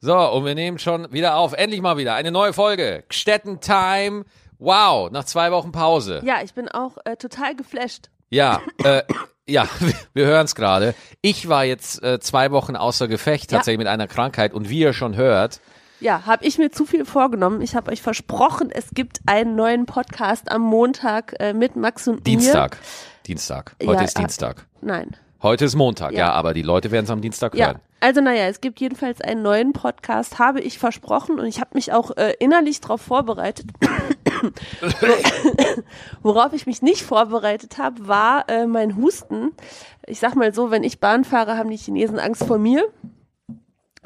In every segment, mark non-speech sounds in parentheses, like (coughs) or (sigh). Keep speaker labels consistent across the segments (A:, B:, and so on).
A: So, und wir nehmen schon wieder auf. Endlich mal wieder eine neue Folge. Gstetten Time. Wow, nach zwei Wochen Pause.
B: Ja, ich bin auch äh, total geflasht.
A: Ja, äh, (coughs) ja, (laughs) wir hören es gerade. Ich war jetzt äh, zwei Wochen außer Gefecht
B: Ja.
A: tatsächlich mit einer Krankheit und wie ihr schon hört,
B: Ja, habe ich mir zu viel vorgenommen. Ich habe euch versprochen, es gibt einen neuen Podcast am Montag äh, mit Max und
A: Dienstag. Dienstag. Heute
B: Ja,
A: ist
B: äh,
A: Dienstag.
B: mir. Nein.
A: Heute ist Montag, ja,
B: ja.
A: aber die Leute werden es am Dienstag
B: Ja,
A: hören.
B: also naja, es gibt jedenfalls einen neuen Podcast, habe ich versprochen und ich habe mich auch äh, innerlich darauf vorbereitet. (coughs) Wo- Worauf ich mich nicht vorbereitet habe, war äh, mein Husten. Ich sag mal so, wenn ich Bahn fahre, haben die Chinesen Angst vor mir.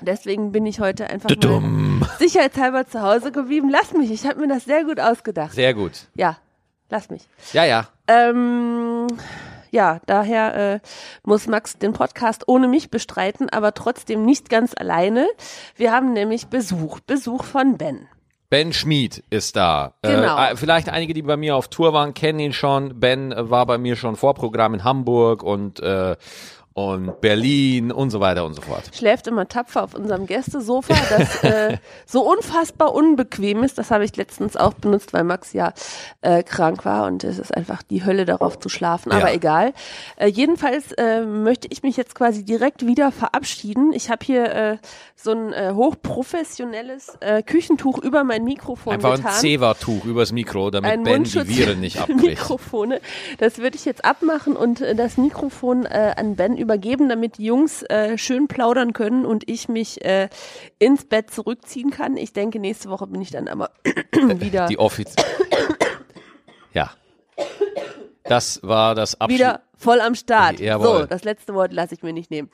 B: Deswegen bin ich heute einfach mal sicherheitshalber zu Hause geblieben. Lass mich, ich habe mir das sehr gut ausgedacht.
A: Sehr gut.
B: Ja, lass mich.
A: Ja, ja.
B: Ähm, ja, daher äh, muss Max den Podcast ohne mich bestreiten, aber trotzdem nicht ganz alleine. Wir haben nämlich Besuch, Besuch von Ben.
A: Ben Schmid ist da.
B: Genau.
A: Äh, äh, vielleicht einige, die bei mir auf Tour waren, kennen ihn schon. Ben äh, war bei mir schon Vorprogramm in Hamburg und, äh, und Berlin und so weiter und so fort.
B: Schläft immer tapfer auf unserem Gästesofa,
A: (laughs)
B: das äh, so unfassbar unbequem ist. Das habe ich letztens auch benutzt, weil Max ja äh, krank war und es ist einfach die Hölle, darauf zu schlafen. Aber
A: Ja.
B: egal. Äh, jedenfalls äh, möchte ich mich jetzt quasi direkt wieder verabschieden. Ich habe hier äh, so ein äh, hochprofessionelles äh, Küchentuch über mein Mikrofon
A: Einfach ein
B: getan
A: Zewa-Tuch übers Mikro, damit
B: ein
A: Ben
B: Mundschutz
A: die Viren
B: (laughs)
A: nicht
B: für
A: abkriegt.
B: Mikrofone. Das würde ich jetzt abmachen und äh, das Mikrofon äh, an Ben übergeben, damit die Jungs äh, schön plaudern können und ich mich äh, ins Bett zurückziehen kann. Ich denke, nächste Woche bin ich dann aber (clears throat) wieder,
A: Äh, Die Offiz. ja. Das war das Abschluss.
B: wieder voll am Start.
A: Jawohl.
B: So, das letzte Wort lasse ich mir nicht nehmen.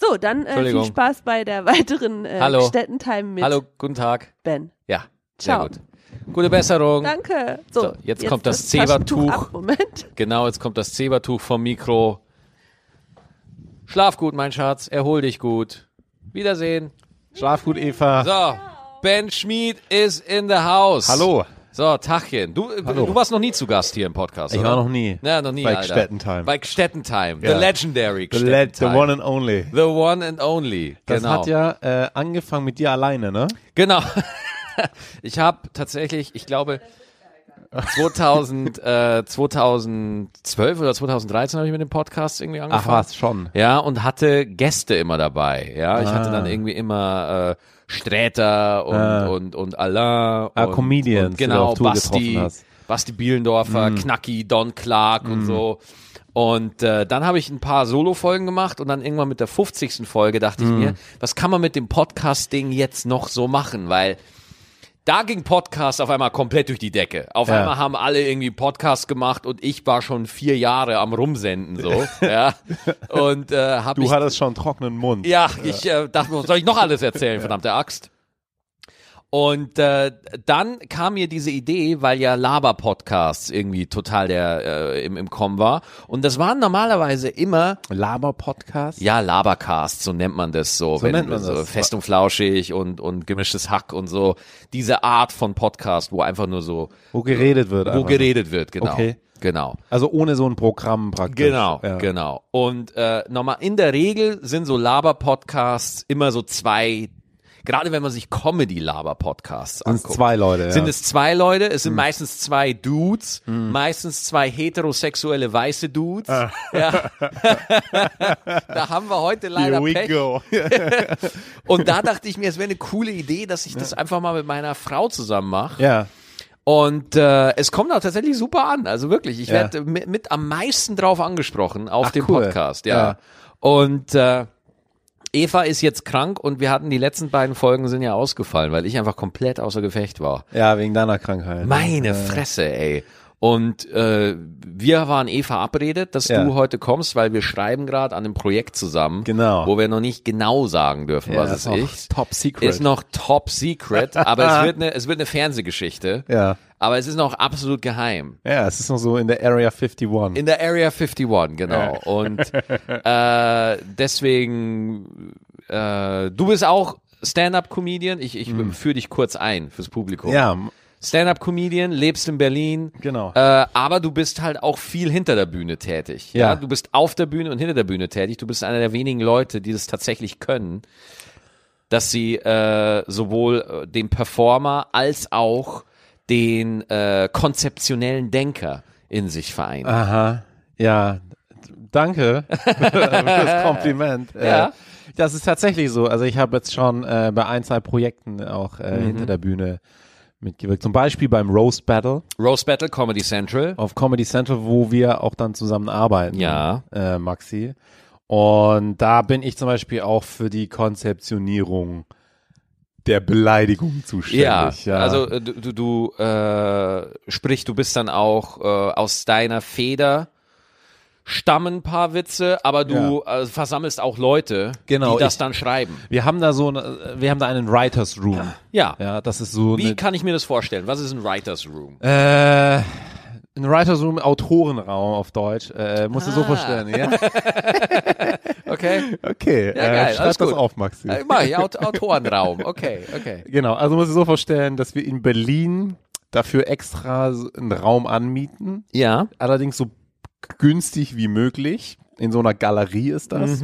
B: So, dann äh,
A: Entschuldigung.
B: viel Spaß bei der (laughs) weiteren äh,
A: Hallo.
B: Städtentime mit
A: Hallo, guten Tag.
B: Ben.
A: Ja. Sehr
B: Ciao.
A: gut. Gute Besserung.
B: Danke. So,
A: So, jetzt kommt das
B: Taschentuch
A: Zebertuch.
B: ab. Moment.
A: Genau, jetzt kommt das Zebertuch vom Mikro. Schlaf gut, mein Schatz. Erhol dich gut. Wiedersehen.
C: Schlaf gut, Eva.
A: So, Ben Schmid ist in the house.
C: Hallo.
A: So, Tachchen. Du, äh,
C: Hallo.
A: du warst noch nie zu Gast hier im Podcast,
C: Ich
A: oder?
C: war noch nie.
A: Ja, noch nie,
C: Bei
A: Alter.
C: Gstettentime.
A: Bei Gstettentime.
C: Ja.
A: The legendary
C: The, lad, the
A: Gstettentime.
C: one and only.
A: The one and only.
C: Das
A: genau.
C: hat ja äh, angefangen mit dir alleine, ne?
A: Genau. (laughs) Ich habe tatsächlich, ich glaube, 2000, äh, 2012 oder 2013 habe ich mit dem Podcast irgendwie angefangen.
C: schon.
A: Ja, und hatte Gäste immer dabei. Ja, ich hatte dann irgendwie immer äh, Sträter und,
C: Ah.
A: und, und Alain.
C: Ah,
A: und,
C: Comedians,
A: und
C: die du
A: genau,
C: auf Tour
A: Basti,
C: getroffen hast. Mhm.
A: Basti Bielendorfer, Knacki, Don Clark und so. Und äh, dann habe ich ein paar Solo-Folgen gemacht und dann irgendwann mit der 50. Folge dachte
C: Mhm.
A: ich mir, was kann man mit dem Podcast-Ding jetzt noch so machen? Weil da ging Podcast auf einmal komplett durch die Decke. Auf
C: Ja.
A: einmal haben alle irgendwie Podcast gemacht und ich war schon vier Jahre am Rumsenden
C: (laughs)
A: so. ja. Und äh, hab
C: Du
A: ich,
C: hattest schon einen trockenen Mund.
A: ja, ich äh, dachte, mir, soll ich noch alles
C: (laughs)
A: erzählen, verdammte Axt. Und äh, dann kam mir diese Idee, weil ja Laber-Podcasts irgendwie total der äh, im, im Kommen war. Und das waren normalerweise immer
C: Laber-Podcast.
A: ja, Labercast, so nennt man das so. wenn,
C: nennt man
A: so
C: das.
A: Fest und flauschig und, und gemischtes Hack und so. Diese Art von Podcast, wo einfach nur so,
C: Wo geredet wird.
A: wo
C: einfach.
A: geredet wird, genau.
C: Okay.
A: Genau.
C: Also ohne so ein Programm praktisch.
A: Genau,
C: Ja.
A: genau. Und äh, nochmal, in der Regel sind so Laber-Podcasts immer so zwei, gerade wenn man sich Comedy-Laber-Podcasts
C: Sind's
A: anguckt.
C: zwei Leute, ja. Hm.
A: Sind es zwei Leute, es sind meistens zwei Dudes, meistens zwei heterosexuelle weiße Dudes.
C: Ah.
A: Ja. (laughs) da haben wir heute leider
C: Here we
A: Pech.
C: go.
A: Und da dachte ich mir, es wäre eine coole Idee, dass ich das einfach mal mit meiner Frau zusammen mache.
C: ja.
A: Und äh, es kommt auch tatsächlich super an. Also wirklich, ich
C: Ja.
A: werde mit, mit am meisten drauf angesprochen auf
C: Ach,
A: dem
C: cool.
A: Podcast. Ja.
C: Ja.
A: Und äh, Eva ist jetzt krank und wir hatten die letzten beiden Folgen sind ja ausgefallen, weil ich einfach komplett außer Gefecht war.
C: Ja, wegen deiner Krankheit.
A: Meine Fresse, ey. Und äh, wir waren eh verabredet, dass
C: Ja.
A: du heute kommst, weil wir schreiben gerade an einem Projekt zusammen,
C: Genau.
A: wo wir noch nicht genau sagen dürfen,
C: Ja,
A: was es
C: ist noch
A: ist.
C: top secret.
A: Ist noch top secret, aber es
C: (laughs)
A: wird eine es wird eine Fernsehgeschichte.
C: Ja.
A: Aber es ist noch absolut geheim.
C: Ja, es ist noch so in der Area 51.
A: In der Area 51, genau.
C: (laughs)
A: Und äh, deswegen, äh, du bist auch Stand-up-Comedian. Ich, ich führe dich kurz ein fürs Publikum.
C: Mhm. ja,
A: Stand-up-Comedian, lebst in Berlin.
C: Genau.
A: Äh, aber du bist halt auch viel hinter der Bühne tätig.
C: Ja.
A: Du bist auf der Bühne und hinter der Bühne tätig. Du bist einer der wenigen Leute, die das tatsächlich können. dass sie äh, sowohl äh, den Performer als auch den äh, konzeptionellen Denker in sich vereint.
C: Ah. Aha. Ja. Danke (laughs) für das Kompliment.
A: (laughs) Ja.
C: Äh, das ist tatsächlich so. Also ich habe jetzt schon äh, bei ein, zwei Projekten auch äh,
A: Mhm.
C: hinter der Bühne mitgewirkt. Zum Beispiel beim Rose Battle
A: Rose Battle Comedy Central.
C: auf Comedy Central, wo wir auch dann zusammen arbeiten.
A: Ja.
C: Äh, Maxi. Und da bin ich zum Beispiel auch für die Konzeptionierung der Beleidigung
A: Ja,
C: zuständig.
A: also äh, du, du, du äh, sprich, du bist dann auch äh, aus deiner Feder stammen ein paar Witze, aber du äh, versammelst auch Leute,
C: Genau,
A: die das
C: ich-
A: dann schreiben.
C: wir haben da so, eine, wir haben da einen Writers Room.
A: Ja.
C: Ja, das ist so.
A: Wie
C: eine,
A: kann ich mir das vorstellen? Was ist ein Writers Room?
C: Äh, ein Writers Room, Autorenraum auf Deutsch. Äh, musst du so vorstellen, ja?
A: (laughs) Okay.
C: (laughs) Okay,
A: Ja, geil,
C: äh,
A: alles
C: schreib das
A: gut.
C: auf, Maxi.
A: Äh, Mach ich, Aut Autorenraum. Okay, okay.
C: Genau, also musst du so vorstellen, dass wir in Berlin dafür extra so einen Raum anmieten.
A: Ja.
C: Allerdings so günstig wie möglich. In so einer Galerie ist das.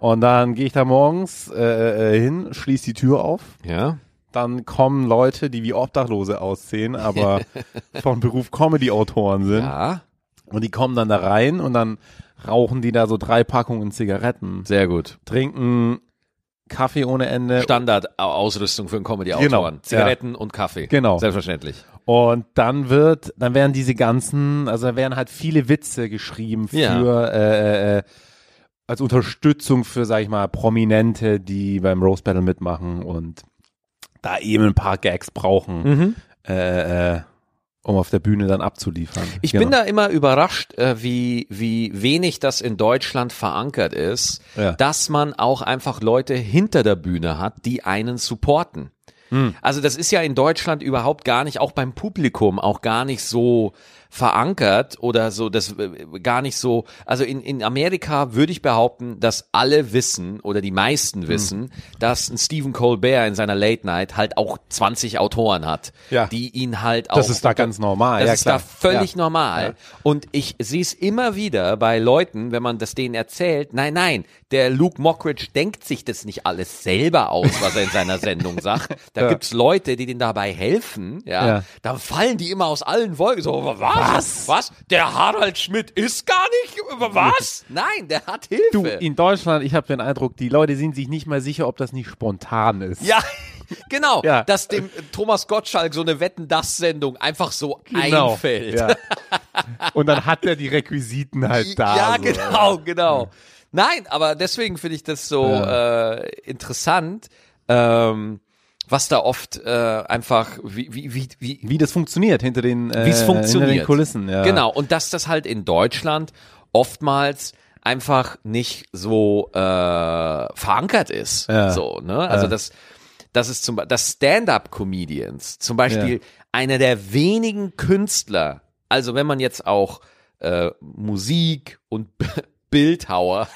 C: Und dann gehe ich da morgens äh, äh, hin, schließe die Tür auf.
A: Ja.
C: Dann kommen Leute, die wie Obdachlose aussehen, (laughs) aber von Beruf Comedy-Autoren sind.
A: Ja.
C: Und die kommen dann da rein und dann rauchen die da so drei Packungen Zigaretten,
A: Sehr gut.
C: trinken Kaffee ohne Ende.
A: Standardausrüstung für einen Comedy-Autoren.
C: Genau,
A: Zigaretten und Kaffee.
C: Genau.
A: Selbstverständlich.
C: und dann wird, dann werden diese ganzen, also da werden halt viele Witze geschrieben für,
A: Ja.
C: äh, äh, äh, als Unterstützung für, sag ich mal, Prominente, die beim Rose Battle mitmachen und da eben ein paar Gags brauchen,
A: Mhm.
C: äh, äh, um auf der Bühne dann abzuliefern.
A: Ich
C: Genau.
A: bin da immer überrascht, äh, wie, wie wenig das in Deutschland verankert ist,
C: Ja.
A: dass man auch einfach Leute hinter der Bühne hat, die einen supporten.
C: Hm.
A: Also das ist ja in Deutschland überhaupt gar nicht, auch beim Publikum auch gar nicht so verankert oder so, das äh, gar nicht so, also in, in Amerika würde ich behaupten, dass alle wissen oder die
C: Hm.
A: meisten wissen, dass ein Stephen Colbert in seiner Late Night halt auch 20 Autoren hat,
C: Ja.
A: die ihn halt auch
C: Das ist da ganz normal,
A: das
C: ja,
A: ist
C: klar.
A: da völlig
C: Ja.
A: normal. Und ich sehe es immer wieder bei Leuten, wenn man das denen erzählt, nein, nein, der Luke Mockridge denkt sich das nicht alles selber aus, was er in seiner Sendung sagt.
C: (laughs)
A: Da gibt's Leute, die denen dabei helfen, ja.
C: Ja.
A: Dann fallen die immer aus allen Wolken. So, was? Was? Der Harald Schmidt ist gar nicht, was? Nein, der hat Hilfe.
C: Du, in Deutschland, ich habe den Eindruck, die Leute sind sich nicht mal sicher, ob das nicht spontan
A: (laughs)
C: ist.
A: Ja, genau,
C: Ja.
A: dass dem Thomas Gottschalk so eine Wetten-Das-Sendung einfach so einfällt.
C: Genau. Ja. Und dann hat er die Requisiten halt da.
A: Ja,
C: so.
A: genau, genau. Nein, aber deswegen finde ich das so äh, interessant, ähm, was da oft äh, einfach, wie, wie, wie, wie
C: Wie das funktioniert hinter den, äh,
A: wie es funktioniert.
C: Hinter den Kulissen. Ja.
A: Genau, und dass das halt in Deutschland oftmals einfach nicht so äh, verankert ist.
C: Ja.
A: So, ne? Also das, das ist zum Beispiel, dass Stand-up-Comedians zum Beispiel einer der wenigen Künstler, also wenn man jetzt auch äh, Musik und (laughs) Bildhauer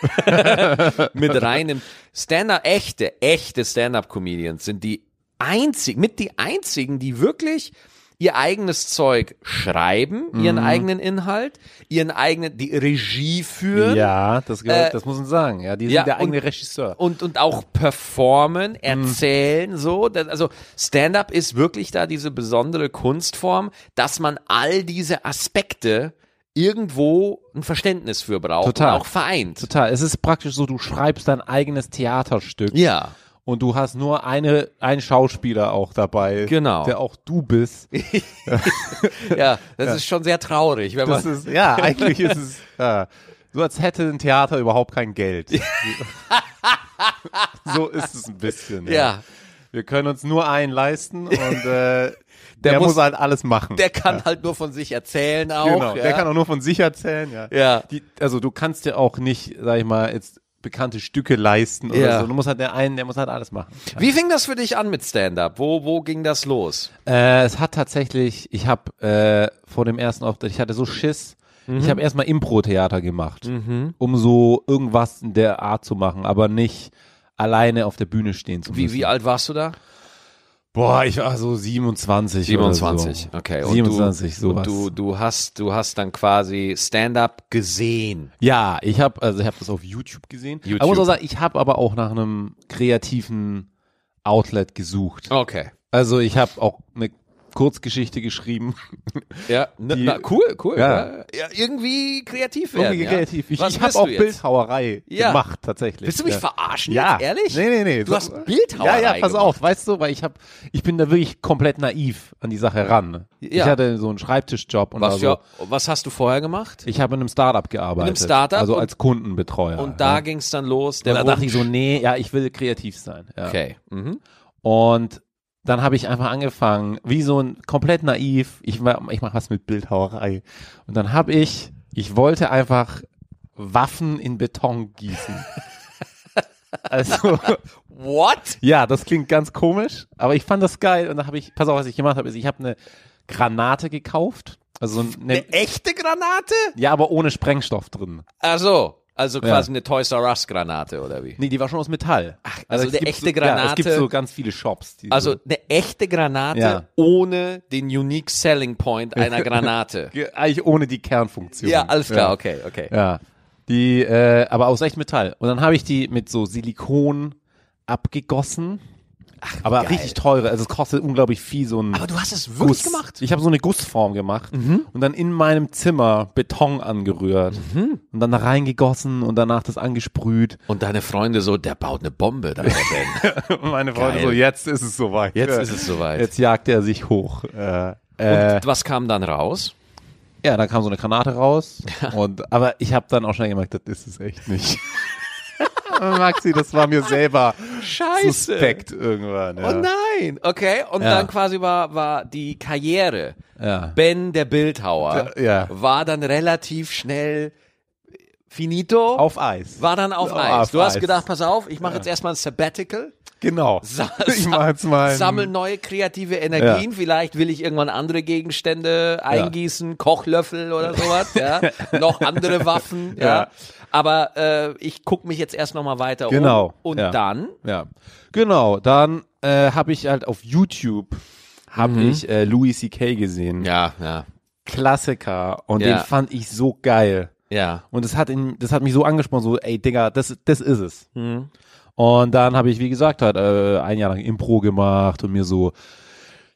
A: mit reinnimmt. Stand-up, echte, echte Stand-up-Comedians sind die einzigen, mit die einzigen, die wirklich ihr eigenes Zeug schreiben, ihren
C: Mhm.
A: eigenen Inhalt, ihren eigenen, die Regie führen.
C: Ja, das, gehört,
A: Äh,
C: das muss man sagen. Ja, die sind
A: ja,
C: der eigene
A: und-
C: Regisseur.
A: Und, und auch
C: Mhm.
A: performen, erzählen, so. Das, also Stand-up ist wirklich da diese besondere Kunstform, dass man all diese Aspekte irgendwo ein Verständnis für braucht
C: Total.
A: und auch vereint.
C: Total. Es ist praktisch so, du schreibst dein eigenes Theaterstück
A: Ja.
C: und du hast nur eine, einen Schauspieler auch dabei,
A: Genau.
C: der auch du bist.
A: Ja, das ist schon sehr traurig, wenn
C: Das
A: man.
C: ist, ja, eigentlich ist es ja, so, als hätte ein Theater überhaupt
A: (laughs)
C: kein Geld. so ist es ein bisschen.
A: Ja,
C: Wir können uns nur einen (laughs) leisten und äh, der,
A: muss-
C: muss, halt alles machen.
A: der kann halt nur von sich erzählen auch.
C: genau,
A: ja.
C: der kann auch nur von sich erzählen, ja.
A: Ja.
C: Die, also du kannst dir auch nicht, sag ich mal, jetzt bekannte Stücke leisten oder
A: Ja.
C: so. Du musst halt der einen, der muss halt alles machen.
A: Wie fing das für dich an mit Stand-up? Wo, wo ging das los?
C: Äh, es hat tatsächlich, ich habe äh, vor dem ersten Auftritt, ich hatte so Schiss. Ich habe erstmal Impro-Theater gemacht, um so irgendwas in der Art zu machen, aber nicht alleine auf der Bühne stehen zu
A: Wie,
C: müssen.
A: wie alt warst du da?
C: Boah, ich war so 27. Oder so.
A: okay. Und
C: 27,
A: du,
C: sowas.
A: Und du, du hast, du hast dann quasi Stand-up gesehen.
C: Ja, ich habe also ich habe das auf YouTube gesehen.
A: YouTube.
C: Ich muss auch sagen, ich habe aber auch nach einem kreativen Outlet gesucht.
A: Okay.
C: Also ich habe auch eine
A: (laughs)
C: Kurzgeschichte geschrieben.
A: Ja, na,
C: Die-
A: na, cool, cool.
C: Ja.
A: Ja. ja, irgendwie kreativ werden.
C: Irgendwie
A: ja.
C: kreativ. Ich,
A: Was
C: ich habe
A: bist du
C: auch
A: jetzt?
C: Bildhauerei
A: Ja.
C: gemacht tatsächlich.
A: Willst du mich
C: ja.
A: verarschen?
C: Ja.
A: Jetzt, ehrlich?
C: Nee, nee, nee.
A: Du hast Bildhauerei
C: Ja, ja, pass
A: gemacht.
C: auf, weißt du, weil ich habe ich bin da wirklich komplett naiv an die Sache ran. Ich
A: Ja.
C: hatte so einen Schreibtischjob und
A: Was,
C: war so,
A: für, was hast du vorher gemacht?
C: Also- ich habe in einem Startup gearbeitet,
A: In einem Startup
C: also
A: und-
C: als Kundenbetreuer.
A: Und da
C: ja.
A: ging es dann los.
C: Und
A: Der
C: da dachte
A: Wunsch-
C: ich so, nee, ja, ich will kreativ sein. Ja.
A: Okay. Mhm.
C: Und dann habe ich einfach angefangen, wie so ein komplett naiv, ich, ma- ich mache was mit Bildhauerei. Und dann habe ich, ich wollte einfach Waffen in Beton
A: (laughs)
C: gießen. Also,
A: What?
C: ja, das klingt ganz komisch, aber ich fand das geil. Und dann habe ich, pass auf, was ich gemacht habe, ist, ich habe eine Granate gekauft. Also, eine,
A: Eine echte Granate?
C: ja, aber ohne Sprengstoff drin.
A: Ach so. Also
C: Ja.
A: quasi eine Toys R Us Granate oder wie?
C: Nee, die war schon aus Metall. Ach,
A: also eine echte
C: Ja, es gibt
A: Granate.
C: so ganz viele Shops. Die
A: Also
C: so,
A: eine echte Granate
C: Ja.
A: ohne den Unique Selling Point einer
C: (laughs)
A: Granate.
C: Ge- eigentlich ohne die Kernfunktion.
A: ja, alles klar, okay, okay.
C: Ja. Die, äh, aber aus echtem Metall. Und dann habe ich die mit so Silikon abgegossen. Ach, aber
A: geil.
C: richtig teure. Also es kostet unglaublich viel, so ein
A: Aber du hast es wirklich
C: Guss.
A: gemacht?
C: Ich habe so eine Gussform gemacht und dann in meinem Zimmer Beton angerührt und dann da reingegossen und danach das angesprüht.
A: Und deine Freunde so, der baut eine Bombe
C: (laughs)
A: da Ben.
C: Und (laughs) meine Freunde
A: Geil.
C: so, jetzt ist es soweit.
A: Jetzt
C: Ja.
A: ist es soweit.
C: Jetzt jagt er sich hoch. Äh, äh,
A: Und was kam dann raus?
C: ja, dann kam so eine Granate raus. Und, aber ich habe dann auch schnell gemerkt, das ist es
A: (laughs)
C: echt nicht. (laughs) Maxi, das war mir selber
A: Scheiße.
C: suspekt irgendwann. Ja.
A: Oh nein! Okay, und
C: Ja.
A: dann quasi war, war die Karriere.
C: Ja.
A: Ben der Bildhauer
C: Ja.
A: war dann relativ schnell finito.
C: Auf Eis.
A: war dann auf
C: Auf
A: Eis. Du hast
C: Eis.
A: gedacht, pass auf, ich mache jetzt erstmal ein Sabbatical.
C: Genau.
A: (laughs) Sa-
C: (laughs) ich mach jetzt mal. ein-
A: Sammel neue kreative Energien. Vielleicht will ich irgendwann andere Gegenstände eingießen, Kochlöffel
C: (laughs)
A: oder sowas, ja. Noch andere Waffen, ja.
C: Ja.
A: Aber äh, ich gucke mich jetzt erst nochmal weiter
C: Genau,
A: um. Und
C: ja.
A: dann,
C: Ja. Genau. Dann äh, habe ich halt auf YouTube habe ich äh, Louis C.K. gesehen.
A: Mhm. ja, ja,
C: Klassiker. Und
A: Ja.
C: den fand ich so geil.
A: ja.
C: Und das hat ihn, das hat mich so angesprochen, so, ey, Digga, das, das ist es.
A: Hm.
C: Und dann habe ich, wie gesagt, halt, äh, ein Jahr lang Impro gemacht und mir so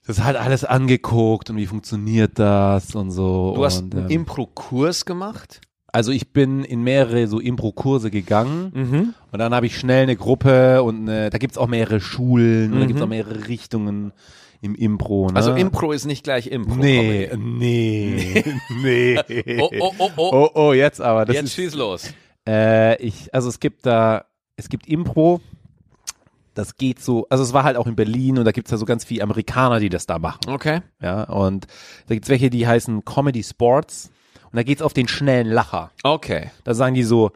C: das halt alles angeguckt und wie funktioniert das und so.
A: Du hast
C: und,
A: einen
C: ähm,
A: Impro-Kurs gemacht.
C: also ich bin in mehrere so Impro-Kurse gegangen und dann habe ich schnell eine Gruppe und eine, da gibt's auch mehrere Schulen und da gibt's auch mehrere Richtungen im Mhm. Impro. Ne?
A: Also Impro ist nicht gleich Impro.
C: (laughs) Nee, nee, (laughs) nee.
A: Oh, oh, oh, oh.
C: (laughs) Oh, oh, jetzt aber. Das
A: Jetzt
C: ist,
A: schieß los.
C: Äh, ich, also es gibt da, es gibt Impro, das geht so, also es war halt auch in Berlin und da gibt's ja so ganz viele Amerikaner, die das da machen.
A: Okay.
C: Ja, und da gibt's welche, die heißen Comedy Sports und da geht's auf den schnellen Lacher.
A: Okay.
C: Da sagen die so,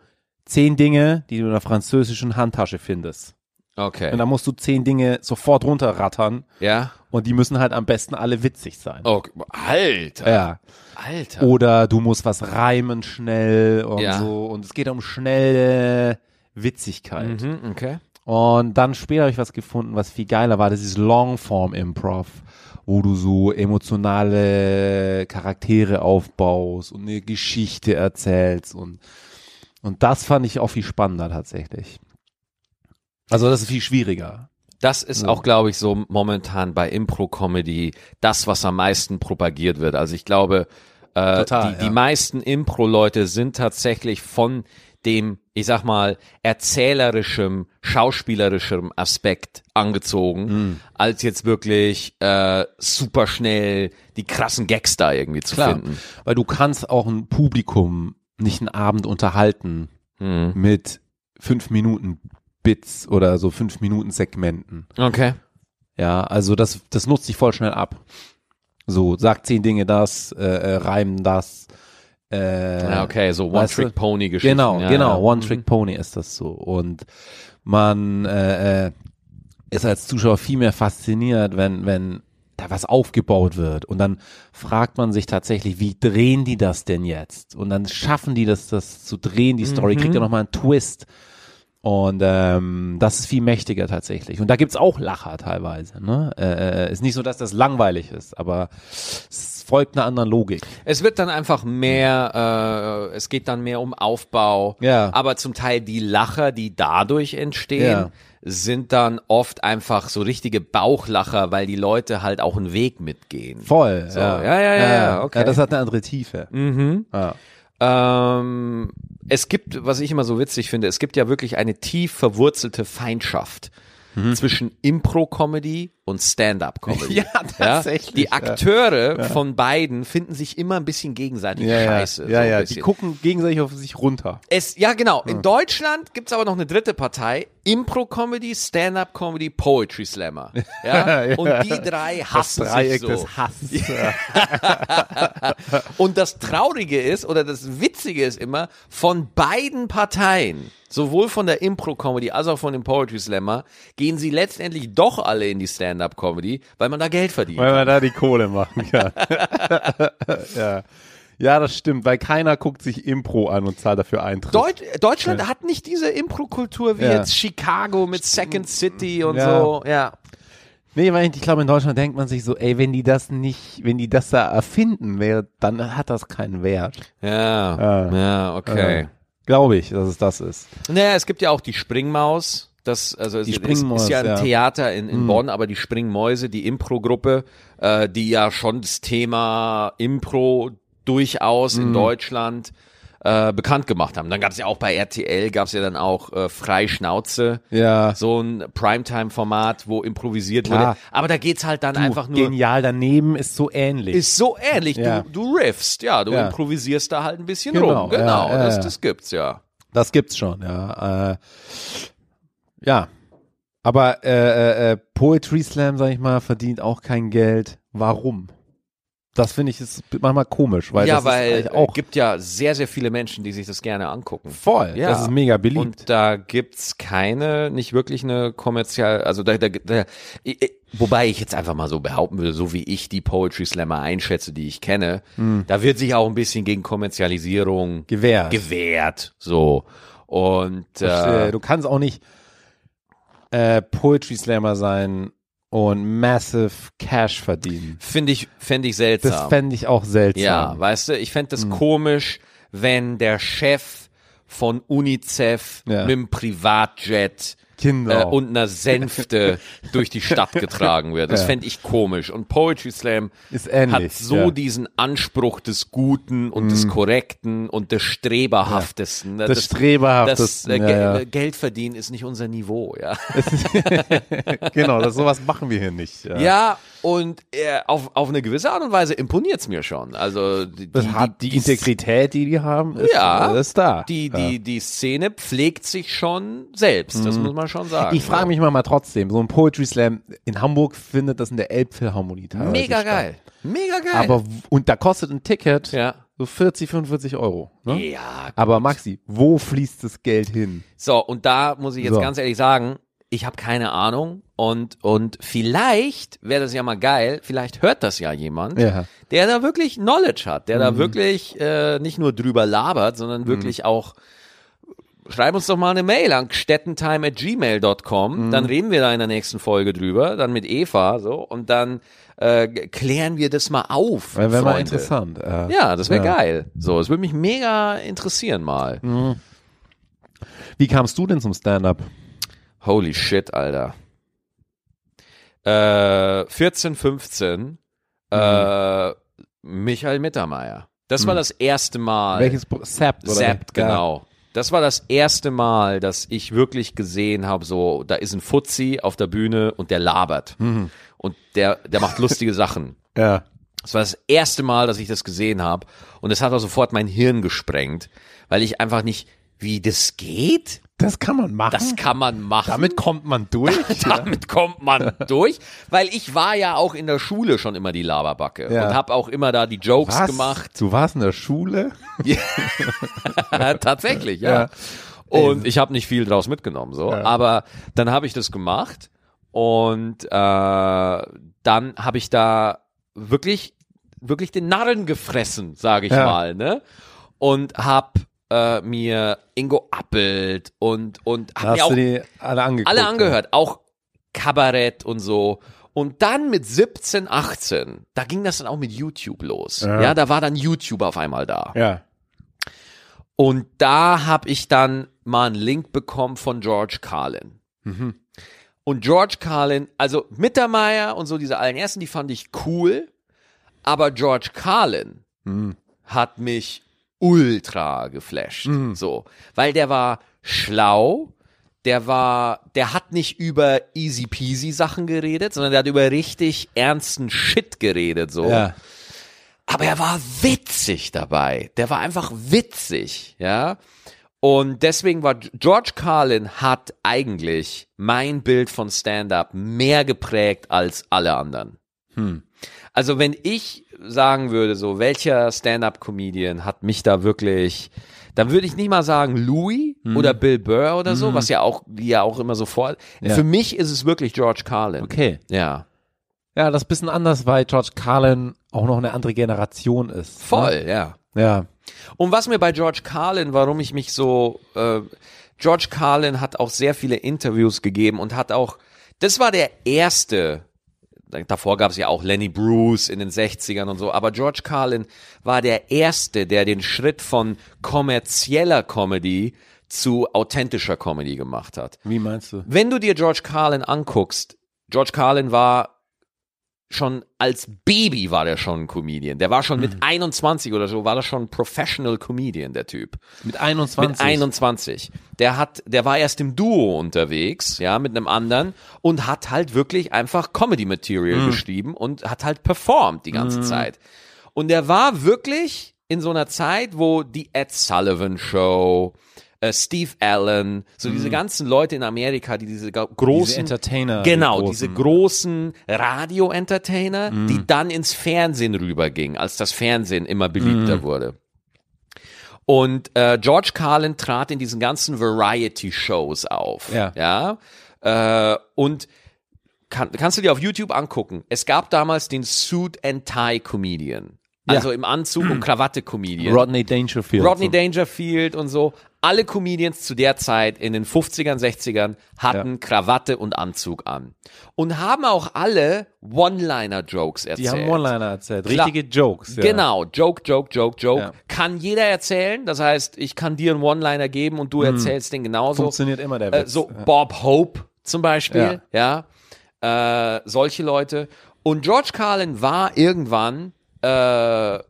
C: zehn Dinge, die du in der französischen Handtasche findest. Und
A: Okay.
C: da musst du zehn Dinge sofort runterrattern
A: Ja.
C: und die müssen halt am besten alle witzig sein.
A: Okay. Alter.
C: Ja.
A: Alter.
C: Oder du musst was reimen schnell und
A: Ja.
C: so. Und es geht um schnelle Witzigkeit.
A: Mhm, okay.
C: Und dann später habe ich was gefunden, was viel geiler war. Das ist Longform Improv, wo du so emotionale Charaktere aufbaust und eine Geschichte erzählst und und das fand ich auch viel spannender tatsächlich. Also das ist viel schwieriger.
A: Das ist auch, glaube ich, so momentan bei Impro-Comedy das, was am meisten propagiert wird. Also ich glaube, äh,
C: Total,
A: die,
C: ja.
A: die meisten Impro-Leute sind tatsächlich von dem, ich sag mal, erzählerischem, schauspielerischem Aspekt angezogen,
C: Mhm.
A: als jetzt wirklich äh, superschnell die krassen Gags da irgendwie zu finden.
C: weil du kannst auch ein Publikum nicht einen Abend unterhalten
A: Mhm.
C: mit fünf Minuten Bits oder so fünf Minuten Segmenten.
A: Okay.
C: Ja, also das, das nutzt sich voll schnell ab. So, sag zehn Dinge das, äh, äh, reimen das. Äh,
A: Ja, okay, so
C: weißt du?
A: One-Trick-Pony-Geschichten.
C: Genau,
A: ja, Mhm.
C: genau,
A: Ja.
C: One-Trick-Pony ist das so. Und man äh, äh, ist als Zuschauer viel mehr fasziniert, wenn, wenn da was aufgebaut wird. Und dann fragt man sich tatsächlich, wie drehen die
A: Mhm.
C: das denn jetzt? Und dann schaffen die das, das zu drehen, die Story, kriegt ja nochmal einen Twist. Und ähm, das ist viel mächtiger tatsächlich. Und da gibt's auch Lacher teilweise. Ne? Äh, äh, ist nicht so, dass das langweilig ist, aber es folgt einer anderen Logik.
A: Es wird dann einfach mehr, äh, es geht dann mehr um Aufbau.
C: Ja.
A: Aber zum Teil die Lacher, die dadurch entstehen,
C: Ja.
A: sind dann oft einfach so richtige Bauchlacher, weil die Leute halt auch einen Weg mitgehen.
C: Voll.
A: So, ja, ja, ja, ja, okay. Mhm.
C: ja. Das hat eine andere Tiefe. Ja.
A: Ähm, es gibt, was ich immer so witzig finde, es gibt ja wirklich eine tief verwurzelte Feindschaft
C: Mhm.
A: zwischen Impro-Comedy und
C: (laughs)
A: Stand-Up-Comedy. (laughs)
C: Ja, tatsächlich,
A: Die
C: ja.
A: Akteure von beiden finden sich immer ein bisschen gegenseitig
C: Ja, ja,
A: scheiße. so
C: ja,
A: ein
C: ja. die
A: bisschen.
C: gucken gegenseitig auf sich runter.
A: Es, ja, genau. In Deutschland gibt's aber noch eine dritte Partei. Impro-Comedy, Stand-Up-Comedy, Poetry-Slammer. Ja?
C: Ja.
A: Und die drei hassen sich so.
C: (laughs) Hasses.
A: Und das Traurige ist, oder das Witzige ist immer, von beiden Parteien, sowohl von der Impro-Comedy als auch von dem Poetry Slammer, gehen sie letztendlich doch alle in die Stand-Up-Comedy, weil man da Geld verdient.
C: Weil man da die Kohle machen kann. (laughs) ja. ja, das stimmt, weil keiner guckt sich Impro an und zahlt dafür Eintritt.
A: Deut Deutschland hat nicht diese Impro-Kultur wie
C: Ja.
A: jetzt Chicago mit Second City und
C: Ja.
A: so. Ja.
C: Nee, weil ich, ich glaube, in Deutschland denkt man sich so, ey, wenn die das nicht, wenn die das da erfinden, wäre, dann hat das keinen Wert.
A: Ja.
C: Ja.
A: Ja, okay.
C: Äh, glaube ich, dass es das ist.
A: Naja, es gibt ja auch die Springmaus. Das, also es
C: Springmaus,
A: ist ja ein
C: ja. Hm.
A: Theater in, in Bonn, aber die Springmäuse, die Impro-Gruppe, äh, die ja schon das Thema Impro durchaus
C: Hm.
A: in Deutschland äh, bekannt gemacht haben. Dann gab es ja auch bei RTL, gab es ja dann auch äh, Freischnauze,
C: Ja.
A: so ein Primetime-Format, wo improvisiert
C: Klar.
A: wurde. Aber da geht's halt dann einfach nur...
C: genial daneben ist so ähnlich.
A: Ist so ähnlich,
C: Ja.
A: du, du riffst, ja, du
C: Ja.
A: improvisierst da halt ein bisschen
C: Genau,
A: rum.
C: ja,
A: Genau,
C: ja,
A: das,
C: ja.
A: das gibt's ja.
C: Das gibt's schon, ja. Äh, ja. Aber äh, äh, äh, Poetry Slam, sag ich mal, verdient auch kein Geld. Warum? Das finde ich ist manchmal komisch, weil
A: ja,
C: das
A: weil
C: ist eigentlich
A: es
C: auch
A: gibt ja sehr, sehr viele Menschen, die sich das gerne angucken.
C: voll.
A: Ja.
C: Das ist mega beliebt.
A: Und da gibt's keine, nicht wirklich eine kommerziell, also da, da, da i- i- wobei ich jetzt einfach mal so behaupten würde, so wie ich die Poetry Slammer einschätze, die ich kenne,
C: Hm.
A: da wird sich auch ein bisschen gegen Kommerzialisierung
C: Gewähr.
A: gewehrt, so. Und
C: Äh,
A: äh,
C: du kannst auch nicht äh, Poetry Slammer sein und massive Cash verdienen.
A: finde ich, fände ich
C: Das
A: seltsam.
C: fände ich auch
A: Ja,
C: seltsam. Hm.
A: weißt du, ich fänd das komisch, wenn der Chef von UNICEF
C: Ja.
A: mit dem Privatjet
C: Genau.
A: äh, und einer
C: (laughs)
A: Sänfte durch die Stadt getragen wird. Das fänd ich komisch. Und Poetry Slam
C: Ist ähnlich,
A: hat so
C: ja. Mm.
A: diesen Anspruch des Guten und des Korrekten und des Streberhaftesten.
C: Des
A: Das,
C: Streberhaftesten,
A: äh,
C: ja,
A: Gel-
C: ja.
A: äh, Geld verdienen ist nicht unser Niveau, ja.
C: genau, das, sowas machen wir hier nicht. äh. Ja.
A: Ja, und äh, auf, auf eine gewisse Art und Weise imponiert's mir schon. Also die,
C: Das
A: die,
C: hat die,
A: die, die,
C: Integrität, die die haben, ist, äh,
A: Ja.
C: ist da.
A: die,
C: ja. Mm.
A: die, die Szene pflegt sich schon selbst, das muss man schon sagen.
C: Ich frage mich mal, mal trotzdem, so ein Poetry Slam in Hamburg findet das in der Elbphilharmonie teilweise
A: Mega
C: statt.
A: geil. Mega geil.
C: Aber w- und da kostet ein Ticket
A: Ja.
C: so 40, 45 Euro. Ne?
A: ja,
C: Aber Maxi, wo fließt das Geld hin?
A: So, und da muss ich jetzt
C: So.
A: ganz ehrlich sagen, ich habe keine Ahnung und, und vielleicht wäre das ja mal geil, vielleicht hört das ja jemand,
C: Ja. Mhm.
A: der da wirklich Knowledge hat, der da wirklich äh, nicht nur drüber labert, sondern wirklich auch Schreib uns doch mal eine Mail an stettentime at gmail.com,
C: Mhm.
A: dann reden wir da in der nächsten Folge drüber, dann mit Eva so und dann äh, g- klären wir das mal auf.
C: Wäre mal
A: Freunde.
C: interessant. äh.
A: Ja, das wäre
C: Ja.
A: geil. So, es würde mich mega interessieren mal.
C: Wie kamst du denn zum Stand-up?
A: Holy shit, Alter. Äh, 14, 15,
C: Mhm.
A: äh, Michael Mittermeier. Das war das erste Mal.
C: Welches Pro- Sept? oder-
A: Zapped,
C: Ja.
A: genau. Das war das erste Mal, dass ich wirklich gesehen habe, so, da ist ein Fuzzi auf der Bühne und der labert.
C: Mhm.
A: Und der, der macht
C: (laughs)
A: lustige Sachen.
C: Ja.
A: Das war das erste Mal, dass ich das gesehen habe. Und es hat auch sofort mein Hirn gesprengt, weil ich einfach nicht, wie das geht?
C: Das kann man machen.
A: Das kann man machen.
C: Ah. Damit
A: (laughs)
C: kommt man durch. ja.
A: Damit kommt
C: (laughs)
A: man durch, weil ich war ja auch in der Schule schon immer die Laberbacke
C: Ja.
A: und habe auch immer da die Jokes
C: Was?
A: gemacht. (laughs)
C: Du warst in der Schule?
A: Tatsächlich, ja.
C: Ja.
A: Und ich habe nicht viel draus mitgenommen, so.
C: Ja.
A: Aber dann habe ich das gemacht und äh, dann habe ich da wirklich, wirklich den Narren gefressen, sage ich
C: Ja.
A: mal, ne? Und habe äh, mir Ingo Appelt und, und hab mir
C: Hast
A: auch
C: du die alle angeguckt?
A: alle angehört, auch Kabarett und so. Und dann mit 17, 18, da ging das dann auch mit YouTube los. Ja,
C: Ja.
A: da war dann YouTube auf einmal da.
C: Ja.
A: Und da habe ich dann mal einen Link bekommen von George Carlin.
C: Mhm.
A: Und George Carlin, also Mittermeier und so diese allen ersten, die fand ich cool. Aber George Carlin
C: Mhm.
A: hat mich ultra geflasht.
C: Mhm.
A: So. Weil der war schlau, der war, der hat nicht über easy peasy Sachen geredet, sondern der hat über richtig ernsten Shit geredet, so.
C: Ja.
A: Aber er war witzig dabei. Der war einfach witzig, ja. Und deswegen war George Carlin hat eigentlich mein Bild von Stand-up mehr geprägt als alle anderen.
C: Hm.
A: Also wenn ich sagen würde, so welcher Stand-up-Comedian hat mich da wirklich, dann würde ich nicht mal sagen Louis
C: Hm.
A: oder Bill Burr oder so, was ja auch, die ja auch immer sofort.
C: Ja.
A: Für mich ist es wirklich George Carlin.
C: Okay.
A: Ja,
C: Ja, das ist ein bisschen anders, weil George Carlin auch noch eine andere Generation ist. ne?
A: voll, ja.
C: Ja.
A: Und was mir bei George Carlin, warum ich mich so, äh, George Carlin hat auch sehr viele Interviews gegeben und hat auch, das war der erste, davor gab es ja auch Lenny Bruce in den 60ern und so, aber George Carlin war der erste, der den Schritt von kommerzieller Comedy zu authentischer Comedy gemacht hat.
C: Wie meinst du?
A: Wenn du dir George Carlin anguckst, George Carlin war schon als Baby war der schon ein Comedian. Der war schon mit 21 oder so, war der schon ein Professional Comedian, der Typ.
C: Mit 21.
A: Mit 21. Der hat, der war erst im Duo unterwegs, ja, mit einem anderen und hat halt wirklich einfach Comedy Material geschrieben und hat halt performt die ganze Zeit. Und er war wirklich in so einer Zeit, wo die Ed Sullivan Show, äh, Steve Allen, so diese ganzen Leute in Amerika, die diese ga- großen
C: Entertainer, die
A: genau,
C: großen. Mhm.
A: diese großen Radio-Entertainer, die dann ins Fernsehen rübergingen, als das Fernsehen immer beliebter
C: Mhm.
A: wurde. Und äh, George Carlin trat in diesen ganzen Variety-Shows auf.
C: Ja.
A: ja? Äh, und kann, kannst du dir auf YouTube angucken. Es gab damals den Suit and Tie Comedian. Also im Anzug und Krawatte Comedian.
C: Rodney Dangerfield.
A: Rodney Dangerfield und so. Alle Comedians zu der Zeit in den 50ern, 60ern hatten Krawatte und Anzug an. Und haben auch alle One-Liner-Jokes erzählt.
C: Die haben One-Liner erzählt.
A: Klar.
C: Richtige Jokes. Ja.
A: Genau, Joke, Joke, Joke, Joke.
C: Ja.
A: Kann jeder erzählen. Das heißt, ich kann dir einen One-Liner geben und du erzählst den genauso.
C: Hm. Funktioniert immer der
A: Äh,
C: Witz.
A: so Bob Hope zum Beispiel, ja, Äh, solche Leute. Und George Carlin war irgendwann äh,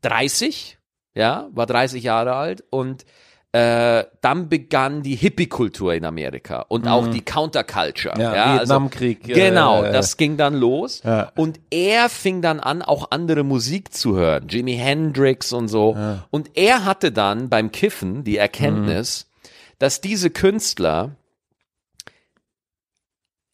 A: 30, ja, war 30 Jahre alt und äh, dann begann die Hippie-Kultur in Amerika und auch die Counterculture.
C: Mhm. Ja, Vietnamkrieg, äh,
A: Also, genau,
C: äh,
A: das ging dann los.
C: Ja.
A: Und er fing dann an, auch andere Musik zu hören. Jimi Hendrix und so. Und er hatte dann beim Kiffen die Erkenntnis,
C: Mhm.
A: dass diese Künstler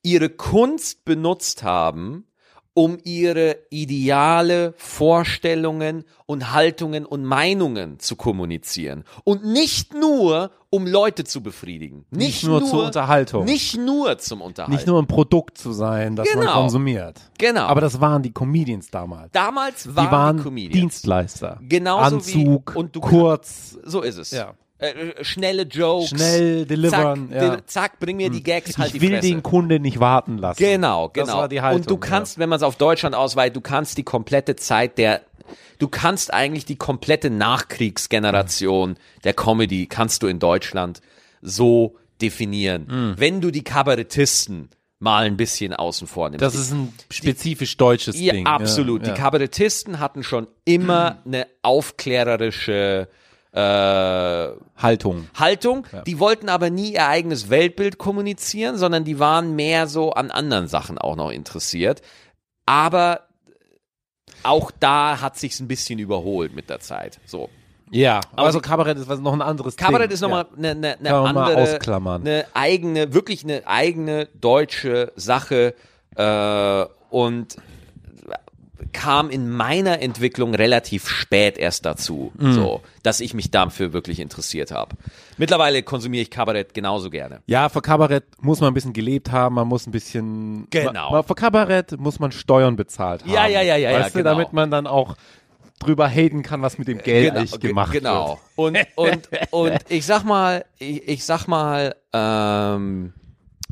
A: ihre Kunst benutzt haben, um ihre Ideale, Vorstellungen und Haltungen und Meinungen zu kommunizieren. Und nicht nur, um Leute zu befriedigen. Nicht,
C: Nicht nur zur Unterhaltung.
A: Nicht nur zum Unterhalten.
C: Nicht nur ein Produkt zu sein, das man
A: Genau.
C: konsumiert.
A: Genau.
C: Aber das waren die Comedians damals.
A: Damals waren,
C: die waren
A: Comedians.
C: Dienstleister.
A: Genauso
C: Anzug,
A: wie- und du-
C: kurz,
A: So ist es.
C: Ja.
A: Äh, äh, schnelle Jokes.
C: schnell delivern.
A: Zack,
C: ja.
A: de- zack, bring mir die Gags, halt
C: ich
A: die
C: will
A: Fresse.
C: den Kunde nicht warten lassen.
A: Genau, genau.
C: Das war die Haltung,
A: und du kannst, wenn man es auf Deutschland ausweitet, du kannst die komplette Zeit der, du kannst eigentlich die komplette Nachkriegsgeneration der Comedy, kannst du in Deutschland so definieren.
C: Hm.
A: Wenn du die Kabarettisten mal ein bisschen außen vor nimmst.
C: Das ist ein spezifisch deutsches
A: Ja,
C: Ding. ne?
A: absolut.
C: Ja. Mhm.
A: Die Kabarettisten hatten schon immer eine aufklärerische äh,
C: Haltung.
A: Haltung. Die wollten aber nie ihr eigenes Weltbild kommunizieren, sondern die waren mehr so an anderen Sachen auch noch interessiert. Aber auch da hat sich's ein bisschen überholt mit der Zeit. So.
C: Ja, also Kabarett ist was noch ein anderes
A: Kabarett
C: Ding.
A: ist nochmal eine eine- eine
C: Kann man mal
A: ne, andere,
C: ausklammern.
A: eine eigene, wirklich eine eigene deutsche Sache äh, und kam in meiner Entwicklung relativ spät erst dazu,
C: Mhm.
A: so, dass ich mich dafür wirklich interessiert habe. Mittlerweile konsumiere ich Kabarett genauso gerne.
C: Ja. ja, für Kabarett muss man ein bisschen gelebt haben, man muss ein bisschen.
A: Genau.
C: Man, für Kabarett muss man Steuern bezahlt haben.
A: Ja, ja, ja, ja, ja,
C: Weißt du,
A: genau.
C: damit man dann auch drüber haten kann, was mit dem Geld
A: Genau,
C: eigentlich
A: ge-
C: gemacht
A: Genau. Und,
C: (laughs)
A: und, und ich sag mal, ich, ich sag mal, ähm,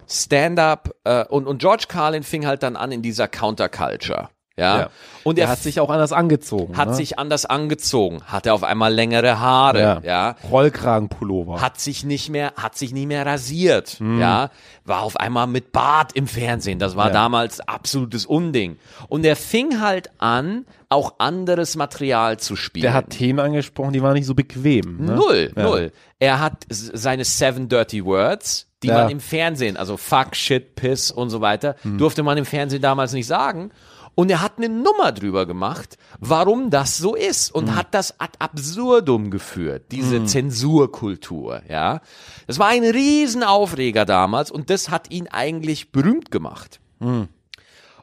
A: Stand-up äh, und, und George Carlin fing halt dann an in dieser Counterculture. Ja.
C: Ja.
A: Und er
C: wird. Er hat sich auch anders angezogen.
A: hat
C: ne?
A: sich anders angezogen, hatte auf einmal längere Haare, ja.
C: Rollkragenpullover.
A: Hat sich nicht mehr, hat sich nie mehr rasiert, ja. War auf einmal mit Bart im Fernsehen. Das war
C: Hm. Ja.
A: damals absolutes Unding. Und er fing halt an, auch anderes Material zu spielen.
C: der hat Themen angesprochen, die waren nicht so bequem. Ne?
A: Null,
C: Ja.
A: null. Er hat s- seine seven dirty words, die
C: Ja. Mhm.
A: man im Fernsehen, also fuck, shit, piss und so weiter, durfte man im Fernsehen damals nicht sagen. Und er hat eine Nummer drüber gemacht, warum das so ist
C: Mhm.
A: und hat das ad absurdum geführt, diese Zensurkultur, ja. Das war ein Riesenaufreger damals und das hat ihn eigentlich berühmt gemacht.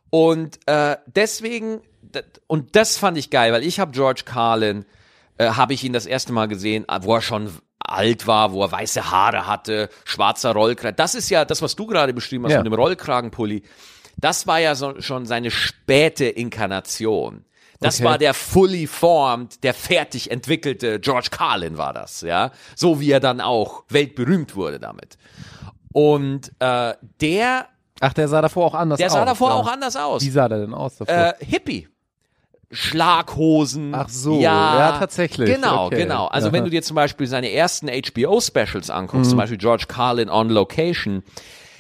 A: Und äh, deswegen, d- und das fand ich geil, weil ich habe George Carlin, äh, habe ich ihn das erste Mal gesehen, ah, wo er schon alt war, wo er weiße Haare hatte, schwarzer Rollkragen. Das ist ja das, was du gerade beschrieben hast
C: Ja.
A: mit dem Rollkragenpulli. Das war ja so, schon seine späte Inkarnation. Das
C: Okay.
A: war der fully formed, der fertig entwickelte George Carlin war das, ja. So wie er dann auch weltberühmt wurde damit. Und äh, der,
C: Ach, der sah davor auch anders
A: der
C: aus.
A: sah davor
C: ja.
A: auch anders aus
C: Wie sah der denn aus davor?
A: äh, Hippie. Schlaghosen.
C: Ach so,
A: ja,
C: ja, tatsächlich,
A: Genau,
C: okay.
A: genau. Also
C: Aha.
A: wenn du dir zum Beispiel seine ersten HBO-Specials anguckst,
C: Mhm.
A: zum Beispiel George Carlin on Location,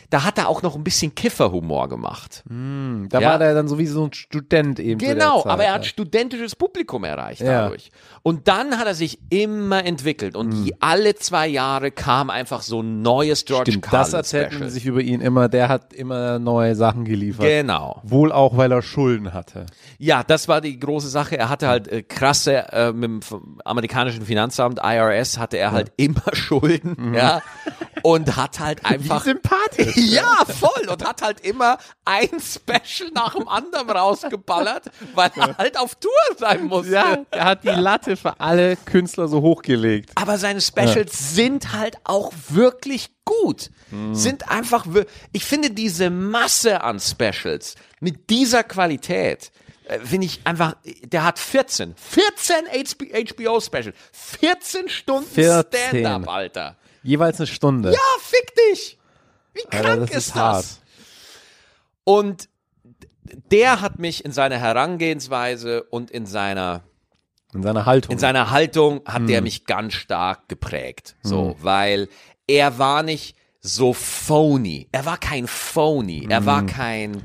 A: da hat er auch noch ein bisschen Kifferhumor gemacht.
C: da
A: ja.
C: war der dann so wie so ein Student eben. Mhm. zu
A: Genau,
C: der Zeit,
A: aber er hat
C: ja.
A: studentisches Publikum erreicht
C: Ja.
A: dadurch. Und dann hat er sich immer entwickelt und
C: Mhm.
A: je- alle zwei Jahre kam einfach so ein neues George
C: Stimmt, das
A: Carlin
C: erzählt man
A: Special.
C: sich über ihn immer. Der hat immer neue Sachen geliefert.
A: Genau.
C: Wohl auch, weil er Schulden hatte.
A: Ja, das war die große Sache. Er hatte halt äh, krasse, äh, mit dem f- amerikanischen Finanzamt, IRS, hatte er halt immer (laughs) Schulden, ja. Und hat halt einfach.
C: sympathisch.
A: (laughs) Ja, voll. Und hat halt immer ein Special nach dem anderen rausgeballert, weil er halt auf Tour sein musste.
C: Ja, er hat die Latte für alle Künstler so hochgelegt.
A: Aber seine Specials sind halt auch wirklich gut. Sind einfach, wir- ich finde diese Masse an Specials mit dieser Qualität, äh, finde ich einfach, der hat 14, 14 HBO Special, 14 Stunden
C: 14.
A: Stand-up, Alter.
C: Jeweils eine Stunde.
A: Ja, fick dich! Wie
C: Alter,
A: krank ist das? Und der hat mich in seiner Herangehensweise und in seiner
C: In seiner Haltung.
A: in seiner Haltung hat
C: Mm.
A: der mich ganz stark geprägt. So, weil er war nicht so phony. Er war kein phony. Er war kein.
C: Mm.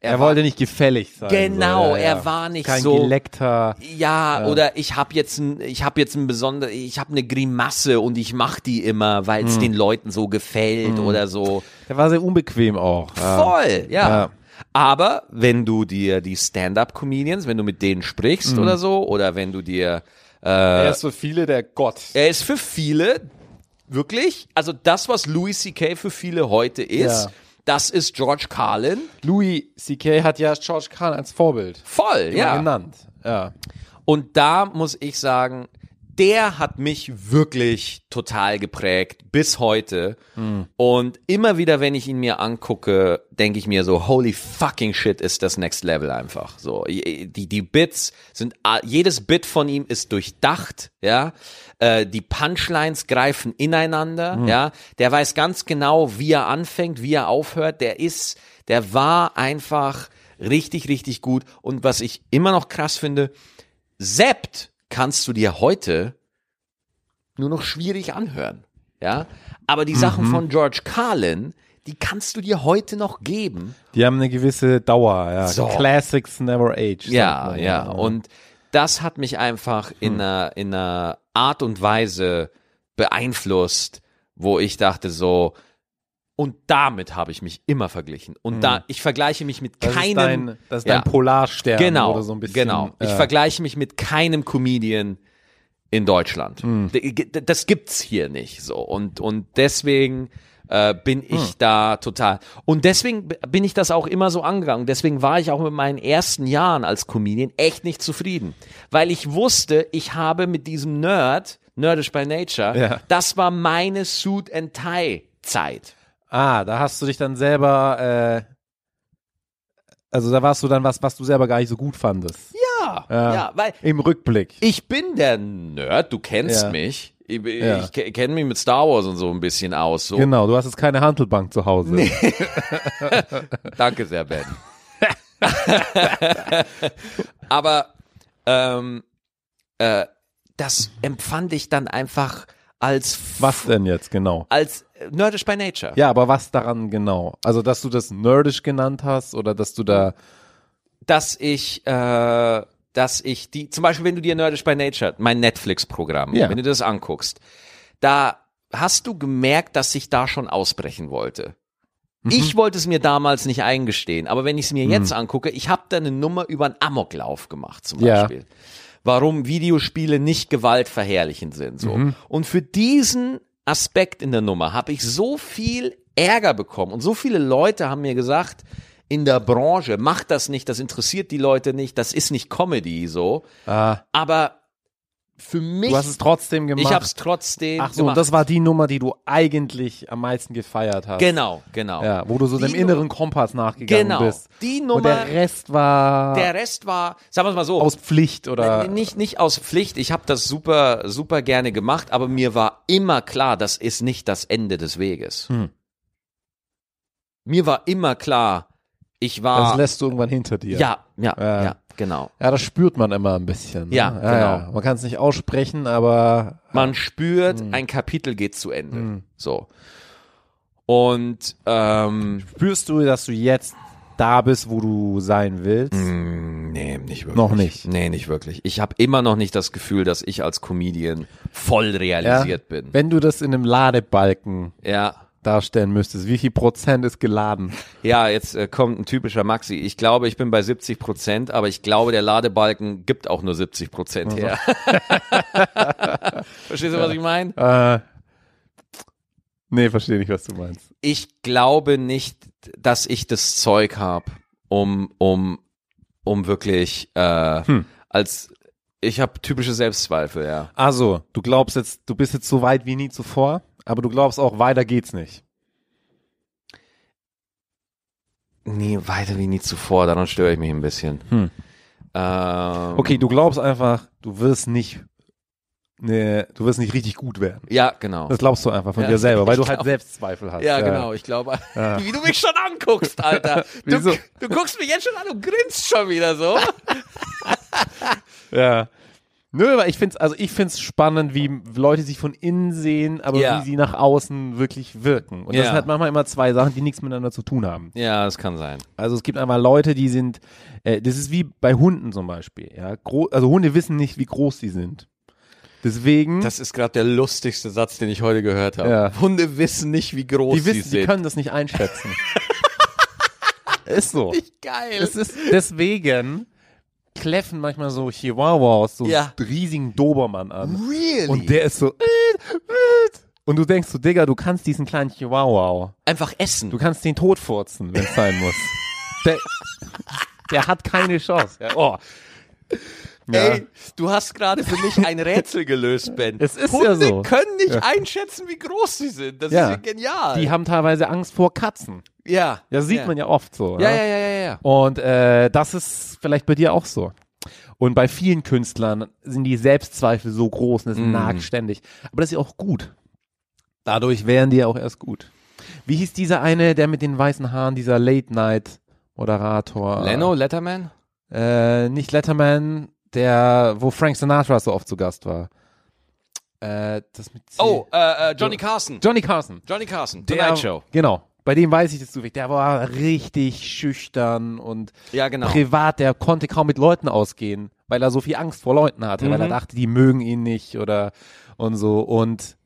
C: er wollte nicht gefällig sein.
A: Genau,
C: so, ja, ja.
A: er war nicht
C: Kein
A: so-
C: Gelekter.
A: Ja, oder ich habe jetzt ein, ich habe jetzt ein besonder, ich habe eine Grimasse und ich mache die immer, weil
C: Mm.
A: es den Leuten so gefällt oder so.
C: Der war sehr unbequem auch. Mm. Ja.
A: Voll, ja.
C: Ja.
A: Aber wenn du dir die Stand-up-Comedians, wenn du mit denen sprichst
C: Mm.
A: oder so, oder wenn du dir äh,
C: Er ist für viele der Gott.
A: Er ist für viele wirklich, also das, was Louis C.K. für viele heute ist,
C: Ja.
A: das ist George Carlin.
C: Louis C.K. hat ja George Kahn als Vorbild
A: Voll,
C: ja.
A: ja.
C: genannt. Ja.
A: Und da muss ich sagen, der hat mich wirklich total geprägt bis heute. Und immer wieder, wenn ich ihn mir angucke, denke ich mir so, holy fucking shit, ist das Next Level einfach. So, die, die Bits sind, a- jedes Bit von ihm ist durchdacht, ja. Äh, die Punchlines greifen ineinander, ja. Der weiß ganz genau, wie er anfängt, wie er aufhört. Der ist, der war einfach richtig, richtig gut. Und was ich immer noch krass finde, Sept kannst du dir heute nur noch schwierig anhören. Ja? Aber die Sachen
C: Mhm.
A: von George Carlin, die kannst du dir heute noch geben.
C: Die haben eine gewisse Dauer. Ja.
A: So.
C: Classics never age. sagt
A: Ja,
C: man
A: ja. Und das hat mich einfach in,
C: Hm.
A: einer, in einer Art und Weise beeinflusst, wo ich dachte so, und damit habe ich mich immer verglichen. Und da, ich vergleiche mich mit
C: Hm. das
A: keinem.
C: ist dein, das ist dein
A: Ja.
C: Polarstern
A: Genau,
C: oder so ein bisschen.
A: genau. Ich
C: äh,
A: vergleiche mich mit keinem Comedian in Deutschland.
C: Hm.
A: D- g- Das gibt's hier nicht so und und deswegen äh, bin
C: Hm.
A: ich da total und deswegen b- bin ich das auch immer so angegangen. Deswegen war ich auch mit meinen ersten Jahren als Comedian echt nicht zufrieden, weil ich wusste, ich habe mit diesem Nerd, nerdisch by nature,
C: Ja.
A: das war meine Suit and Tie Zeit.
C: Ah, da hast du dich dann selber, äh, also da warst du dann was, was du selber gar nicht so gut fandest.
A: Ja, ja, weil
C: Im Rückblick.
A: ich bin der Nerd, du kennst
C: Ja.
A: mich. Ich,
C: Ja.
A: ich ke- kenne mich mit Star Wars und so ein bisschen aus. So.
C: Genau, du hast jetzt keine Handelbank zu Hause.
A: Danke sehr, Ben.
C: (laughs)
A: Aber ähm, äh, das empfand ich dann einfach als f-
C: Was denn jetzt genau?
A: als äh, nerdisch by nature.
C: Ja, aber was daran genau? Also, dass du das nerdisch genannt hast oder dass du da.
A: dass ich, äh, dass ich die, zum Beispiel, wenn du dir Nerdish by Nature, mein Netflix-Programm,
C: Ja.
A: wenn du das anguckst, da hast du gemerkt, dass ich da schon ausbrechen wollte.
C: Mhm.
A: Ich wollte es mir damals nicht eingestehen, aber wenn ich es mir jetzt angucke, ich habe da eine Nummer über einen Amoklauf gemacht zum
C: Ja.
A: Beispiel. Warum Videospiele nicht gewaltverherrlichen sind. So.
C: Mhm.
A: Und für diesen Aspekt in der Nummer habe ich so viel Ärger bekommen und so viele Leute haben mir gesagt, in der Branche, macht das nicht, das interessiert die Leute nicht, das ist nicht Comedy so.
C: Ah,
A: Aber für mich,
C: du hast es trotzdem gemacht.
A: ich habe es trotzdem
C: Ach so,
A: gemacht.
C: und das war die Nummer, die du eigentlich am meisten gefeiert hast.
A: genau, genau.
C: Ja, wo du so
A: Die
C: dem
A: Nu-
C: inneren Kompass nachgegangen
A: Genau.
C: bist.
A: Die
C: Und
A: Nummer,
C: der
A: der,
C: Rest war
A: Rest war, sagen wir mal so,
C: aus Äh. Pflicht oder.
A: N- Nicht, nicht aus Pflicht. Ich habe das super, super gerne gemacht, aber mir war immer klar, das ist nicht das Ende des Weges.
C: Hm.
A: Mir war immer klar, ich
C: Das
A: war.
C: lässt du irgendwann hinter dir.
A: Ah. ja, ja, ja,
C: Ja.
A: genau.
C: Ja, das spürt man immer ein bisschen.
A: Ja,
C: ne?
A: genau.
C: Man kann es nicht aussprechen, aber
A: Man spürt, ein Kapitel geht zu Ende.
C: Hm.
A: So. Und ähm,
C: spürst du, dass du jetzt da bist, wo du sein willst?
A: Mm, Nee, nicht wirklich.
C: Hm. Noch nicht.
A: Nee, nicht wirklich. Ich habe immer noch nicht das Gefühl, dass ich als Comedian voll
C: Ja?
A: realisiert bin.
C: Wenn du das in einem Ladebalken
A: Ja.
C: darstellen müsstest, wie viel Prozent ist geladen? (laughs)
A: Ja, jetzt äh, kommt ein typischer Maxi. Ich glaube, ich bin bei 70 Prozent, aber ich glaube, der Ladebalken gibt auch nur 70 Prozent her. Also. (laughs) Verstehst du, was ich meine?
C: Äh, nee, verstehe nicht, was du meinst.
A: Ich glaube nicht, dass ich das Zeug habe, um, um, um wirklich äh, als ich habe typische Selbstzweifel, ja.
C: Also, du glaubst jetzt, du bist jetzt so weit wie nie zuvor, aber du glaubst auch, weiter geht's nicht.
A: Nee, weiter wie nie zuvor, daran störe ich mich ein bisschen.
C: Hm.
A: Ähm,
C: Okay, du glaubst einfach, du wirst nicht, ne, du wirst nicht richtig gut werden.
A: Ja, genau.
C: Das glaubst du einfach von
A: Ja, (laughs)
C: dir selber, weil du
A: ich
C: halt
A: glaub-
C: Selbstzweifel hast. äh,
A: Ja, genau, ich glaube,
C: (laughs) Ja.
A: wie du mich schon anguckst, Alter. Du,
C: Wieso?
A: du guckst mich jetzt schon an und grinst schon wieder so.
C: Ja. Nö, aber ich find's, also ich find's spannend, wie Leute sich von innen sehen, aber
A: Ja.
C: wie sie nach außen wirklich wirken. Und das
A: Ja.
C: sind halt manchmal immer zwei Sachen, die nichts miteinander zu tun haben.
A: Ja, das kann sein.
C: Also es gibt einfach Leute, die sind, äh, das ist wie bei Hunden zum Beispiel. Ja? Gro also Hunde wissen nicht, wie groß sie sind. Deswegen,
A: Das ist gerade der lustigste Satz, den ich heute gehört habe.
C: Ja.
A: Hunde wissen nicht, wie groß
C: die wissen,
A: sie
C: die
A: sind.
C: können das nicht
A: (laughs)
C: einschätzen. ist so.
A: Geil.
C: Es ist deswegen kläffen manchmal so Chihuahuas so
A: Ja.
C: einen riesigen Dobermann an.
A: really?
C: Und der ist so. "Äh, äh." Und du denkst so, Digga, du kannst diesen kleinen Chihuahua,
A: Einfach essen.
C: du kannst den totfurzen, wenn es sein
A: (laughs)
C: muss. Der, der hat keine Chance. Ja, oh. ja.
A: Ey, du hast gerade für mich ein Rätsel gelöst, Ben.
C: (laughs) Es ist
A: Hunde
C: ja so.
A: können nicht
C: Ja.
A: einschätzen, wie groß sie sind. Das
C: Ja.
A: ist ja genial.
C: Die haben teilweise Angst vor Katzen.
A: ja.
C: Das sieht man ja oft so.
A: Ja,
C: ne?
A: ja, ja, ja, ja.
C: Und äh, das ist vielleicht bei dir auch so. Und bei vielen Künstlern sind die Selbstzweifel so groß und es nagt ständig. Aber das ist ja auch gut. Dadurch wären die ja auch erst gut. Wie hieß dieser eine, der mit den weißen Haaren, dieser Late-Night-Moderator?
A: Leno, Letterman?
C: Äh, nicht Letterman, der, wo Frank Sinatra so oft zu Gast war. Äh, das mit C.
A: Oh, äh, äh, Johnny Carson.
C: Johnny Carson.
A: Johnny Carson, The
C: Der,
A: Night Show.
C: Genau. Bei dem weiß ich das zufällig. Der war richtig schüchtern und
A: Ja, genau.
C: privat, der konnte kaum mit Leuten ausgehen, weil er so viel Angst vor Leuten hatte, weil er
A: Mhm.
C: dachte, die mögen ihn nicht oder und so. Und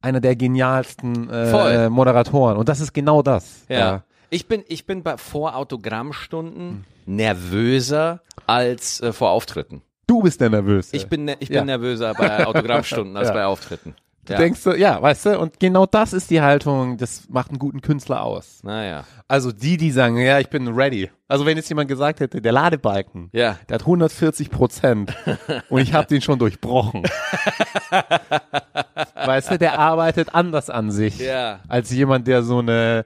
C: einer der genialsten
A: Voll.
C: äh, äh, Moderatoren. Und das ist genau das.
A: Ja. Ich bin, ich bin bei, vor Autogrammstunden nervöser als äh, vor Auftritten.
C: Du bist der nervös.
A: Ich bin, ne- ich bin
C: (laughs) Ja.
A: nervöser bei Autogrammstunden als
C: Ja.
A: bei Auftritten. Ja.
C: Denkst du, ja, weißt du, und genau das ist die Haltung, das macht einen guten Künstler aus.
A: Naja.
C: Also die, die sagen, ja, ich bin ready. Also wenn jetzt jemand gesagt hätte, der Ladebalken,
A: Ja.
C: der hat 140 Prozent und ich habe den
A: (laughs)
C: schon durchbrochen. weißt du, der arbeitet anders an sich
A: Ja.
C: als jemand, der so eine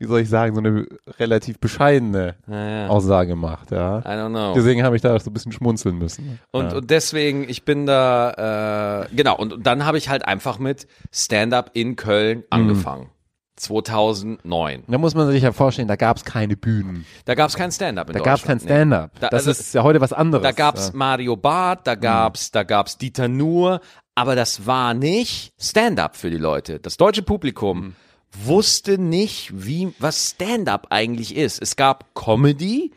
C: wie soll ich sagen, so eine relativ bescheidene
A: Ja, ja. genau. Mhm.
C: Aussage gemacht, ja.
A: I don't know.
C: Deswegen habe ich da so ein bisschen schmunzeln müssen.
A: Und,
C: ja.
A: und deswegen, ich bin da, äh, genau, und, und dann habe ich halt einfach mit Stand-up in
C: Mhm.
A: Köln angefangen. 2009.
C: da muss man sich ja vorstellen, da gab es keine Bühnen.
A: Da gab es kein Stand-up in
C: Da gab es
A: Deutschland.
C: kein
A: Nee.
C: Stand-up.
A: Da-
C: das
A: also-
C: ist ja heute was anderes.
A: Da gab's
C: ja.
A: Mario Barth,
C: Mhm.
A: da gab's, da gab's Dieter Nuhr, aber das war nicht Stand-up für die Leute. Das deutsche Publikum
C: Mhm.
A: wusste nicht, wie was Stand-up eigentlich ist. Es gab Comedy,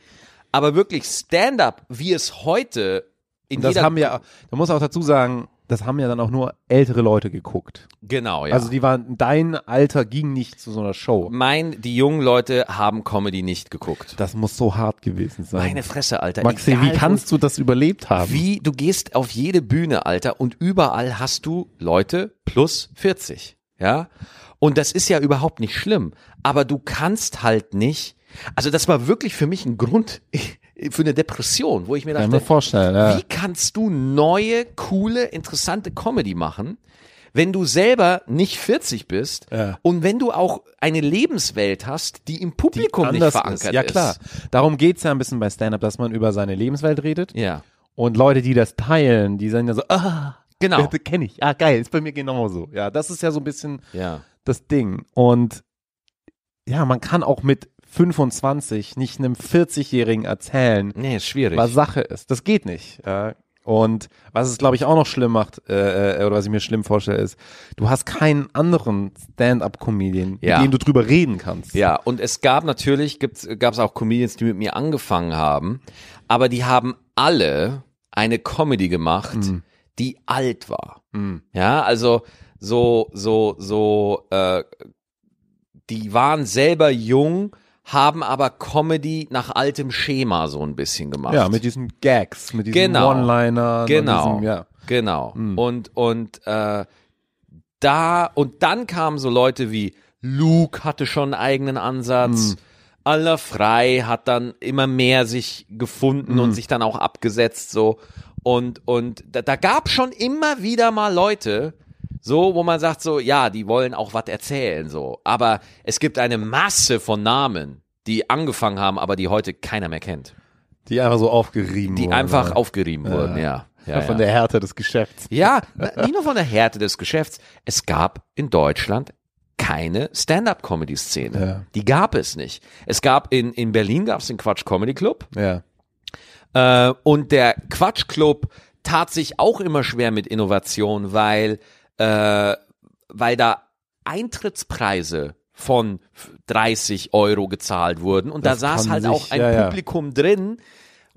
A: aber wirklich Stand-up, wie es heute in
C: Und das
A: jeder
C: haben ja, da muss auch dazu sagen, das haben ja dann auch nur ältere Leute geguckt.
A: genau ja.
C: Also die waren, dein Alter ging nicht zu so einer Show.
A: mein, die jungen Leute haben Comedy nicht geguckt.
C: Das muss so hart gewesen sein.
A: Meine Fresse, Alter.
C: Maxi,
A: egal
C: wie kannst du das überlebt haben?
A: Wie, du gehst auf jede Bühne, Alter, und überall hast du Leute plus 40, ja? Und das ist ja überhaupt nicht schlimm, aber du kannst halt nicht, also das war wirklich für mich ein Grund (laughs) für eine Depression, wo ich mir
C: Kann ich mir
A: dachte,
C: vorstellen. Ja.
A: wie kannst du neue, coole, interessante Comedy machen, wenn du selber nicht 40 bist
C: Ja.
A: und wenn du auch eine Lebenswelt hast, die im Publikum nicht
C: anders
A: verankert ist.
C: Ja klar. Darum geht's ja ein bisschen bei Stand-Up, dass man über seine Lebenswelt redet.
A: Ja.
C: Und Leute, die das teilen, die sind ja so, ah,
A: Genau.
C: (laughs) das kenne ich. Ah, geil, ist bei mir genauso. Ja, das ist ja so ein bisschen
A: Ja.
C: das Ding. Und ja, man kann auch mit 25 nicht einem 40-Jährigen erzählen,
A: Nee, ist schwierig.
C: was Sache ist. Das geht nicht. Ja. Und was es, glaube ich, auch noch schlimm macht, äh, äh, oder was ich mir schlimm vorstelle, ist, du hast keinen anderen Stand-up-Comedian,
A: Ja.
C: mit dem du drüber reden kannst.
A: Ja, und es gab natürlich, gab es auch Comedians, die mit mir angefangen haben, aber die haben alle eine Comedy gemacht,
C: Mhm.
A: die alt war. Ja, also so, so, so, äh, die waren selber jung, haben aber Comedy nach altem Schema so ein bisschen gemacht.
C: Ja, mit diesen Gags, mit diesen
A: Genau.
C: One-Linern. und
A: Genau.
C: Diesem, ja. Hm.
A: Genau. Und, und äh, da, und dann kamen so Leute wie Luke hatte schon einen eigenen Ansatz.
C: Hm.
A: Aller Frei hat dann immer mehr sich gefunden
C: Hm.
A: und sich dann auch abgesetzt so. Und, und da, da gab schon immer wieder mal Leute, so, wo man sagt so, ja, die wollen auch was erzählen so. Aber es gibt eine Masse von Namen, die angefangen haben, aber die heute keiner mehr kennt.
C: Die einfach so aufgerieben
A: Die
C: wurden.
A: einfach
C: ja.
A: aufgerieben wurden, ja. Ja,
C: Von
A: ja.
C: der Härte des Geschäfts.
A: Ja, na, nicht nur von der Härte des Geschäfts. Es gab in Deutschland keine Stand-up-Comedy-Szene.
C: Ja.
A: Die gab es nicht. Es gab in, in Berlin gab es den Quatsch Comedy Club
C: Ja.
A: äh, und der Quatsch Club tat sich auch immer schwer mit Innovation, weil äh, weil da Eintrittspreise von 30 Euro gezahlt wurden und
C: Das
A: da saß
C: kann
A: halt
C: sich-
A: auch ein
C: ja, ja.
A: Publikum drin,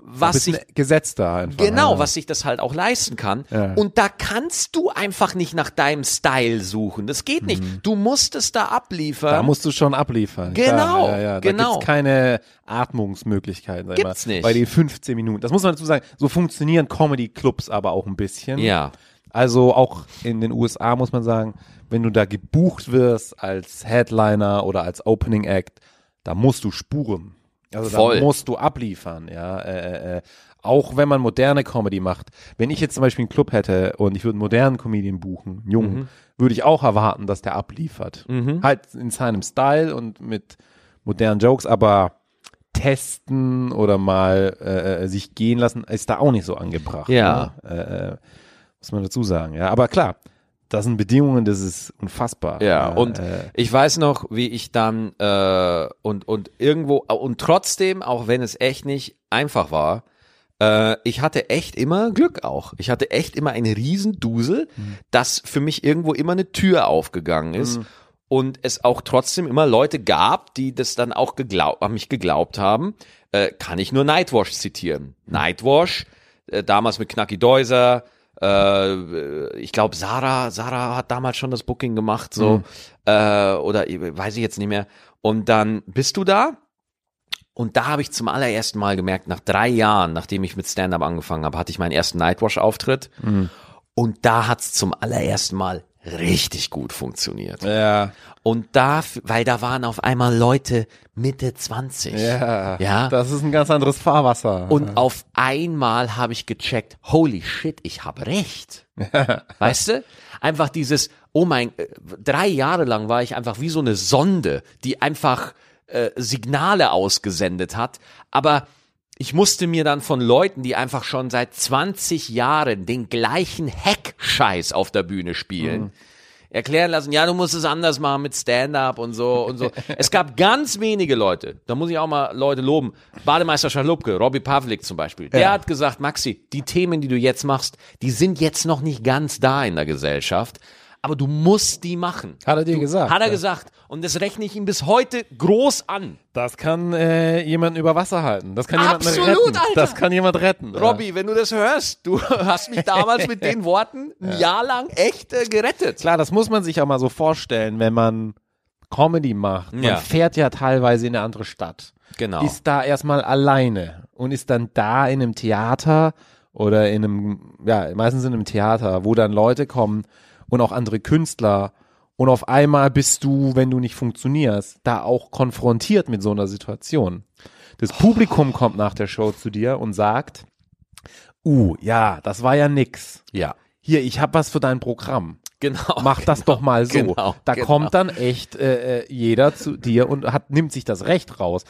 A: was
C: Bisschen
A: sich
C: gesetzter einfach.
A: Genau,
C: ja.
A: was sich das halt auch leisten kann.
C: Ja.
A: Und da kannst du einfach nicht nach deinem Style suchen. Das geht nicht. Du musst es da abliefern.
C: Da musst du schon abliefern.
A: Genau,
C: Klar, ja, ja. Da
A: genau.
C: gibt's keine Atmungsmöglichkeiten. Sag ich
A: Gibt's
C: mal,
A: nicht.
C: Bei den 15 Minuten. Das muss man dazu sagen. So funktionieren Comedy-Clubs aber auch ein bisschen.
A: ja,
C: Also auch in den USA muss man sagen, wenn du da gebucht wirst als Headliner oder als Opening Act, da musst du spuren. Also
A: Voll.
C: da musst du abliefern, ja. Äh, äh, äh. auch wenn man moderne Comedy macht. Wenn ich jetzt zum Beispiel einen Club hätte und ich würde einen modernen Comedian buchen, einen jungen,
A: Mhm.
C: würde ich auch erwarten, dass der abliefert. Halt in seinem Style und mit modernen Jokes, aber testen oder mal äh, äh, sich gehen lassen, ist da auch nicht so angebracht.
A: Ja.
C: Ne? Äh, äh, muss man dazu sagen, ja. Aber klar, das sind Bedingungen, das ist unfassbar.
A: ja.
C: Äh,
A: Und
C: äh,
A: ich weiß noch, wie ich dann äh, und und irgendwo und trotzdem, auch wenn es echt nicht einfach war, äh, ich hatte echt immer Glück auch. Ich hatte echt immer eine Riesendusel, dass für mich irgendwo immer eine Tür aufgegangen ist. Und es auch trotzdem immer Leute gab, die das dann auch geglaub, an mich geglaubt haben. Äh, kann ich nur Nightwash zitieren. Nightwash, äh, damals mit Knacki Deuser, äh, ich glaube Sarah, Sarah hat damals schon das Booking gemacht, so, äh, oder ich- weiß ich jetzt nicht mehr. Und dann bist du da und da habe ich zum allerersten Mal gemerkt, nach drei Jahren, nachdem ich mit Stand-Up angefangen habe, hatte ich meinen ersten Nightwash-Auftritt.
C: Mhm.
A: Und da hat's zum allerersten Mal richtig gut funktioniert.
C: ja,
A: Und da, f- weil da waren auf einmal Leute Mitte 20.
C: ja,
A: Ja.
C: Das ist ein ganz anderes Fahrwasser.
A: Und auf einmal habe ich gecheckt, holy shit, ich habe recht. weißt du? Einfach dieses, oh mein, äh, drei Jahre lang war ich einfach wie so eine Sonde, die einfach äh, Signale ausgesendet hat. Aber ich musste mir dann von Leuten, die einfach schon seit 20 Jahren den gleichen Heck-Scheiß auf der Bühne spielen, erklären lassen, ja, du musst es anders machen mit Stand-up und so und
C: (laughs)
A: so. es gab ganz wenige Leute, da muss ich auch mal Leute loben. Bademeister Schalupke, Robbie Pavlik zum Beispiel, der hat gesagt, Maxi, die Themen, die du jetzt machst, die sind jetzt noch nicht ganz da in der Gesellschaft, aber du musst die machen.
C: Hat er dir gesagt,
A: Hat er
C: ja.
A: gesagt. Und das rechne ich ihm bis heute groß an.
C: Das kann äh, jemanden über Wasser halten. Das kann jemand
A: Absolut,
C: retten.
A: Alter.
C: Das kann jemand retten.
A: Robby, wenn du das hörst, du (laughs) hast mich damals mit den
C: (laughs)
A: Worten ein Jahr lang echt äh, gerettet.
C: Klar, das muss man sich auch mal so vorstellen, wenn man Comedy macht. Man
A: Ja.
C: fährt ja teilweise in eine andere Stadt.
A: Genau.
C: Ist da erstmal alleine und ist dann da in einem Theater oder in einem, ja, meistens in einem Theater, wo dann Leute kommen und auch andere Künstler. Und auf einmal bist du, wenn du nicht funktionierst, da auch konfrontiert mit so einer Situation. Das Publikum kommt nach der Show zu dir und sagt, uh, ja, das war ja nix.
A: Ja.
C: Hier, ich hab was für dein Programm
A: Genau.
C: mach das doch mal so.
A: genau,
C: da
A: genau.
C: kommt dann echt äh, äh, jeder zu dir und hat, nimmt sich das Recht raus.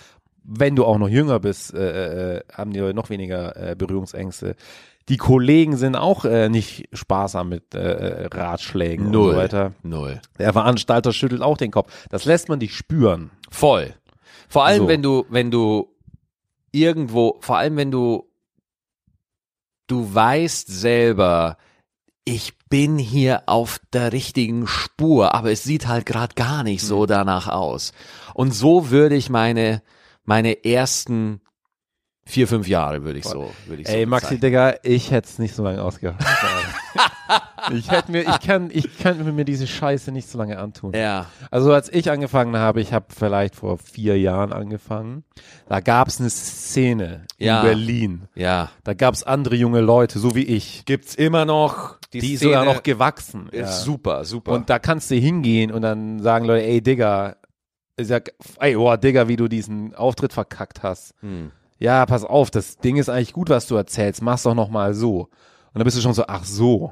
C: Wenn du auch noch jünger bist, äh, äh, haben die Leute noch weniger äh, Berührungsängste. Die Kollegen sind auch äh, nicht sparsam mit äh, äh, Ratschlägen und so weiter.
A: (laughs) Null.
C: Der Veranstalter schüttelt auch den Kopf. Das lässt man dich spüren.
A: Voll. Vor allem,
C: So.
A: wenn du, wenn du irgendwo, vor allem, wenn du, du weißt selber, ich bin hier auf der richtigen Spur, aber es sieht halt gerade gar nicht
C: Mhm.
A: so danach aus. Und so würde ich meine, meine ersten vier, fünf Jahre würde ich so, würde ich so
C: Ey, Maxi,
A: bezeichnen.
C: Digga, ich hätte es nicht so lange
A: (laughs)
C: ausgehalten. ich hätte mir, ich kann, ich kann mir diese Scheiße nicht so lange antun.
A: Ja.
C: Also als ich angefangen habe, ich habe vielleicht vor vier Jahren angefangen, da gab's eine Szene in
A: Ja.
C: Berlin.
A: Ja.
C: Da gab's andere junge Leute, so wie ich,
A: Gibt's immer noch. Die,
C: die
A: Szene
C: sogar noch gewachsen.
A: ist
C: ja.
A: super, super.
C: Und da kannst du hingehen und dann sagen Leute, ey Digga, ich sag, ey, boah, Digga, wie du diesen Auftritt verkackt hast.
A: Hm.
C: Ja, pass auf, das Ding ist eigentlich gut, was du erzählst, mach's doch nochmal so. Und dann bist du schon so, ach so.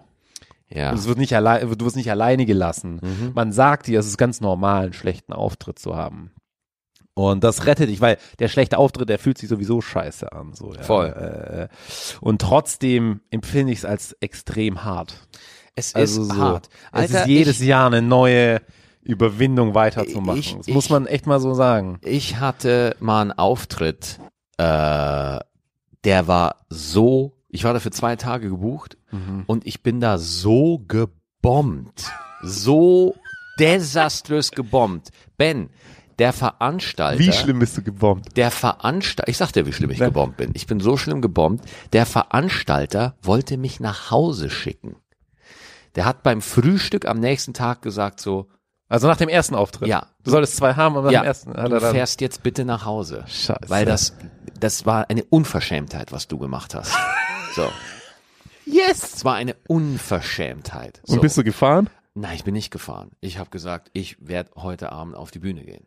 A: ja. Mhm.
C: Und es wird nicht allein, du wirst nicht alleine gelassen. Man sagt dir, es ist ganz normal, einen schlechten Auftritt zu haben. Und das rettet dich, weil der schlechte Auftritt, der fühlt sich sowieso scheiße an. So, ja.
A: Voll.
C: Äh, und trotzdem empfinde ich es als extrem hart.
A: es
C: Also
A: ist
C: so.
A: hart.
C: es
A: Alter,
C: ist jedes
A: ich,
C: Jahr eine neue Überwindung weiterzumachen.
A: Ich-
C: das
A: ich-
C: muss man echt mal so sagen.
A: ich hatte mal einen Auftritt, äh, der war so, ich war da für zwei Tage gebucht
C: Mhm.
A: und ich bin da so gebombt. so desaströs gebombt. Ben, der Veranstalter.
C: Wie schlimm bist du gebombt?
A: Der Veranstalter, ich sag dir, wie schlimm ich gebombt bin. Ich bin so schlimm gebombt. Der Veranstalter wollte mich nach Hause schicken. Der hat beim Frühstück am nächsten Tag gesagt so,
C: Also nach dem ersten Auftritt.
A: Ja.
C: Du solltest zwei haben, aber nach
A: ja,
C: dem ersten. hat
A: du
C: er dann-
A: fährst jetzt bitte nach Hause.
C: Scheiße.
A: Weil das, das war eine Unverschämtheit, was du gemacht hast. So. Yes! Es war eine Unverschämtheit. So.
C: Und bist du gefahren?
A: Nein, ich bin nicht gefahren. Ich habe gesagt, ich werde heute Abend auf die Bühne gehen.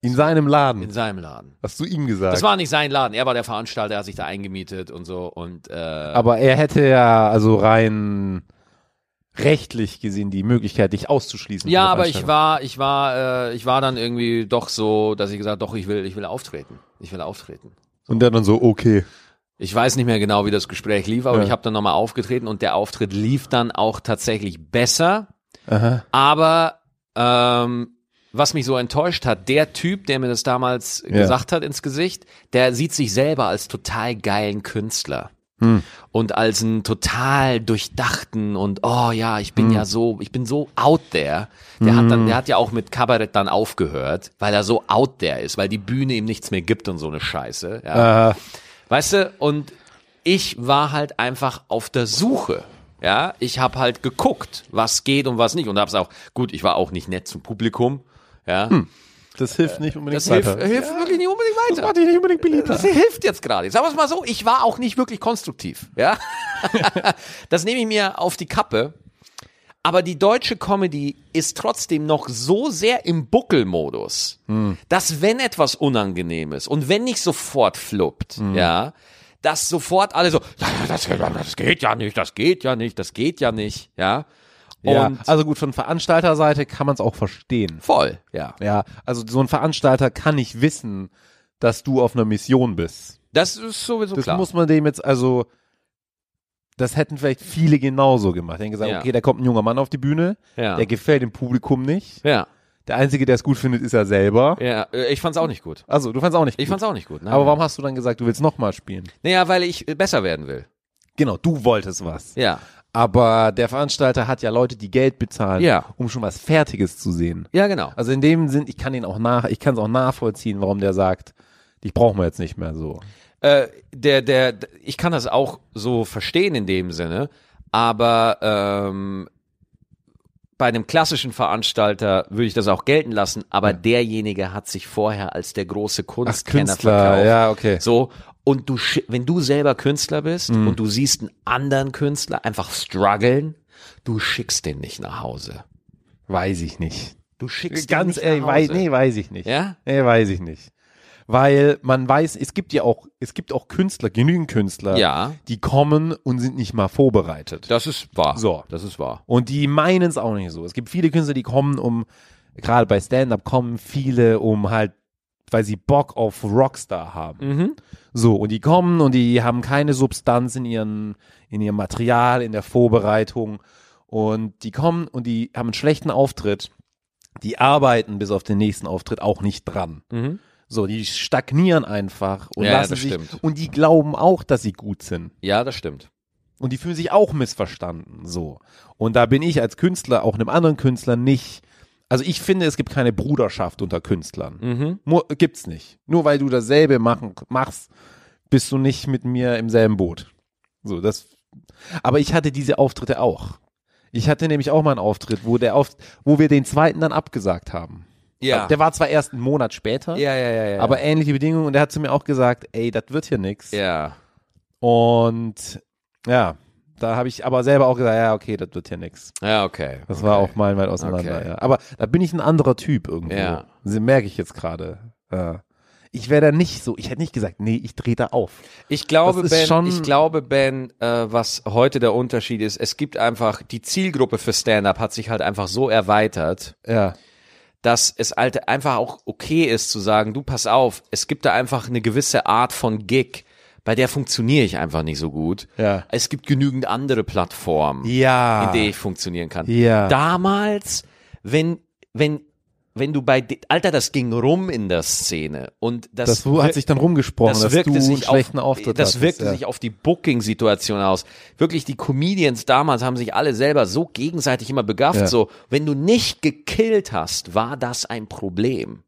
C: In seinem
A: In
C: Laden.
A: seinem Laden.
C: Hast du ihm gesagt?
A: Das war nicht sein Laden. Er war der Veranstalter, er hat sich da eingemietet und so. Und äh,
C: Aber er hätte ja also rein rechtlich gesehen die Möglichkeit, dich auszuschließen.
A: Ja,
C: von der
A: aber ich
C: Veranstaltung.
A: war, ich war, äh, ich war dann irgendwie doch so, dass ich gesagt, doch ich will, ich will auftreten, ich will auftreten.
C: Und der dann so, okay.
A: Ich weiß nicht mehr genau, wie das Gespräch lief, aber
C: Ja.
A: ich habe dann nochmal aufgetreten und der Auftritt lief dann auch tatsächlich besser. Aber ähm, was mich so enttäuscht hat, der Typ, der mir das damals
C: Ja.
A: gesagt hat ins Gesicht, der sieht sich selber als total geilen Künstler.
C: Hm.
A: Und als einen total durchdachten und oh ja, ich bin
C: Hm.
A: ja so, ich bin so out there. Der hat dann, der hat ja auch mit Kabarett dann aufgehört, weil er so out there ist, weil die Bühne ihm nichts mehr gibt und so eine Scheiße. Ja.
C: Äh,
A: Weißt du, und ich war halt einfach auf der Suche. Ja, ich habe halt geguckt, was geht und was nicht. Und hab's auch, gut, ich war auch nicht nett zum Publikum. Ja,
C: das hilft nicht unbedingt
A: das hilft,
C: weiter.
A: hilft Hm. wirklich nicht unbedingt weiter.
C: macht dich nicht unbedingt beliebt.
A: Das hilft jetzt gerade. Sagen wir es mal so, ich war auch nicht wirklich konstruktiv.
C: (laughs)
A: Ja? das nehme ich mir auf die Kappe. Aber die deutsche Comedy ist trotzdem noch so sehr im Buckelmodus,
C: Hm.
A: dass wenn etwas unangenehm ist und wenn nicht sofort fluppt,
C: Hm.
A: ja, dass sofort alle so, ja, ja, das, das geht ja nicht, das geht ja nicht, das geht ja nicht, ja.
C: Ja,
A: Und
C: also gut, von Veranstalterseite kann man es auch verstehen.
A: voll, ja.
C: Ja, also so ein Veranstalter kann nicht wissen, dass du auf einer Mission bist.
A: Das ist sowieso
C: Das
A: klar.
C: muss man dem jetzt, also, das hätten vielleicht viele genauso gemacht. Die hätten gesagt,
A: Ja.
C: okay, da kommt ein junger Mann auf die Bühne,
A: ja.
C: der gefällt dem Publikum nicht.
A: ja,
C: Der Einzige, der es gut findet, ist er selber.
A: ja. Äh, Ich fand's auch nicht gut.
C: Also, du fandst auch nicht
A: Ich
C: gut.
A: fand's auch nicht gut. Nein.
C: Aber warum hast du dann gesagt, du willst nochmal spielen?
A: Naja, weil ich äh, besser werden will.
C: Genau, du wolltest was.
A: Ja.
C: Aber der Veranstalter hat ja Leute, die Geld bezahlen,
A: Ja.
C: um schon was Fertiges zu sehen.
A: Ja, genau.
C: Also in dem Sinn, ich kann ihn auch nach, ich kann es auch nachvollziehen, warum der sagt, dich brauchen wir jetzt nicht mehr so.
A: Äh, der, der, d- ich kann das auch so verstehen in dem Sinne, aber ähm, bei einem klassischen Veranstalter würde ich das auch gelten lassen, aber
C: Hm.
A: derjenige hat sich vorher als der große Kunstkenner verkauft.
C: ja, okay. Hm.
A: So, und du, sch- wenn du selber Künstler bist und du siehst einen anderen Künstler einfach strugglen, du schickst den nicht nach Hause.
C: Weiß ich nicht.
A: Du schickst
C: Ganz
A: den nicht
C: ehrlich,
A: nach
C: weiß,
A: Hause.
C: nee, weiß ich nicht.
A: Ja?
C: Nee, weiß ich nicht. Weil man weiß, es gibt ja auch, es gibt auch Künstler, genügend Künstler,
A: Ja.
C: die kommen und sind nicht mal vorbereitet.
A: Das ist wahr.
C: So.
A: Das ist wahr.
C: Und die meinen es auch nicht so. Es gibt viele Künstler, die kommen, um, gerade bei Stand-up kommen viele, um halt, weil sie Bock auf Rockstar haben.
A: Mhm.
C: So, und die kommen und die haben keine Substanz in, ihren, in ihrem Material, in der Vorbereitung. Und die kommen und die haben einen schlechten Auftritt. Die arbeiten bis auf den nächsten Auftritt auch nicht dran.
A: Mhm.
C: So, die stagnieren einfach und
A: Ja, ja,
C: lassen
A: das
C: sich.
A: stimmt.
C: Und die glauben auch, dass sie gut sind.
A: Ja, das stimmt.
C: Und die fühlen sich auch missverstanden. So. Und da bin ich als Künstler, auch einem anderen Künstler, nicht. Also ich finde, es gibt keine Bruderschaft unter Künstlern.
A: Mhm.
C: Mu gibt's nicht. Nur weil du dasselbe machen, machst, bist du nicht mit mir im selben Boot. So, das. Aber ich hatte diese Auftritte auch. Ich hatte nämlich auch mal einen Auftritt, wo der auf, wo wir den zweiten dann abgesagt haben.
A: Ja.
C: Der war zwar erst einen Monat später,
A: ja, ja, ja, ja.
C: aber ähnliche Bedingungen. Und der hat zu mir auch gesagt, ey, das wird hier nix.
A: ja.
C: Und ja, da habe ich aber selber auch gesagt, ja, okay, das wird hier nix.
A: Ja, okay.
C: Das war auch meilenweit auseinander.
A: Okay.
C: Ja. Aber da bin ich ein anderer Typ irgendwo.
A: Ja.
C: Das merke ich jetzt gerade. Ja. Ich wäre da nicht so, ich hätte nicht gesagt, nee, ich drehe da auf.
A: Ich glaube,
C: Das ist
A: Ben,
C: schon-
A: ich glaube, Ben, äh, was heute der Unterschied ist, es gibt einfach, die Zielgruppe für Stand-Up hat sich halt einfach so erweitert,
C: Ja.
A: dass es halt einfach auch okay ist zu sagen, du pass auf, es gibt da einfach eine gewisse Art von Gig, bei der funktioniere ich einfach nicht so gut.
C: Ja.
A: Es gibt genügend andere Plattformen,
C: Ja.
A: in der ich funktionieren kann.
C: Ah. Ja.
A: Damals, wenn, wenn, wenn du bei, de- Alter, das ging rum in der Szene und das,
C: das hat sich dann rumgesprochen,
A: das
C: dass
A: wirkte
C: du einen
A: sich
C: schlechten
A: auf,
C: Auftritt
A: Das
C: hattest,
A: wirkte
C: ja.
A: sich auf die Booking-Situation aus. Wirklich, die Comedians damals haben sich alle selber so gegenseitig immer begafft.
C: Ja.
A: So, wenn du nicht gekillt hast, war das ein Problem.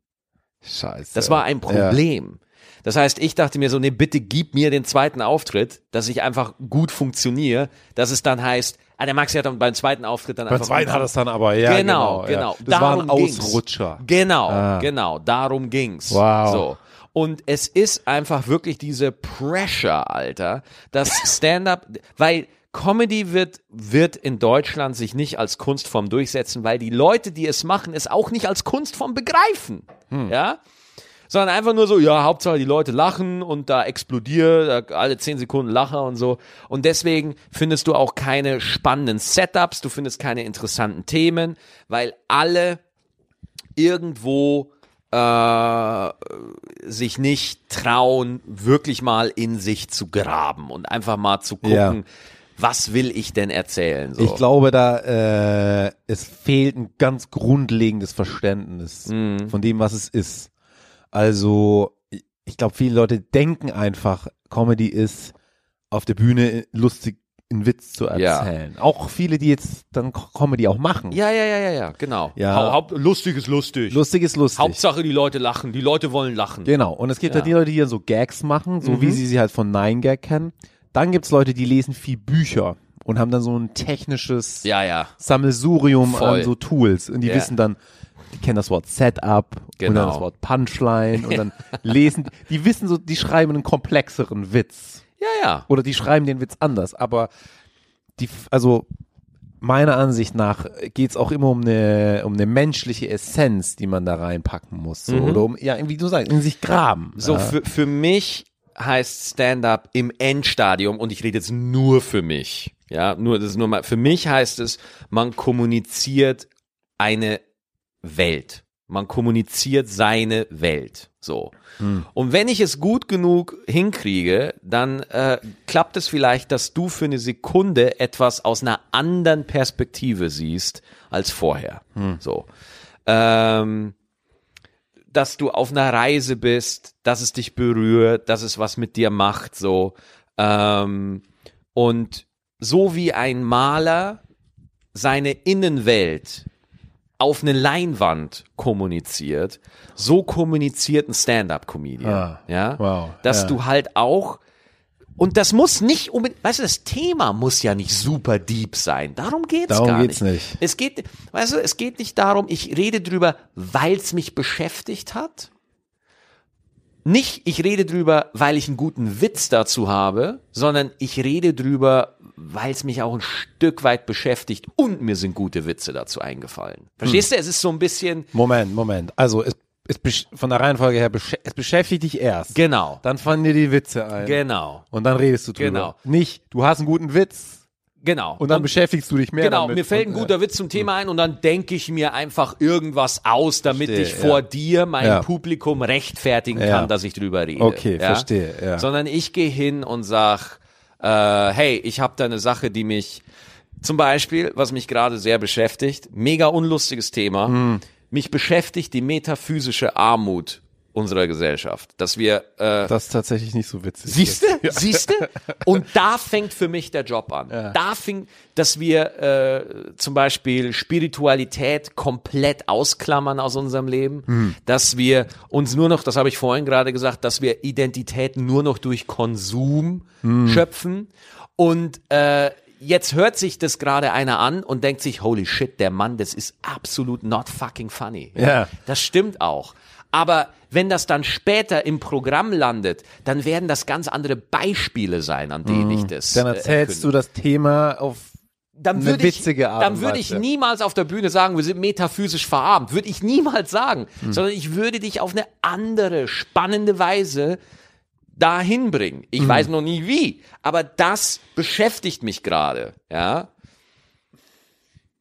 C: Scheiße.
A: Das war ein Problem. Das heißt, ich dachte mir so, nee, bitte gib mir den zweiten Auftritt, dass ich einfach gut funktioniere, dass es dann heißt, ah, der Maxi hat dann beim zweiten Auftritt dann
C: Ja. Bei
A: einfach.
C: zweiten hat es dann aber, ja.
A: Genau,
C: Genau,
A: genau.
C: Ja. Das war ein
A: Darum ging's.
C: Ausrutscher.
A: Genau,
C: Ah.
A: genau, darum ging's.
C: Wow.
A: So. Und es ist einfach wirklich diese Pressure, Alter, dass Stand-up, weil Comedy wird, wird in Deutschland sich nicht als Kunstform durchsetzen, weil die Leute, die es machen, es auch nicht als Kunstform begreifen.
C: Hm.
A: Ja? Sondern einfach nur so, ja, Hauptsache die Leute lachen und da explodiert, da alle zehn Sekunden Lacher und so. Und deswegen findest du auch keine spannenden Setups, du findest keine interessanten Themen, weil alle irgendwo äh, sich nicht trauen, wirklich mal in sich zu graben und einfach mal zu gucken,
C: Ja.
A: was will ich denn erzählen? So.
C: Ich glaube, da äh, es fehlt ein ganz grundlegendes Verständnis
A: Mhm.
C: von dem, was es ist. Also ich- ich glaube, viele Leute denken einfach, Comedy ist auf der Bühne lustig einen Witz zu
A: Ja.
C: erzählen. Auch viele, die jetzt dann Co- Comedy auch machen.
A: ja, ja, ja, ja, ja, genau.
C: Ja.
A: Hau- Haupt lustig ist lustig.
C: Lustig ist lustig.
A: Hauptsache die Leute lachen, die Leute wollen lachen.
C: Genau. Und es
A: Ja.
C: gibt
A: Mhm.
C: halt die Leute, die dann so Gags machen, so wie sie sie halt von Nine Gag kennen. Dann gibt's Leute, die lesen viel Bücher und haben dann so ein technisches
A: Ja, ja.
C: Sammelsurium
A: Voll.
C: an so Tools. Und die
A: Ja.
C: wissen dann, die kennen das Wort Setup und
A: Genau.
C: dann das Wort Punchline
A: (laughs)
C: und dann lesen, die wissen so, die schreiben einen komplexeren Witz.
A: Ja, ja.
C: Oder die schreiben den Witz anders. Aber die, also meiner Ansicht nach geht's auch immer um eine, um eine menschliche Essenz, die man da reinpacken muss. So. Oder um, ja, wie du sagst, in sich graben.
A: Mhm. So
C: ja.
A: für, für mich heißt Stand-up im Endstadium und ich rede jetzt nur für mich. Ja, nur das ist nur mal für mich heißt es, man kommuniziert eine Welt. Man kommuniziert seine Welt. So. Und wenn ich es gut genug hinkriege, dann äh, klappt es vielleicht, dass du für eine Sekunde etwas aus einer anderen Perspektive siehst als vorher. So. Ähm, dass du auf einer Reise bist, dass es dich berührt, dass es was mit dir macht, so. Ähm, und so wie ein Maler seine Innenwelt auf eine Leinwand kommuniziert, so kommuniziert ein Stand-up-Comedian.
C: Ah,
A: ja?
C: wow,
A: Dass
C: ja.
A: du halt auch und das muss nicht unbedingt, weißt du, das Thema muss ja nicht super deep sein. Darum geht's
C: Darum
A: gar
C: geht's
A: nicht.
C: nicht.
A: Es geht, weißt du, es geht nicht darum, ich rede drüber, weil's mich beschäftigt hat. Nicht, ich rede drüber, weil ich einen guten Witz dazu habe, sondern ich rede drüber, weil's mich auch ein Stück weit beschäftigt und mir sind gute Witze dazu eingefallen. Verstehst
C: Hm.
A: du? Es ist so ein bisschen,
C: Moment, Moment. Also, es, es besch- von der Reihenfolge her, besch es beschäftigt dich erst.
A: genau,
C: Dann fallen dir die Witze ein.
A: genau,
C: Und dann redest du drüber.
A: Genau.
C: Nicht, du hast einen guten Witz
A: genau.
C: und dann beschäftigst du dich mehr
A: Genau,
C: damit.
A: mir fällt
C: Und, äh,
A: ein guter Witz zum Thema ein und dann denke ich mir einfach irgendwas aus, damit
C: Verstehe,
A: ich vor
C: ja.
A: dir, mein
C: Ja.
A: Publikum rechtfertigen
C: Ja.
A: kann, dass ich drüber rede.
C: Okay,
A: ja?
C: verstehe, ja.
A: Sondern ich gehe hin und sag, äh, hey, ich habe da eine Sache, die mich zum Beispiel, was mich gerade sehr beschäftigt, mega unlustiges Thema,
C: Hm.
A: mich beschäftigt die metaphysische Armut unserer Gesellschaft, dass wir äh,
C: Äh, das ist tatsächlich nicht so witzig.
A: Siehste, (laughs) siehste. Und da fängt für mich der Job an. Da fing, dass wir äh, zum Beispiel Spiritualität komplett ausklammern aus unserem Leben, dass wir uns nur noch, das habe ich vorhin gerade gesagt, dass wir Identität nur noch durch Konsum schöpfen. Und äh, jetzt hört sich das gerade einer an und denkt sich, holy shit, der Mann, das ist absolut not fucking funny.
C: Ja.
A: Das stimmt auch. Aber wenn das dann später im Programm landet, dann werden das ganz andere Beispiele sein, an denen ich das.
C: Mhm.
A: äh,
C: Dann erzählst du das Thema auf
A: dann
C: eine
A: würde
C: witzige Art
A: Ich, dann
C: und
A: würde ich
C: Weise.
A: niemals auf der Bühne sagen, wir sind metaphysisch verarmt. Würde ich niemals sagen.
C: Hm.
A: Sondern ich würde dich auf eine andere, spannende Weise dahin bringen.
C: Hm.
A: Ich weiß noch nie wie. Aber das beschäftigt mich gerade. Ja.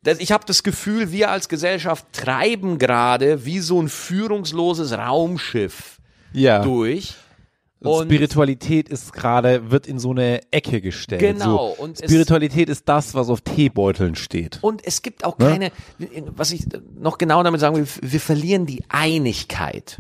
A: Das, ich habe das Gefühl, wir als Gesellschaft treiben gerade wie so ein führungsloses Raumschiff
C: ja.
A: durch.
C: Und Spiritualität ist gerade, wird in so eine Ecke gestellt.
A: Genau,
C: So,
A: und es-
C: Spiritualität ist das, was auf Teebeuteln steht.
A: Und es gibt auch keine, was ich noch genau damit sagen will, wir verlieren die Einigkeit.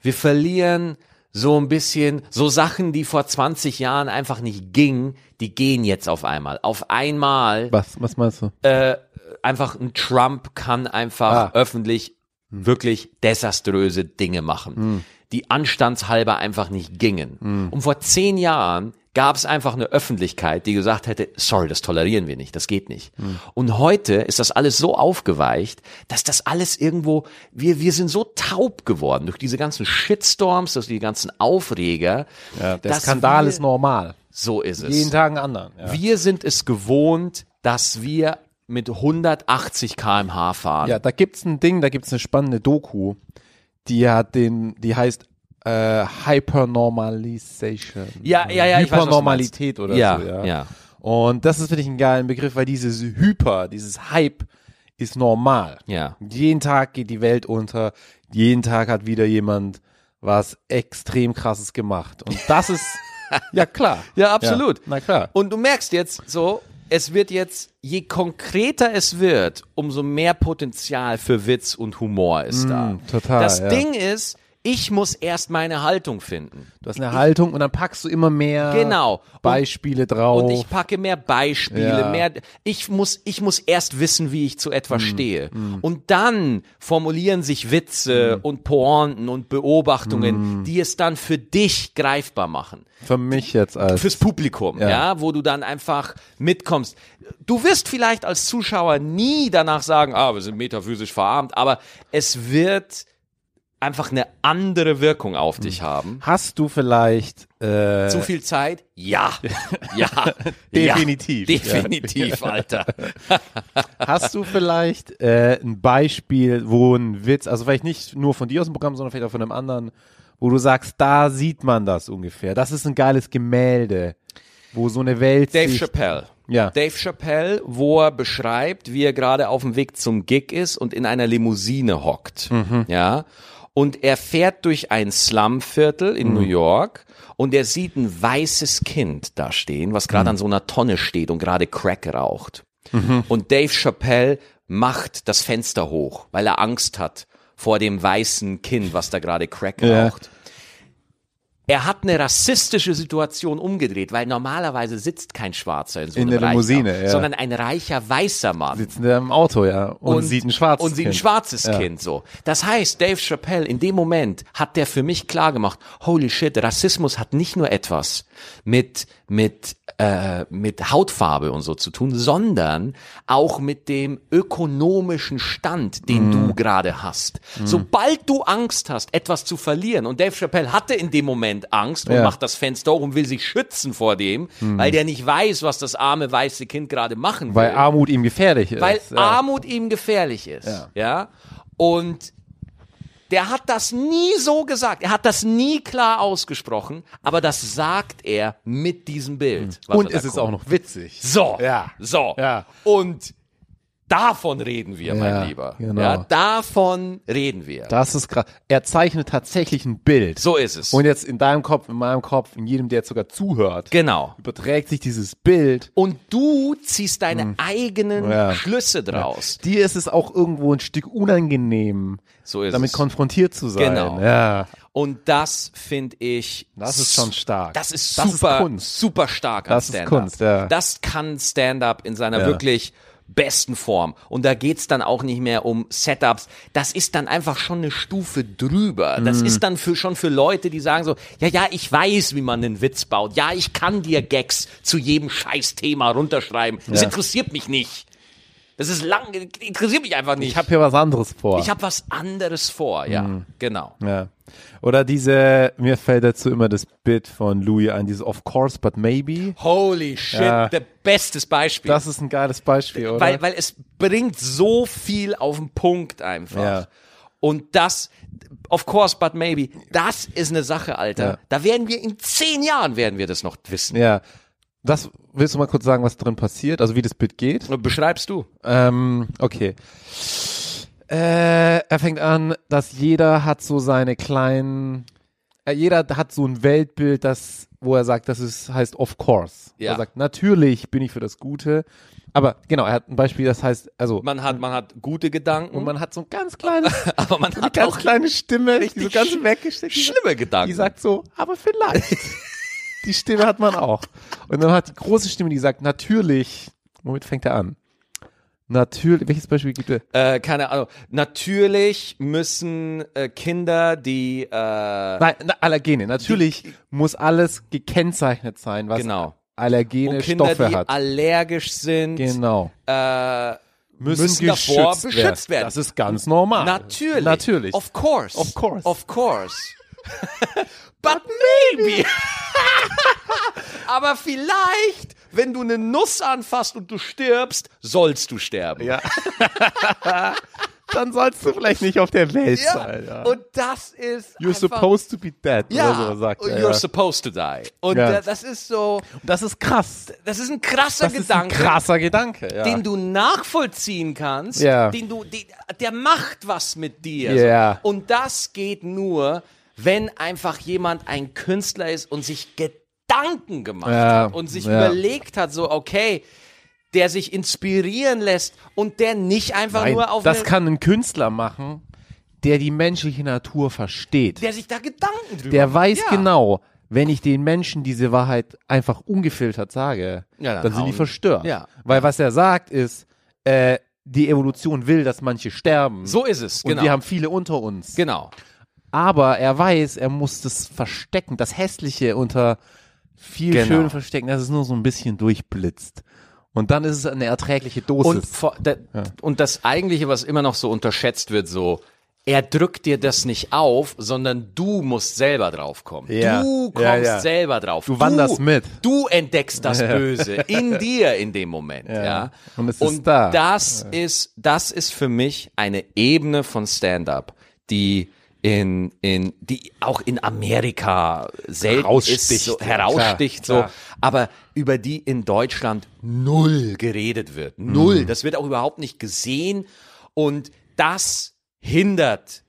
A: Wir verlieren so ein bisschen, so Sachen, die vor 20 Jahren einfach nicht gingen, die gehen jetzt auf einmal. Auf einmal
C: Was, was meinst du?
A: Äh, einfach ein Trump kann einfach
C: Ah. Hm.
A: öffentlich wirklich desaströse Dinge machen, die anstandshalber einfach nicht gingen.
C: Hm.
A: Und vor zehn Jahren gab es einfach eine Öffentlichkeit, die gesagt hätte, sorry, das tolerieren wir nicht, das geht nicht.
C: Hm.
A: Und heute ist das alles so aufgeweicht, dass das alles irgendwo, wir, wir sind so taub geworden durch diese ganzen Shitstorms, durch die ganzen Aufreger.
C: ja, der
A: dass
C: Skandal
A: wir,
C: ist normal.
A: So ist es.
C: Jeden Tag einen anderen. Ja.
A: Wir sind es gewohnt, dass wir mit 180 km/h fahren.
C: Ja, da gibt's ein Ding, da gibt's eine spannende Doku, die hat den, die heißt äh, Hypernormalization.
A: Ja, ja, ja, ich weiß, was du
C: Hypernormalität
A: meinst.
C: oder
A: Ja,
C: so, ja.
A: ja.
C: Und das ist finde ich einen geilen Begriff, weil dieses Hyper, dieses Hype ist normal.
A: Ja.
C: Jeden Tag geht die Welt unter, jeden Tag hat wieder jemand was extrem krasses gemacht und
A: (laughs)
C: das ist ja klar.
A: Ja, absolut.
C: na klar.
A: Und du merkst jetzt so, es wird jetzt, je konkreter es wird, umso mehr Potenzial für Witz und Humor ist da.
C: Mm, total,
A: Das
C: ja.
A: Ding ist, ich muss erst meine Haltung finden.
C: Du hast eine Haltung und dann packst du immer mehr
A: Genau. Und-
C: Beispiele drauf.
A: Und ich packe mehr Beispiele,
C: Oh. Ja. Mm.
A: mehr. Ich muss, ich muss erst wissen, wie ich zu etwas stehe. Und dann formulieren sich Witze
C: Mm.
A: und Pointen und Beobachtungen, die es dann für dich greifbar machen.
C: Für mich jetzt als
A: Fürs Publikum, ja.
C: Ja.
A: wo du dann einfach mitkommst. Du wirst vielleicht als Zuschauer nie danach sagen, ah, wir sind metaphysisch verarmt, aber es wird einfach eine andere Wirkung auf dich haben.
C: Hast du vielleicht Mm. äh,
A: Zu viel Zeit?
C: (laughs)
A: Ja. Ja.
C: Definitiv.
A: Ja. Definitiv,
C: (laughs)
A: Alter.
C: hast du vielleicht äh, ein Beispiel, wo ein Witz, also vielleicht nicht nur von dir aus dem Programm, sondern vielleicht auch von einem anderen, wo du sagst, da sieht man das ungefähr. Das ist ein geiles Gemälde, wo so eine Welt
A: Dave
C: sich,
A: Chappelle.
C: Ja.
A: Dave Chappelle, wo er beschreibt, wie er gerade auf dem Weg zum Gig ist und in einer Limousine hockt.
C: Mhm.
A: Ja. Und er fährt durch ein Slumviertel
C: Mhm.
A: in New York und er sieht ein weißes Kind da stehen, was
C: Mhm.
A: gerade an so einer Tonne steht und gerade Crack raucht. Und Dave Chappelle macht das Fenster hoch, weil er Angst hat vor dem weißen Kind, was da gerade Crack
C: Ja.
A: raucht. Er hat eine rassistische Situation umgedreht, weil normalerweise sitzt kein Schwarzer in so
C: In
A: einem
C: der
A: Reichtum,
C: Limousine, ja.
A: sondern ein reicher weißer Mann.
C: sitzen da ne, im Auto, ja, und, sieht ein schwarzes
A: und sieht ein
C: Kind.
A: schwarzes
C: Ja.
A: Kind so. Das heißt, Dave Chappelle in dem Moment hat der für mich klar gemacht: Holy shit, Rassismus hat nicht nur etwas mit mit äh, mit Hautfarbe und so zu tun, sondern auch mit dem ökonomischen Stand, den
C: Mhm.
A: du gerade hast. Sobald du Angst hast, etwas zu verlieren, und Dave Chappelle hatte in dem Moment Angst und
C: Ja. Mhm.
A: macht das Fenster hoch und will sich schützen vor dem, weil der nicht weiß, was das arme weiße Kind gerade machen
C: Weil
A: will
C: Armut ihm gefährlich ist.
A: weil
C: ja.
A: Armut ihm gefährlich ist. Ja.
C: Ja.
A: Und der hat das nie so gesagt. Er hat das nie klar ausgesprochen, aber das sagt er mit diesem Bild. was
C: und
A: er da
C: es ist
A: guckt.
C: auch noch witzig.
A: so.
C: Ja.
A: So.
C: Ja.
A: Und davon reden wir,
C: Ja,
A: mein Lieber.
C: genau.
A: Ja, davon reden wir.
C: Das ist krass. Er zeichnet tatsächlich ein Bild.
A: so ist es.
C: Und jetzt in deinem Kopf, in meinem Kopf, in jedem, der jetzt sogar zuhört,
A: genau.
C: überträgt sich dieses Bild
A: Und du ziehst deine eigenen
C: Hm. Ja.
A: Schlüsse draus.
C: Dir ist es auch irgendwo ein Stück unangenehm,
A: So ist
C: damit
A: es.
C: konfrontiert zu sein.
A: Genau.
C: Ja,
A: Und das finde ich.
C: das ist schon stark.
A: Das ist
C: das
A: super,
C: Ist Kunst.
A: super stark an
C: Das ist
A: Stand-up.
C: Kunst, ja.
A: Das kann Stand-up in seiner
C: Ja.
A: wirklich besten Form. Und da geht's dann auch nicht mehr um Setups. Das ist dann einfach schon eine Stufe drüber.
C: Mhm.
A: Das ist dann für, schon für Leute, die sagen so, ja, ja, ich weiß, wie man einen Witz baut. Ja, ich kann dir Gags zu jedem Scheißthema runterschreiben. Das
C: Ja.
A: interessiert mich nicht. Das ist lang, interessiert mich einfach nicht.
C: Ich habe hier was anderes vor.
A: ich hab was anderes vor, ja,
C: Mhm.
A: genau.
C: ja. Oder diese, mir fällt dazu immer das Bit von Louis ein, dieses Of course, but maybe.
A: Holy shit,
C: Ja.
A: the bestes Beispiel.
C: Das ist ein geiles Beispiel, oder?
A: Weil, weil es bringt so viel auf den Punkt einfach.
C: Ja.
A: Und das, of course, but maybe, das ist eine Sache, Alter.
C: Ja.
A: Da werden wir in zehn Jahren werden wir das noch wissen.
C: ja. Das willst du mal kurz sagen, was drin passiert, also wie das Bit geht?
A: Beschreibst du?
C: Ähm, okay. Äh, er fängt an, dass jeder hat so seine kleinen, äh, jeder hat so ein Weltbild, das, wo er sagt, das ist, heißt of course.
A: Ja.
C: Er sagt, natürlich bin ich für das Gute. Aber genau, er hat ein Beispiel, das heißt, also,
A: Man hat, man hat gute Gedanken,
C: und man hat so ein ganz kleines,
A: aber man
C: (laughs) eine
A: (laughs) hat
C: ganz
A: auch
C: kleine Stimme, die so ganz
A: sch-
C: weggesteckt ist.
A: schlimme Gedanken.
C: Die sagt so, aber
A: (laughs)
C: vielleicht. die Stimme hat man auch. Und dann hat die große Stimme, die sagt, natürlich. Womit fängt er an? Natürlich, welches Beispiel gibt er?
A: äh, keine Ahnung. Natürlich müssen äh, Kinder, die äh,
C: Nein, na, Allergene. Natürlich muss alles gekennzeichnet sein, was
A: genau.
C: Allergene
A: Und Kinder,
C: Stoffe
A: die
C: hat.
A: allergisch sind,
C: Genau.
A: äh,
C: Müssen,
A: müssen davor beschützt werden.
C: Das ist ganz normal.
A: Natürlich.
C: Natürlich.
A: Of course.
C: Of course.
A: Of
C: (laughs)
A: course. But maybe. (laughs) Aber vielleicht, wenn du eine Nuss anfasst und du stirbst, sollst du sterben.
C: Ja. Dann sollst du vielleicht nicht auf der Welt
A: Ja,
C: sein. Ja.
A: Und das ist
C: You're
A: einfach,
C: supposed to be dead. Oder
A: ja,
C: so, sagt er,
A: you're
C: ja.
A: supposed to die. Und
C: Ja.
A: äh, das ist so,
C: Das ist krass.
A: das ist ein krasser
C: Das ist ein
A: Gedanke.
C: krasser Gedanke. Ja.
A: den du nachvollziehen kannst,
C: Ja.
A: den du, die, der macht was mit dir.
C: Ja.
A: Und das geht nur, wenn einfach jemand ein Künstler ist und sich Gedanken gemacht
C: Ja,
A: hat und sich
C: ja.
A: überlegt hat, so okay, der sich inspirieren lässt und der nicht einfach
C: Nein,
A: nur auf
C: das
A: eine,
C: kann ein Künstler machen, der die menschliche Natur versteht.
A: der sich da Gedanken drüber
C: der weiß
A: ja.
C: genau, wenn ich den Menschen diese Wahrheit einfach ungefiltert sage,
A: Ja, dann
C: dann, sind die
A: hauen-
C: verstört.
A: Ja.
C: Weil was er sagt ist, äh, die Evolution will, dass manche sterben.
A: So ist es,
C: Und
A: genau.
C: wir haben viele unter uns.
A: genau.
C: Aber er weiß, er muss das verstecken, das Hässliche unter viel
A: Genau.
C: schön verstecken, dass es nur so ein bisschen durchblitzt. Und dann ist es eine erträgliche
A: Und,
C: Dosis.
A: vor, da, und das Eigentliche, was immer noch so unterschätzt wird, so, er drückt dir das nicht auf, sondern du musst selber draufkommen.
C: Ja.
A: Du kommst
C: Ja, ja.
A: selber drauf.
C: Du wanderst mit.
A: Du entdeckst
C: (laughs)
A: das Böse in dir in dem Moment. Ja.
C: Ja. Und es ist da.
A: das ist, das ist für mich eine Ebene von Stand-up, die in, in, die auch in Amerika selten
C: Heraussticht,
A: ist, so,
C: ja,
A: heraussticht
C: klar,
A: so,
C: klar.
A: aber über die in Deutschland null geredet wird.
C: Mhm.
A: Null. Das wird auch überhaupt nicht gesehen und das hindert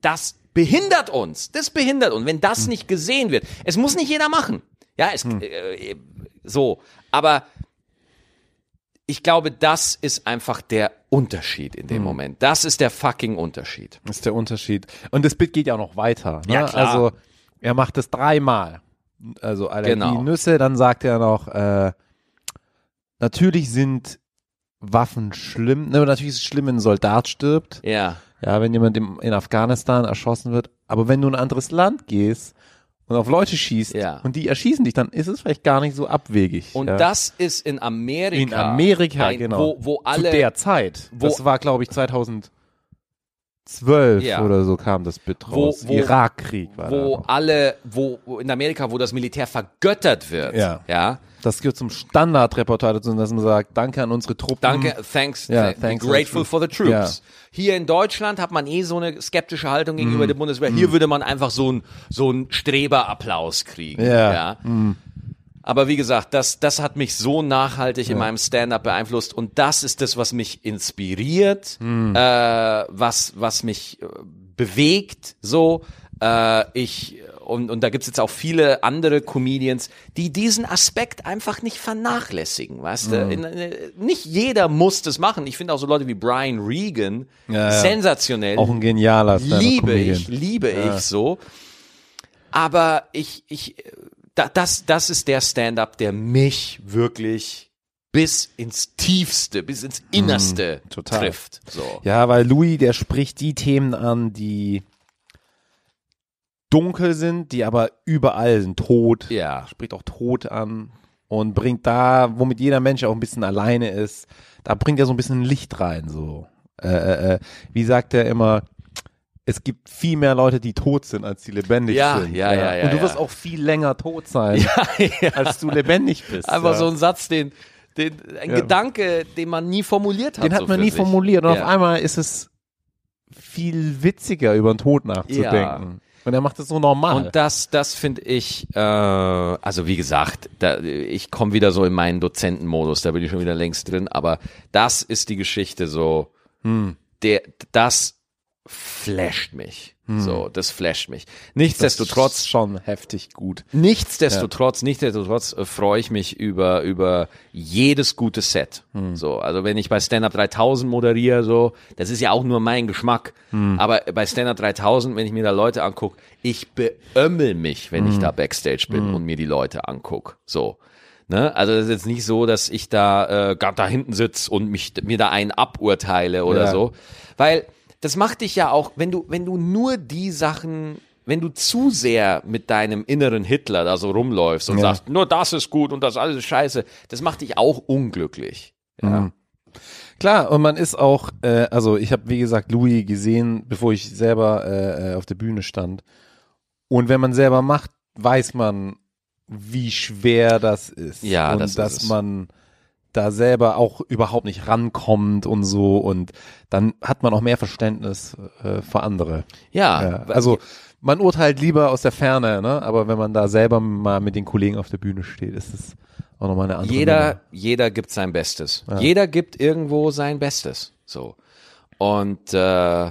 A: das behindert uns. Das behindert uns, wenn
C: Mhm.
A: das nicht gesehen wird. Es muss nicht jeder machen. Ja, es, äh, so. Aber ich glaube, das ist einfach der Unterschied in dem
C: Mhm.
A: Moment. Das ist der fucking Unterschied.
C: Das ist der Unterschied. Und das Bit geht ja auch noch weiter. Ne?
A: Ja, klar.
C: Also er macht das dreimal. Also Allergie,
A: Genau.
C: Nüsse, dann sagt er noch, äh, natürlich sind Waffen schlimm. Ne, aber natürlich ist es schlimm, wenn ein Soldat stirbt.
A: Ja.
C: Ja, wenn jemand im, in Afghanistan erschossen wird. Aber wenn du in ein anderes Land gehst und auf Leute schießt
A: Ja.
C: und die erschießen dich, dann ist es vielleicht gar nicht so abwegig.
A: Und
C: ja.
A: das ist in Amerika.
C: in Amerika,
A: ein-
C: genau.
A: Wo, wo alle.
C: Zu der Zeit.
A: wo-
C: das war, glaube ich, 2012
A: Ja.
C: oder so kam das Bit
A: Wo-
C: raus.
A: wo-
C: Irakkrieg war da
A: wo
C: noch.
A: alle, wo wo in Amerika, wo das Militär vergöttert wird.
C: Ja.
A: ja?
C: Das gehört zum Standardreportage dazu, dass man sagt, danke an unsere Truppen.
A: Danke, thanks,
C: Mhm. Ja,
A: th-
C: thanks
A: be grateful for the troops. Hier in Deutschland hat man eh so eine skeptische Haltung
C: Mhm.
A: gegenüber der Bundeswehr. Hier würde man einfach so einen so einen Streberapplaus kriegen.
C: Ja. Mhm.
A: Ja. Aber wie gesagt, das, das hat mich so nachhaltig in meinem Stand-up beeinflusst und das ist das, was mich
C: Mhm.
A: inspiriert, äh, was, was mich äh, bewegt, so. Äh, ich, und, und da gibt's jetzt auch viele andere Comedians, die diesen Aspekt einfach nicht vernachlässigen, weißt du?
C: Mhm.
A: In, in, nicht jeder muss das machen. Ich finde auch so Leute wie Brian Regan
C: ja.
A: sensationell
C: Auch ein genialer
A: liebe
C: Stand-up-Comedian.
A: ich, liebe ich so. Aber ich, ich, da, das, das ist der Stand-up, der mich wirklich bis ins Tiefste, bis ins Innerste
C: Mhm. total.
A: trifft. So.
C: Ja, weil Louis, der spricht die Themen an, die dunkel sind, die aber überall sind. Tod.
A: Ja.
C: Spricht auch Tod an und bringt da, womit jeder Mensch auch ein bisschen alleine ist, da bringt er so ein bisschen Licht rein. So, äh, äh, äh, wie sagt er immer? Es gibt viel mehr Leute, die tot sind, als die lebendig
A: Ja,
C: sind.
A: ja, ja, ja,
C: Und du
A: ja.
C: wirst auch viel länger tot sein, (laughs)
A: (laughs)
C: als du lebendig bist.
A: Einfach
C: ja.
A: so ein Satz, den, den, ein
C: Ja.
A: Gedanke, den man nie formuliert hat.
C: Den
A: so
C: hat man
A: für
C: nie
A: sich.
C: formuliert. Und
A: Ja.
C: auf einmal ist es viel witziger, über den Tod nachzudenken. Und er macht es so normal.
A: Und das, das finde ich, äh, also wie gesagt, da, ich komme wieder so in meinen Dozentenmodus, da bin ich schon wieder längst drin, aber das ist die Geschichte so,
C: Hm,
A: der, das flasht mich.
C: Hm.
A: So, das flasht mich. Nichtsdestotrotz
C: ist schon heftig gut.
A: Nichtsdestotrotz, nichtsdestotrotz äh, freue ich mich über, über jedes gute Set. So, also wenn ich bei Stand Up 3000 moderiere, so, das ist ja auch nur mein Geschmack. Aber bei Stand Up 3000, wenn ich mir da Leute angucke, ich beömmel mich, wenn ich da Backstage bin und mir die Leute angucke. So. Ne? Also das ist jetzt nicht so, dass ich da äh, gerade da hinten sitze und mich mir da einen aburteile oder
C: Ja.
A: so. Weil das macht dich ja auch, wenn du, wenn du nur die Sachen, wenn du zu sehr mit deinem inneren Hitler da so rumläufst und
C: Ja.
A: sagst, nur das ist gut und das alles ist scheiße, das macht dich auch unglücklich. Ja.
C: Mhm. Klar, und man ist auch, äh, also ich habe, wie gesagt, Louis gesehen, bevor ich selber äh, äh, auf der Bühne stand. Und wenn man selber macht, weiß man, wie schwer das ist.
A: Ja,
C: und
A: das ist
C: dass
A: es.
C: man da selber auch überhaupt nicht rankommt und so. Und dann hat man auch mehr Verständnis äh, für andere.
A: Ah, Ja,
C: Ja, also man urteilt lieber aus der Ferne, ne? aber wenn man da selber mal mit den Kollegen auf der Bühne steht, ist es auch nochmal eine andere
A: jeder,
C: Nummer.
A: jeder gibt sein Bestes. Jeder gibt irgendwo sein Bestes. So. Und äh,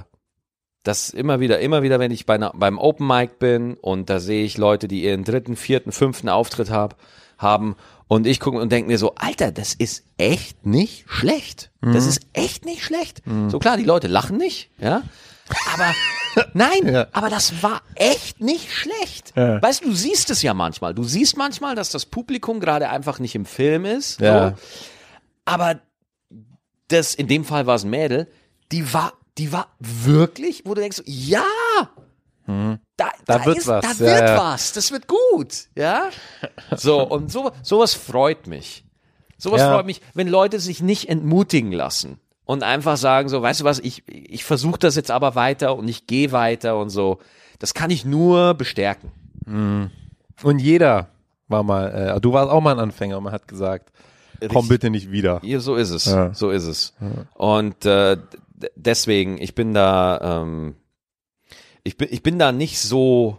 A: das immer wieder, immer wieder, wenn ich bei einer, beim Open Mic bin und da sehe ich Leute, die ihren dritten, vierten, fünften Auftritt hab, haben und ich gucke und denke mir so, Alter, das ist echt nicht schlecht.
C: Mhm.
A: Das ist echt nicht schlecht. So klar, die Leute lachen nicht, ja.
C: (laughs)
A: Aber nein,
C: Ja.
A: aber das war echt nicht schlecht.
C: Ja.
A: Weißt du, du siehst es ja manchmal. Du siehst manchmal, dass das Publikum gerade einfach nicht im Film ist.
C: Ja.
A: So. Aber das, in dem Fall war es ein Mädel, die war, die war wirklich, wo du denkst, ja, da, da,
C: Da wird
A: ist,
C: was,
A: da
C: ja,
A: wird
C: ja.
A: was, das wird gut, ja. So, und so, sowas freut mich. Sowas
C: Ja.
A: freut mich, wenn Leute sich nicht entmutigen lassen und einfach sagen so, weißt du was, ich, ich versuche das jetzt aber weiter und ich gehe weiter und so. Das kann ich nur bestärken.
C: Und jeder war mal, äh, du warst auch mal ein Anfänger und man hat gesagt, komm
A: Richtig.
C: bitte nicht wieder.
A: Ja, so ist es.
C: Ja.
A: So ist es. Und äh, d- deswegen, ich bin da, ähm, ich bin, ich bin da nicht so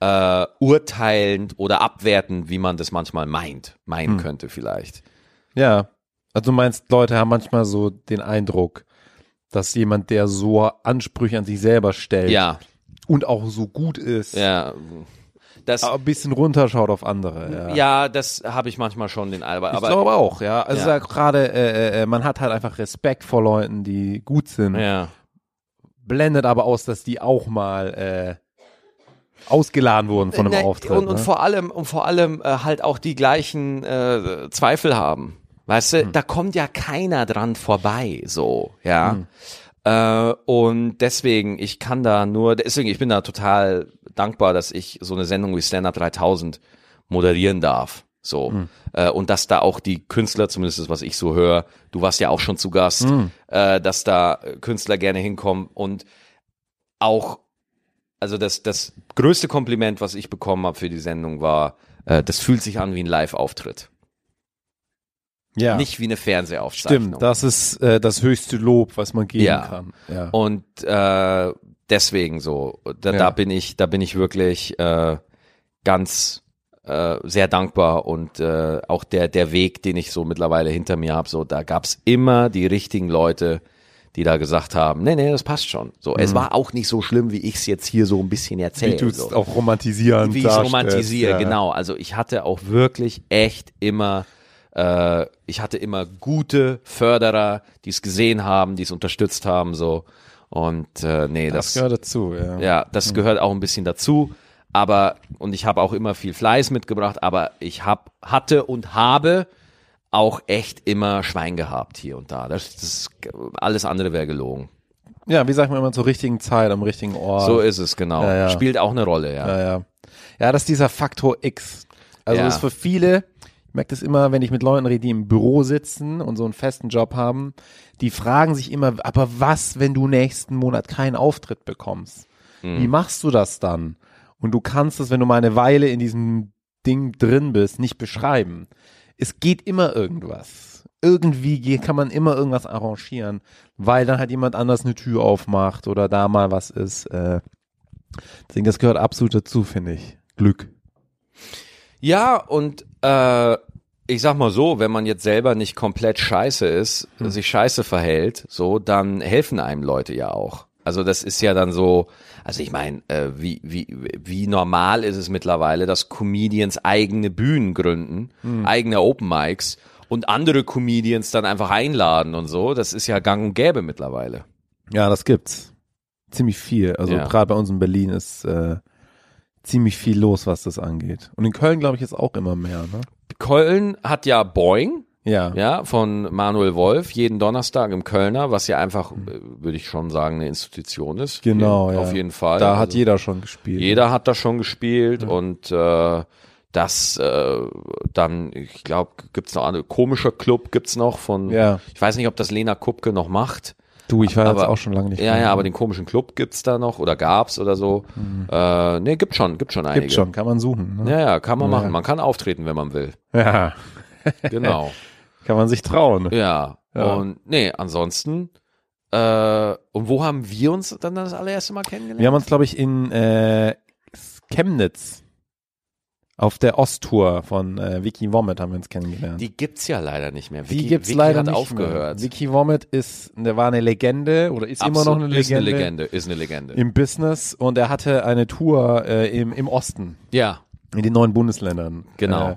A: äh, urteilend oder abwertend, wie man das manchmal meint, meinen
C: Hm.
A: könnte vielleicht.
C: Ja. Also du meinst, Leute haben manchmal so den Eindruck, dass jemand, der so Ansprüche an sich selber stellt
A: Ja,
C: und auch so gut ist,
A: ja. Das,
C: aber ein bisschen runterschaut auf andere. Ja.
A: ja, das habe ich manchmal schon den Albert.
C: Ich
A: Aber
C: glaube auch, ja. Also
A: Ja.
C: ja. gerade, äh, äh, man hat halt einfach Respekt vor Leuten, die gut sind.
A: ja.
C: Blendet aber aus, dass die auch mal äh, ausgeladen wurden von einem
A: Nee,
C: Auftritt.
A: Und, und
C: ne?
A: vor allem, und vor allem äh, halt auch die gleichen äh, Zweifel haben. Weißt
C: Hm.
A: du, da kommt ja keiner dran vorbei, so,
C: Hm.
A: ja. Äh, und deswegen, ich kann da nur, deswegen, ich bin da total dankbar, dass ich so eine Sendung wie Stand Up 3000 moderieren darf. So.
C: Hm.
A: Äh, und dass da auch die Künstler, zumindest das, was ich so höre, du warst ja auch schon zu Gast,
C: Hm.
A: äh, dass da Künstler gerne hinkommen und auch also das, das größte Kompliment, was ich bekommen habe für die Sendung, war, äh, das fühlt sich an wie ein Live-Auftritt.
C: ja.
A: Nicht wie eine Fernsehaufzeichnung.
C: Stimmt, das ist äh, das höchste Lob, was man geben
A: Ja.
C: kann. Ja.
A: Und äh, deswegen so, da, da
C: Ja.
A: bin ich, da bin ich wirklich äh, ganz äh, sehr dankbar und äh, auch der, der Weg, den ich so mittlerweile hinter mir habe, so, da gab's immer die richtigen Leute, die da gesagt haben, nee, nee, das passt schon. So, es war auch nicht so schlimm, wie ich's jetzt hier so ein bisschen erzähle.
C: Mhm. Wie du es
A: so.
C: auch romantisierend
A: wie ich
C: darstellst,
A: romantisiere,
C: ja.
A: genau. Also ich hatte auch wirklich echt immer, äh, ich hatte immer gute Förderer, die es gesehen haben, die es unterstützt haben, so. Und äh, nee,
C: Das
A: das,
C: gehört dazu, ja.
A: ja, das gehört auch ein bisschen dazu. Aber und ich habe auch immer viel Fleiß mitgebracht, aber ich hab, hatte und habe auch echt immer Schwein gehabt hier und da. Das, das alles andere wäre gelogen.
C: Ja, wie sagt man immer, zur richtigen Zeit, am richtigen Ort.
A: So ist es genau.
C: Ja, ja.
A: Spielt auch eine Rolle, ja.
C: Ja, ja. Ja, das ist dieser Faktor X. Also
A: Ja.
C: das ist für viele, ich merke das immer, wenn ich mit Leuten rede, die im Büro sitzen und so einen festen Job haben, die fragen sich immer, aber was, wenn du nächsten Monat keinen Auftritt bekommst?
A: Mhm.
C: Wie machst du das dann? Und du kannst es, wenn du mal eine Weile in diesem Ding drin bist, nicht beschreiben. Es geht immer irgendwas. Irgendwie ge- kann man immer irgendwas arrangieren, weil dann halt jemand anders eine Tür aufmacht oder da mal was ist. Äh, Deswegen, das gehört absolut dazu, finde ich. Glück.
A: Ja, und äh, ich sag mal so, wenn man jetzt selber nicht komplett scheiße ist, sich scheiße verhält, so, dann helfen einem Leute ja auch. Also das ist ja dann so, also ich meine, äh, wie, wie, wie normal ist es mittlerweile, dass Comedians eigene Bühnen gründen, eigene Open Mics und andere Comedians dann einfach einladen und so. Das ist ja gang und gäbe mittlerweile.
C: Ja, das gibt's. Ziemlich viel. Also
A: Ja.
C: gerade bei uns in Berlin ist äh, ziemlich viel los, was das angeht. Und in Köln, glaube ich, jetzt auch immer mehr, ne?
A: Köln hat ja Boing,
C: Ja.
A: ja, von Manuel Wolf, jeden Donnerstag im Kölner, was ja einfach, äh, würde ich schon sagen, eine Institution ist.
C: Mhm. Genau, ja.
A: Auf jeden Fall.
C: Da hat
A: Also
C: jeder schon gespielt.
A: jeder hat das schon gespielt und äh, das äh, dann, ich glaube, gibt's noch andere. Komischer Club gibt's noch von,
C: Ja.
A: ich weiß nicht, ob das Lena Kupke noch macht.
C: Du, ich war
A: Aber-
C: jetzt auch schon lange nicht
A: Ja,
C: mehr.
A: ja, aber den komischen Club gibt's da noch oder gab's oder so. Äh, nee, gibt schon, gibt schon einige.
C: Gibt Mhm. schon, kann man suchen. Ne?
A: Ja, ja, kann man
C: Ja.
A: machen. Man kann auftreten, wenn man
C: (laughs)
A: will.
C: Ja.
A: Genau.
C: Kann man sich trauen.
A: Ja.
C: Ja.
A: Und nee, ansonsten. Äh, und wo haben wir uns dann das allererste Mal kennengelernt?
C: Wir haben uns, glaube ich, in äh, Chemnitz auf der Osttour von äh, Vicky Womit haben wir uns kennengelernt.
A: die gibt's ja leider nicht mehr.
C: Die gibt's leider
A: hat
C: nicht
A: aufgehört.
C: Mehr. Vicky Womit ist, der war eine Legende oder ist immer noch eine
A: Absolut, Ist
C: Legende,
A: eine Legende. Ist eine Legende.
C: im Business und er hatte eine Tour äh, im, im Osten,
A: ja.
C: in den neuen Bundesländern.
A: Genau.
C: Äh,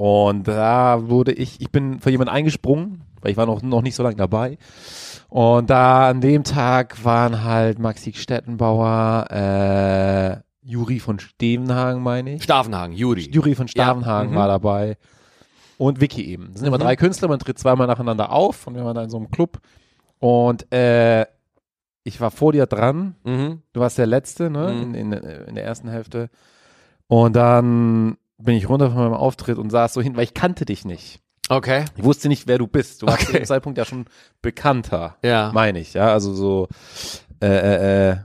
C: und da wurde ich, ich bin für jemanden eingesprungen, weil ich war noch, noch nicht so lange dabei. Und da an dem Tag waren halt Maxi Stettenbauer, äh, Juri von Stevenhagen, meine ich.
A: Stavenhagen, Juri.
C: Juri von Stavenhagen
A: Ja, mhm.
C: war dabei und Vicky eben. Das sind immer drei Künstler, man tritt zweimal nacheinander auf und wir waren da in so einem Club. Und äh, ich war vor dir dran,
A: Mhm.
C: du warst der Letzte, ne,
A: Mhm.
C: in, in, in der ersten Hälfte. Und dann bin ich runter von meinem Auftritt und saß so hinten, weil ich kannte dich nicht.
A: Okay.
C: Ich wusste nicht, wer du bist. Du warst
A: Okay.
C: zu dem Zeitpunkt ja schon bekannter,
A: Ja.
C: meine ich, ja, also so äh, äh, äh,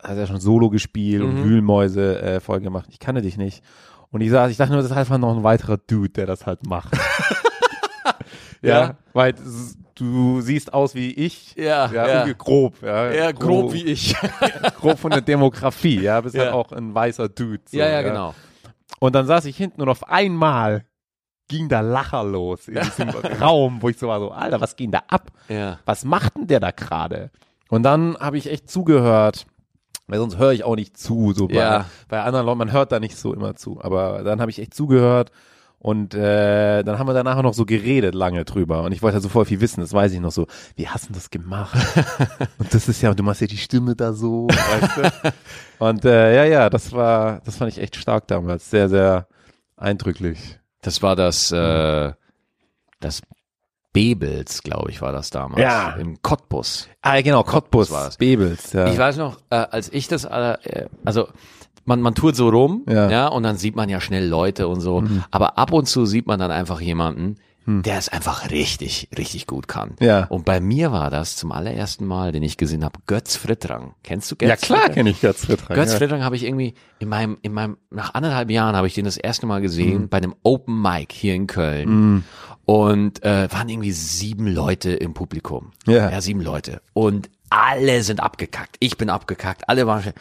C: hat ja schon Solo gespielt
A: Mhm.
C: und Wühlmäuse äh, voll gemacht. Ich kannte dich nicht. Und ich saß, ich dachte nur,
A: (laughs)
C: das ist einfach noch ein weiterer Dude, der das halt macht. ja,
A: Ja.
C: weil es ist- du siehst aus wie ich.
A: Ja, Oh. ja.
C: irgendwie grob. Ja,
A: Ja, grob wie ich.
C: grob von der Demografie, ja, bist
A: Ja.
C: halt auch ein weißer Dude.
A: (laughs)
C: so,
A: ja, ja, genau.
C: Und dann saß ich hinten und auf einmal ging da Lacher los in
A: (laughs)
C: diesem Raum, wo ich so war so, Alter, was ging da ab?
A: Ja.
C: Was macht denn der da gerade? Und dann habe ich echt zugehört, weil sonst höre ich auch nicht zu, so bei,
A: Ja.
C: bei anderen Leuten, man hört da nicht so immer zu, aber dann habe ich echt zugehört und äh, dann haben wir danach auch noch so geredet lange drüber und ich wollte halt so voll viel wissen, das weiß ich noch so, wie hast du das gemacht?
A: (laughs)
C: und das ist ja, du machst ja die Stimme da so, weißt
A: (laughs)
C: du? Und äh, ja, ja, das war, das fand ich echt stark damals, sehr, sehr eindrücklich.
A: Das war das, äh, das Bebels, glaube ich, war das damals.
C: Ja.
A: Im Cottbus.
C: Ah, genau, Cottbus,
A: war das.
C: Bebels, ja.
A: Ich weiß noch, äh, als ich das, äh, äh, also man, man tourt so rum, ja.
C: Ja. Mhm.
A: und dann sieht man ja schnell Leute und so. Aber ab und zu sieht man dann einfach jemanden, der es einfach richtig, richtig gut kann.
C: Ja.
A: Und bei mir war das zum allerersten Mal, den ich gesehen habe, Götz Frittrang. Kennst du Götz
C: ja klar
A: Frittrang?
C: kenne ich Götz Frittrang.
A: Götz
C: ja.
A: Frittrang habe ich irgendwie in meinem, in meinem, nach anderthalb Jahren habe ich den das erste Mal gesehen
C: Mhm.
A: bei einem Open Mic hier in Köln. Und äh, waren irgendwie sieben Leute im Publikum.
C: Ja.
A: ja, sieben Leute. Und alle sind abgekackt. Ich bin abgekackt. Alle waren.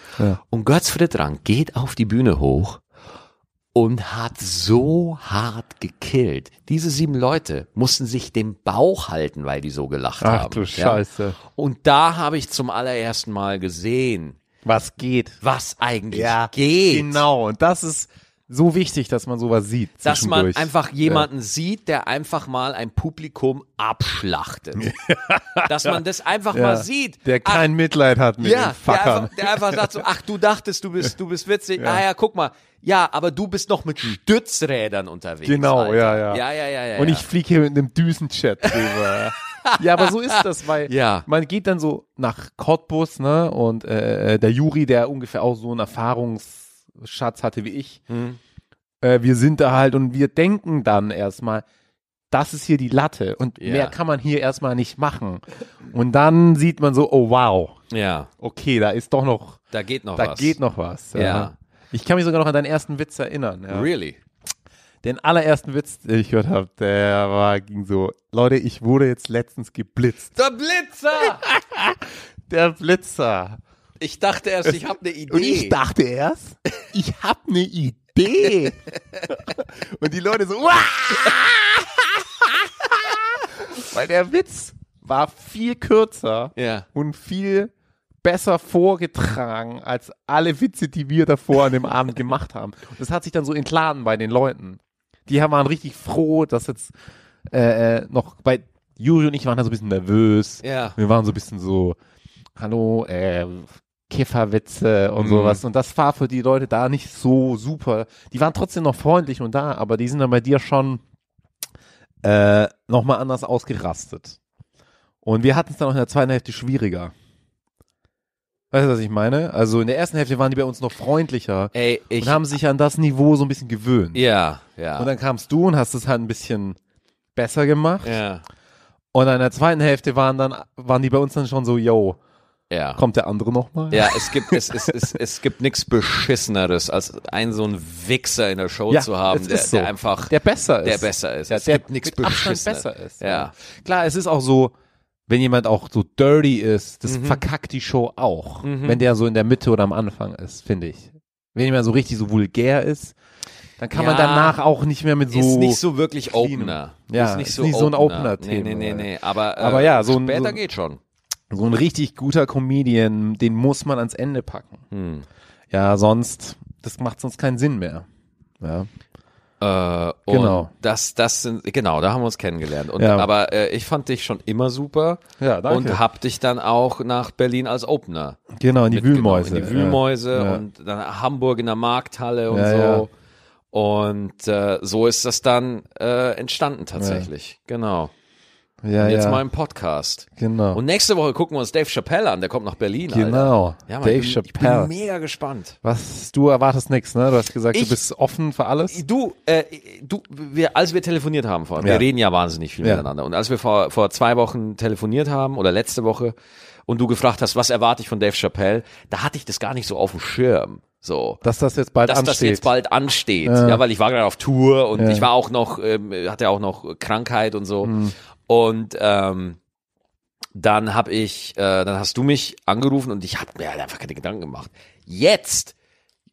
A: Und Götz Frittrang geht auf die Bühne hoch und hat so hart gekillt. Diese sieben Leute mussten sich den Bauch halten, weil die so gelacht haben.
C: Ach du Scheiße.
A: Ja. Und da habe ich zum allerersten Mal gesehen,
C: Was geht?
A: was eigentlich
C: ja,
A: geht.
C: Genau, und das ist so wichtig, dass man sowas sieht.
A: Dass man
C: zwischendurch.
A: einfach jemanden sieht, der einfach mal ein Publikum abschlachtet. Dass man das einfach
C: Ja.
A: mal sieht. Ah.
C: Der kein Mitleid hat mit
A: ja,
C: den
A: der also
C: Fackern.
A: einfach, der einfach sagt so, ach, du dachtest, du bist, du bist witzig. Ah ja, guck mal. Ja, aber du bist noch mit Stützrädern unterwegs.
C: Genau,
A: Alter.
C: ja, ja.
A: Ja, ja, ja, ja.
C: und
A: ja.
C: ich fliege hier mit
A: (laughs)
C: einem Düsenjet drüber. ja, aber so ist das, weil
A: Ja.
C: man geht dann so nach Cottbus, ne? Und äh, der Juri, der ungefähr auch so einen Erfahrungsschatz hatte wie ich,
A: Hm?
C: äh, wir sind da halt und wir denken dann erstmal, das ist hier die Latte und
A: Ja.
C: mehr kann man hier erstmal nicht machen. Und dann sieht man so, oh wow,
A: ja,
C: okay, da ist doch noch
A: da geht noch
C: Da
A: was.
C: geht noch was. Ja.
A: Ja.
C: Ich kann mich sogar noch an deinen ersten Witz erinnern. Ja.
A: Really?
C: Den allerersten Witz, den ich gehört habe, der war, ging so, Leute, ich wurde jetzt letztens geblitzt.
A: Der Blitzer!
C: Der Blitzer.
A: Ich dachte erst, ich habe eine Idee.
C: Und ich dachte erst, ich habe
A: (laughs)
C: eine Idee. Und die Leute so, "Uah!" (laughs) weil der Witz war viel kürzer
A: Ja.
C: und viel besser vorgetragen als alle Witze, die wir davor an dem Abend gemacht haben. Und das hat sich dann so entladen bei den Leuten. Die haben- waren richtig froh, dass jetzt äh, äh, noch bei Juri und ich waren da so ein bisschen nervös.
A: Ja.
C: Wir waren so ein bisschen so, hallo, äh, Kifferwitze und sowas. Und das war für die Leute da nicht so super. Die waren trotzdem noch freundlich und da, aber die sind dann bei dir schon äh, nochmal anders ausgerastet. Und wir hatten es dann auch in der zweiten Hälfte schwieriger. Weißt du, was ich meine? Also in der ersten Hälfte waren die bei uns noch freundlicher
A: Ey, ich.
C: und haben sich an das Niveau so ein bisschen gewöhnt.
A: ja, ja.
C: Und dann kamst du und hast es halt ein bisschen besser gemacht.
A: ja,
C: Und in der zweiten Hälfte waren dann waren die bei uns dann schon so, yo,
A: ja.
C: kommt der andere nochmal?
A: Ja, es gibt, es, es, es, es gibt nix Beschisseneres, als einen so einen Wichser in der Show
C: Ja,
A: zu haben,
C: es
A: der,
C: ist so.
A: der einfach
C: der besser ist.
A: der besser ist.
C: Ja,
A: es
C: der
A: gibt nichts
C: mit Abstand
A: Beschisseneres.
C: besser ist.
A: Ja.
C: Klar, es ist auch so, wenn jemand auch so dirty ist, das verkackt die Show auch. Wenn der so in der Mitte oder am Anfang ist, finde ich. Wenn jemand so richtig so vulgär ist, dann kann man
A: Ja.
C: danach auch nicht mehr mit so.
A: ist nicht so wirklich
C: clean.
A: Opener.
C: Ja,
A: ist nicht
C: ist
A: so,
C: nicht so ein
A: Nee,
C: Opener-Thema,
A: nee, nee,
C: ja.
A: nee. Aber, äh,
C: Aber ja, so ein-
A: später
C: so ein-
A: geht schon.
C: so ein richtig guter Comedian, den muss man ans Ende packen.
A: Hm.
C: Ja, sonst, das macht sonst keinen Sinn mehr. Ja.
A: Äh, und
C: Genau.
A: Das, das sind, genau, da haben wir uns kennengelernt. Und,
C: Ja.
A: Aber äh, ich fand dich schon immer super
C: Ja, danke.
A: und hab dich dann auch nach Berlin als Opener
C: Genau, in die
A: mitgenommen, In
C: Wühlmäuse.
A: die Wühlmäuse
C: Ja.
A: und dann Hamburg in der Markthalle und
C: Ja,
A: so. Und äh, so ist das dann äh, entstanden tatsächlich. Genau.
C: Ja,
A: Und jetzt
C: ja.
A: mal im Podcast.
C: Genau.
A: Und nächste Woche gucken wir uns Dave Chappelle an, der kommt nach Berlin.
C: Genau.
A: Alter. Ja, Mann,
C: Dave
A: ich, bin- Ich
C: Chappelle.
A: bin mega gespannt.
C: Was, du erwartest nichts, ne? Du hast gesagt,
A: Ich-
C: du bist offen für alles.
A: Du, äh, du, wir, als wir telefoniert haben vorhin,
C: Ja.
A: wir reden ja wahnsinnig viel
C: Ja.
A: miteinander. Und als wir vor, vor zwei Wochen telefoniert haben oder letzte Woche und du gefragt hast, was erwarte ich von Dave Chappelle, da hatte ich das gar nicht so auf dem Schirm. So.
C: Dass das jetzt bald
A: dass
C: ansteht.
A: das jetzt bald ansteht. Ja, weil ich war gerade auf
C: Hm.
A: Tour und ich war auch noch, ähm, hatte auch noch Krankheit und so. Und ähm, Dann habe ich, äh, dann hast du mich angerufen und ich habe mir halt einfach keine Gedanken gemacht. Jetzt,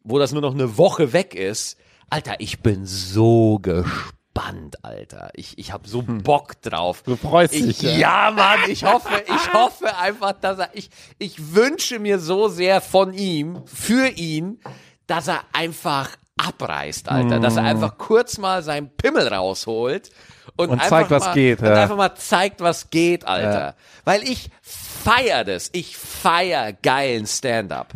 A: wo das nur noch eine Woche weg ist, Alter, ich bin so gespannt, Alter. Ich, ich habe so
C: Hm.
A: Bock drauf.
C: Du freust
A: Ich,
C: dich. ja.
A: ja, Mann, ich hoffe, ich hoffe einfach, dass er, ich, ich wünsche mir so sehr von ihm, für ihn, dass er einfach abreißt, Alter, dass er
C: Mhm.
A: einfach kurz mal seinen Pimmel rausholt und,
C: Und
A: einfach
C: zeigt, was
A: mal,
C: geht,
A: und
C: ja.
A: einfach mal zeigt, was geht, Alter, weil ich feier das, ich feier geilen Stand-up.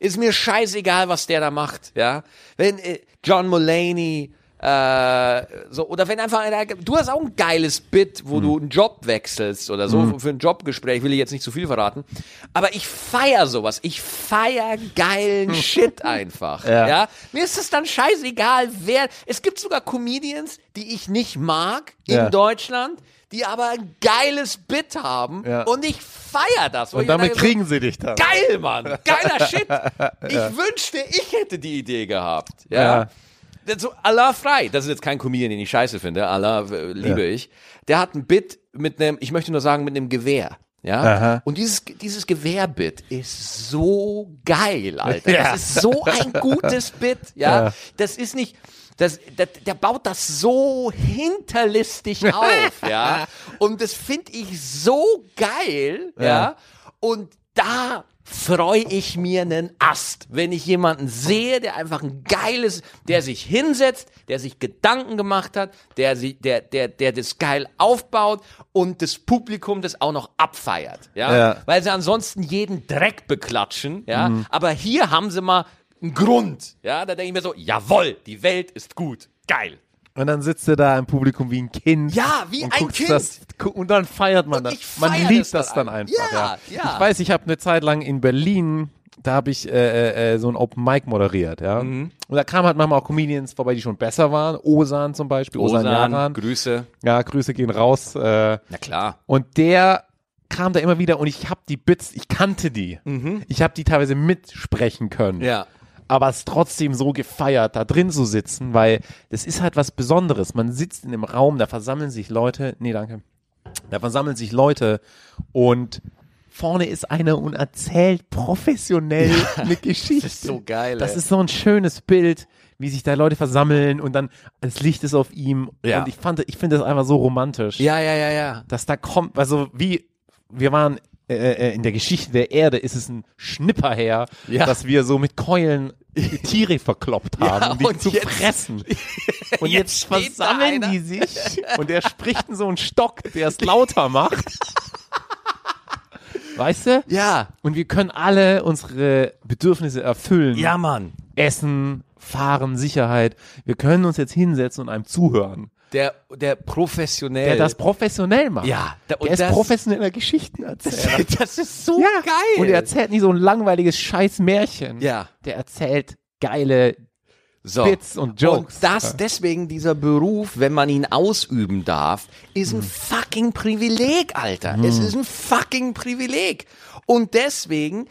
A: Ist mir scheißegal, was der da macht, ja. Wenn äh, John Mulaney äh, so, oder wenn einfach einer, du hast auch ein geiles Bit, wo du einen Job wechselst oder so, für ein Jobgespräch, will ich jetzt nicht zu viel verraten, aber ich feier sowas, ich feier geilen Shit einfach, ja.
C: Ja.
A: Mir ist es dann scheißegal, wer, es gibt sogar Comedians, die ich nicht mag in
C: Ja.
A: Deutschland, die aber ein geiles Bit haben
C: Ja.
A: und ich feier das. wo
C: Und
A: ich
C: damit
A: denke so,
C: kriegen sie dich dann.
A: Geil, Mann.
C: (laughs)
A: Geiler Shit. Ich wünschte, ich hätte die Idee gehabt. Ja.
C: Ja.
A: Das ist So, Allah frei. Das ist jetzt kein Comedian, den ich scheiße finde. Allah äh, liebe ich. Der hat ein Bit mit einem, ich möchte nur sagen, mit einem Gewehr. Ja.
C: Aha.
A: Und dieses, dieses Gewehrbit ist so geil, Alter.
C: Ja.
A: Das ist so ein gutes Bit. Ja. Das ist nicht. Das, das, der baut das so hinterlistig auf, ja. Und das finde ich so geil, ja.
C: Ja.
A: Und da freue ich mir einen Ast, wenn ich jemanden sehe, der einfach ein geiles, der sich hinsetzt, der sich Gedanken gemacht hat, der, sie, der, der, der das geil aufbaut und das Publikum das auch noch abfeiert. Ja?
C: Ja. Mhm.
A: Weil sie ansonsten jeden Dreck beklatschen. Ja? Aber hier haben sie mal einen Grund. Ja? Da denke ich mir so, jawohl, die Welt ist gut. Geil.
C: Und dann sitzt du da im Publikum wie ein Kind.
A: Ja, wie
C: und
A: ein
C: guckst
A: Kind.
C: Das, gu- und dann feiert man
A: Und
C: das.
A: ich feier
C: man liebt
A: das
C: das,
A: dann
C: dann
A: ein-
C: einfach.
A: Ja,
C: Ja,
A: ja.
C: Ich weiß, ich habe eine Zeit lang in Berlin, da habe ich äh, äh, so ein Open Mic moderiert. ja.
A: Mhm.
C: Und da kamen halt manchmal auch Comedians vorbei, die schon besser waren. Osan zum Beispiel, Osan, Yaran.
A: Grüße.
C: Ja, Grüße gehen raus. Äh,
A: Na klar.
C: und der kam da immer wieder und ich habe die Bits, ich kannte die. Ich habe die teilweise mitsprechen können.
A: Mhm. Ja.
C: Aber es trotzdem so gefeiert, da drin zu sitzen, weil das ist halt was Besonderes. Man sitzt in einem Raum, da versammeln sich Leute. Nee, danke. Da versammeln sich Leute und vorne ist einer und erzählt professionell
A: (laughs)
C: eine Geschichte.
A: ist so geil,
C: Das
A: ey.
C: ist so ein schönes Bild, wie sich da Leute versammeln und dann das Licht ist auf ihm.
A: Ja.
C: Und ich fand, ich finde das einfach so romantisch
A: Ja, ja, ja, ja.
C: dass da kommt, also wie wir waren äh, äh, in der Geschichte der Erde, ist es ein Schnipper her,
A: Ja.
C: dass wir so mit Keulen
A: (laughs)
C: Tiere verkloppt haben, um die
A: und
C: zu
A: jetzt-
C: fressen.
A: (laughs)
C: Und
A: jetzt
C: jetzt,
A: steht da
C: versammeln
A: einer.
C: die sich und der spricht in so einen Stock, der es
A: (laughs)
C: lauter macht. Weißt du?
A: Ja.
C: Und wir können alle unsere Bedürfnisse erfüllen.
A: Ja, Mann.
C: Essen, Fahren, Sicherheit. Wir können uns jetzt hinsetzen und einem zuhören,
A: Der, der professionell.
C: der das professionell macht.
A: Ja, da- und
C: der ist
A: das-
C: professioneller Geschichtenerzähler.
A: (laughs) (laughs) das ist so geil.
C: Und er erzählt nicht so ein langweiliges Scheißmärchen.
A: Ja.
C: Der erzählt geile
A: so.
C: Bits und Jokes.
A: Und das, deswegen dieser Beruf, wenn man ihn ausüben darf, ist
C: Mhm.
A: ein fucking Privileg, Alter. Es ist ein fucking Privileg. Und deswegen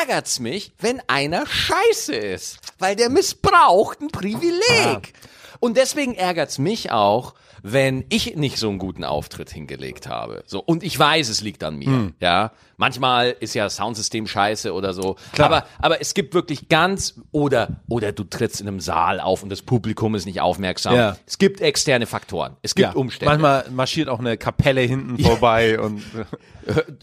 A: ärgert's mich, wenn einer scheiße ist. Weil der missbraucht ein Privileg.
C: Ah.
A: Und deswegen ärgert's mich auch, wenn ich nicht so einen guten Auftritt hingelegt habe. So, und ich weiß, es liegt an mir.
C: Hm.
A: Ja. Manchmal ist ja das Soundsystem scheiße oder so.
C: Klar.
A: Aber, aber es gibt wirklich ganz, oder, oder du trittst in einem Saal auf und das Publikum ist nicht aufmerksam.
C: Ja.
A: Es gibt externe Faktoren. Es gibt Umstände.
C: Manchmal marschiert auch eine Kapelle hinten vorbei und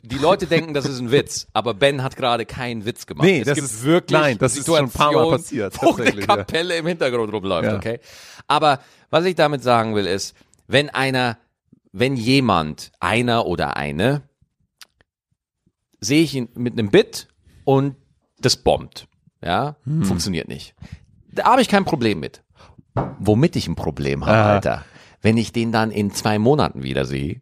A: Die Leute denken, das ist ein Witz, aber Ben hat gerade keinen Witz gemacht.
C: Nee,
A: es
C: das
A: gibt
C: ist-
A: wirklich
C: nein, das ist schon ein paar Mal
A: Situationen,
C: passiert,
A: Wo eine
C: tatsächlich, ja.
A: Kapelle im Hintergrund rumläuft,
C: Ja.
A: okay? Aber was ich damit sagen will ist, wenn einer, wenn jemand, einer oder eine, sehe ich ihn mit einem Bit und das bombt, ja,
C: Hm.
A: funktioniert nicht. Da habe ich kein Problem mit. Womit ich ein Problem habe,
C: Ah.
A: Alter, wenn ich den dann in zwei Monaten wieder sehe,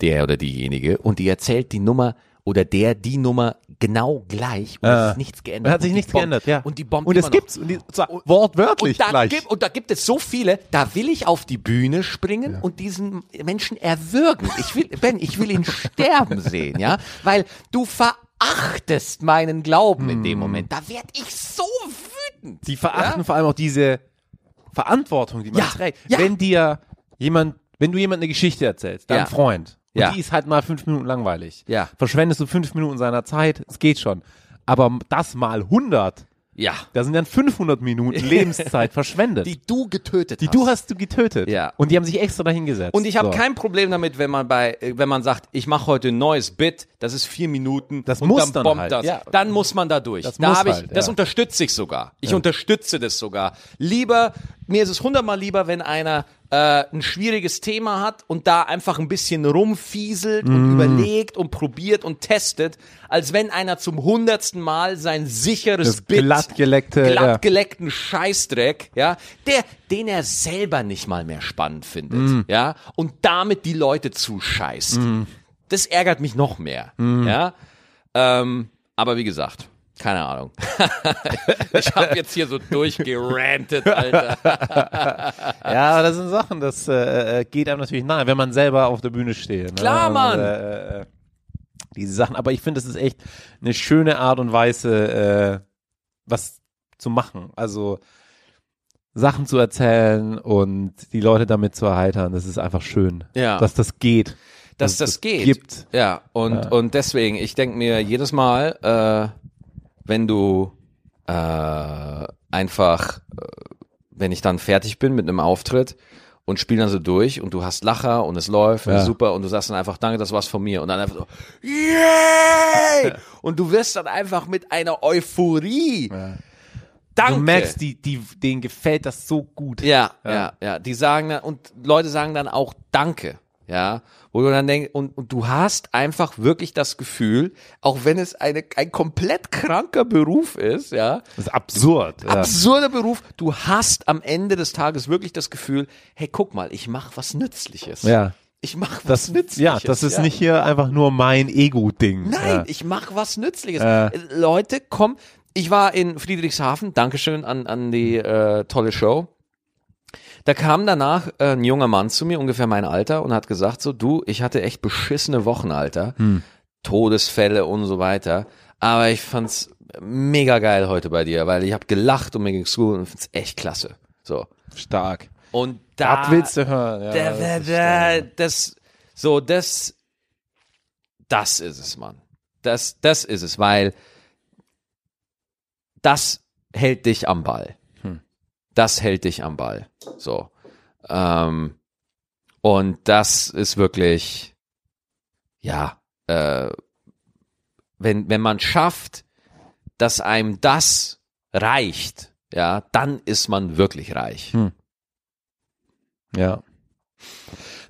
A: der oder diejenige, und die erzählt die Nummer oder der die Nummer genau gleich und
C: Ah.
A: es ist nichts geändert.
C: (laughs) Da hat sich
A: Und die
C: nichts
A: bombt.
C: geändert, ja.
A: Und die bombt
C: Und
A: immer
C: das gibt's.
A: noch.
C: Und die, zwar wortwörtlich
A: Und da,
C: gleich.
A: gibt, und da gibt es so viele, da will ich auf die Bühne springen und diesen Menschen erwürgen. Ich will, Ben, ich will ihn sterben sehen, ja, weil du verachtest meinen Glauben in
C: Hm.
A: dem Moment. Da werd ich so wütend.
C: die verachten vor allem auch diese Verantwortung, die man
A: Ja,
C: trägt.
A: ja.
C: Wenn dir jemand, wenn du jemand eine Geschichte erzählst, deinem
A: Ja.
C: Freund, Und
A: Ja.
C: die ist halt mal fünf Minuten langweilig.
A: Ja.
C: Verschwendest du fünf Minuten seiner Zeit, es geht schon. Aber das mal 100,
A: Ja.
C: da sind dann
A: (laughs)
C: 500 Minuten Lebenszeit verschwendet.
A: Die du getötet
C: Die
A: hast.
C: du hast du getötet.
A: Ja.
C: Und die haben sich extra dahingesetzt.
D: Und ich habe
C: so.
D: kein Problem damit, wenn man bei, äh, wenn man sagt, ich mache heute ein neues Bit, das ist vier Minuten,
C: Das
D: und
C: muss
D: dann
C: dann
D: bombt
C: halt,
D: das.
C: ja.
D: Dann muss man da durch.
C: Das
D: da
C: muss
D: hab ich,
C: halt,
D: das
C: ja.
D: unterstütze ich sogar. Ich unterstütze das sogar. Lieber, mir ist es hundertmal lieber, wenn einer äh, ein schwieriges Thema hat und da einfach ein bisschen rumfieselt
C: Mhm.
D: und überlegt und probiert und testet, als wenn einer zum hundertsten Mal sein sicheres
C: Das
D: Bit
C: glattgeleckte, ja.
D: glattgeleckten Scheißdreck, ja, der, den er selber nicht mal mehr spannend findet,
C: Mm.
D: ja, und damit die Leute zuscheißt. Das ärgert mich noch mehr,
C: Mm.
D: ja. Ähm, aber wie gesagt, keine Ahnung. (laughs) ich habe jetzt hier so
C: (laughs)
D: durchgerantet, Alter.
C: Ja, aber das sind Sachen, das äh, äh, geht einem natürlich nahe, wenn man selber auf der Bühne steht.
D: Klar,
C: ne?
D: Mann.
C: Und, äh, äh, diese Sachen. Aber ich finde, das ist echt eine schöne Art und Weise, äh, was zu machen. Also Sachen zu erzählen und die Leute damit zu erheitern. Das ist einfach schön,
A: Ja.
C: dass das geht.
D: Dass
C: es
D: das geht.
C: Gibt.
A: Ja, und, und deswegen, ich denke mir jedes Mal, äh, wenn du äh, einfach, äh, wenn ich dann fertig bin mit einem Auftritt und spiele dann so durch und du hast Lacher und es läuft und
C: Ja.
A: ist super und du sagst dann einfach, danke, das war's von mir. Und dann einfach so,
C: (laughs)
A: yay! Und du wirst dann einfach mit einer Euphorie. Danke.
C: Du merkst, die, die, denen gefällt das so gut.
A: Ja, ja, ja, Die sagen dann, und Leute sagen dann auch Danke, ja. Wo du dann denkst, und, und du hast einfach wirklich das Gefühl, auch wenn es eine, ein komplett kranker Beruf ist, ja,
C: Das ist absurd. ja.
A: absurder Beruf, du hast am Ende des Tages wirklich das Gefühl, hey, guck mal, ich mache was Nützliches.
C: Ja.
A: Ich mache was
C: Das,
A: Nützliches.
C: ja, das ist nicht hier einfach nur mein Ego-Ding.
A: Nein,
C: ja.
A: ich mache was Nützliches.
C: Äh.
A: Leute, komm. Ich war in Friedrichshafen. Dankeschön an, an die äh, tolle Show. Da kam danach äh, ein junger Mann zu mir, ungefähr mein Alter, und hat gesagt so, du, ich hatte echt beschissene Wochen, Alter.
C: Hm.
A: Todesfälle und so weiter. Aber ich fand's mega geil heute bei dir, weil ich habe gelacht und mir ging's gut und find's echt klasse. So.
C: Stark.
A: Und da
C: Das willst du hören. Ja,
A: da,
C: das
A: da,
C: ist
A: da, das, so, das, das ist es, Mann. Das, das ist es, weil das hält dich am Ball.
C: Hm.
A: Das hält dich am Ball. So. Ähm, und das ist wirklich, ja, äh, wenn, wenn man schafft, dass einem das reicht, ja, dann ist man wirklich reich.
C: Ja.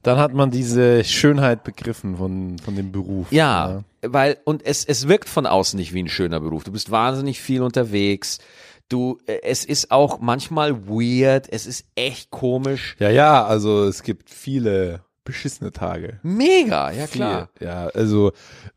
C: Dann hat man diese Schönheit begriffen von, von dem Beruf.
A: Ja, weil, und es, es wirkt von außen nicht wie ein schöner Beruf. Du bist wahnsinnig viel unterwegs. Du, äh, es ist auch manchmal weird. Es ist echt komisch.
C: Ja, ja, also es gibt viele beschissene Tage.
A: Mega, ja
C: Viel.
A: klar.
C: Ja, also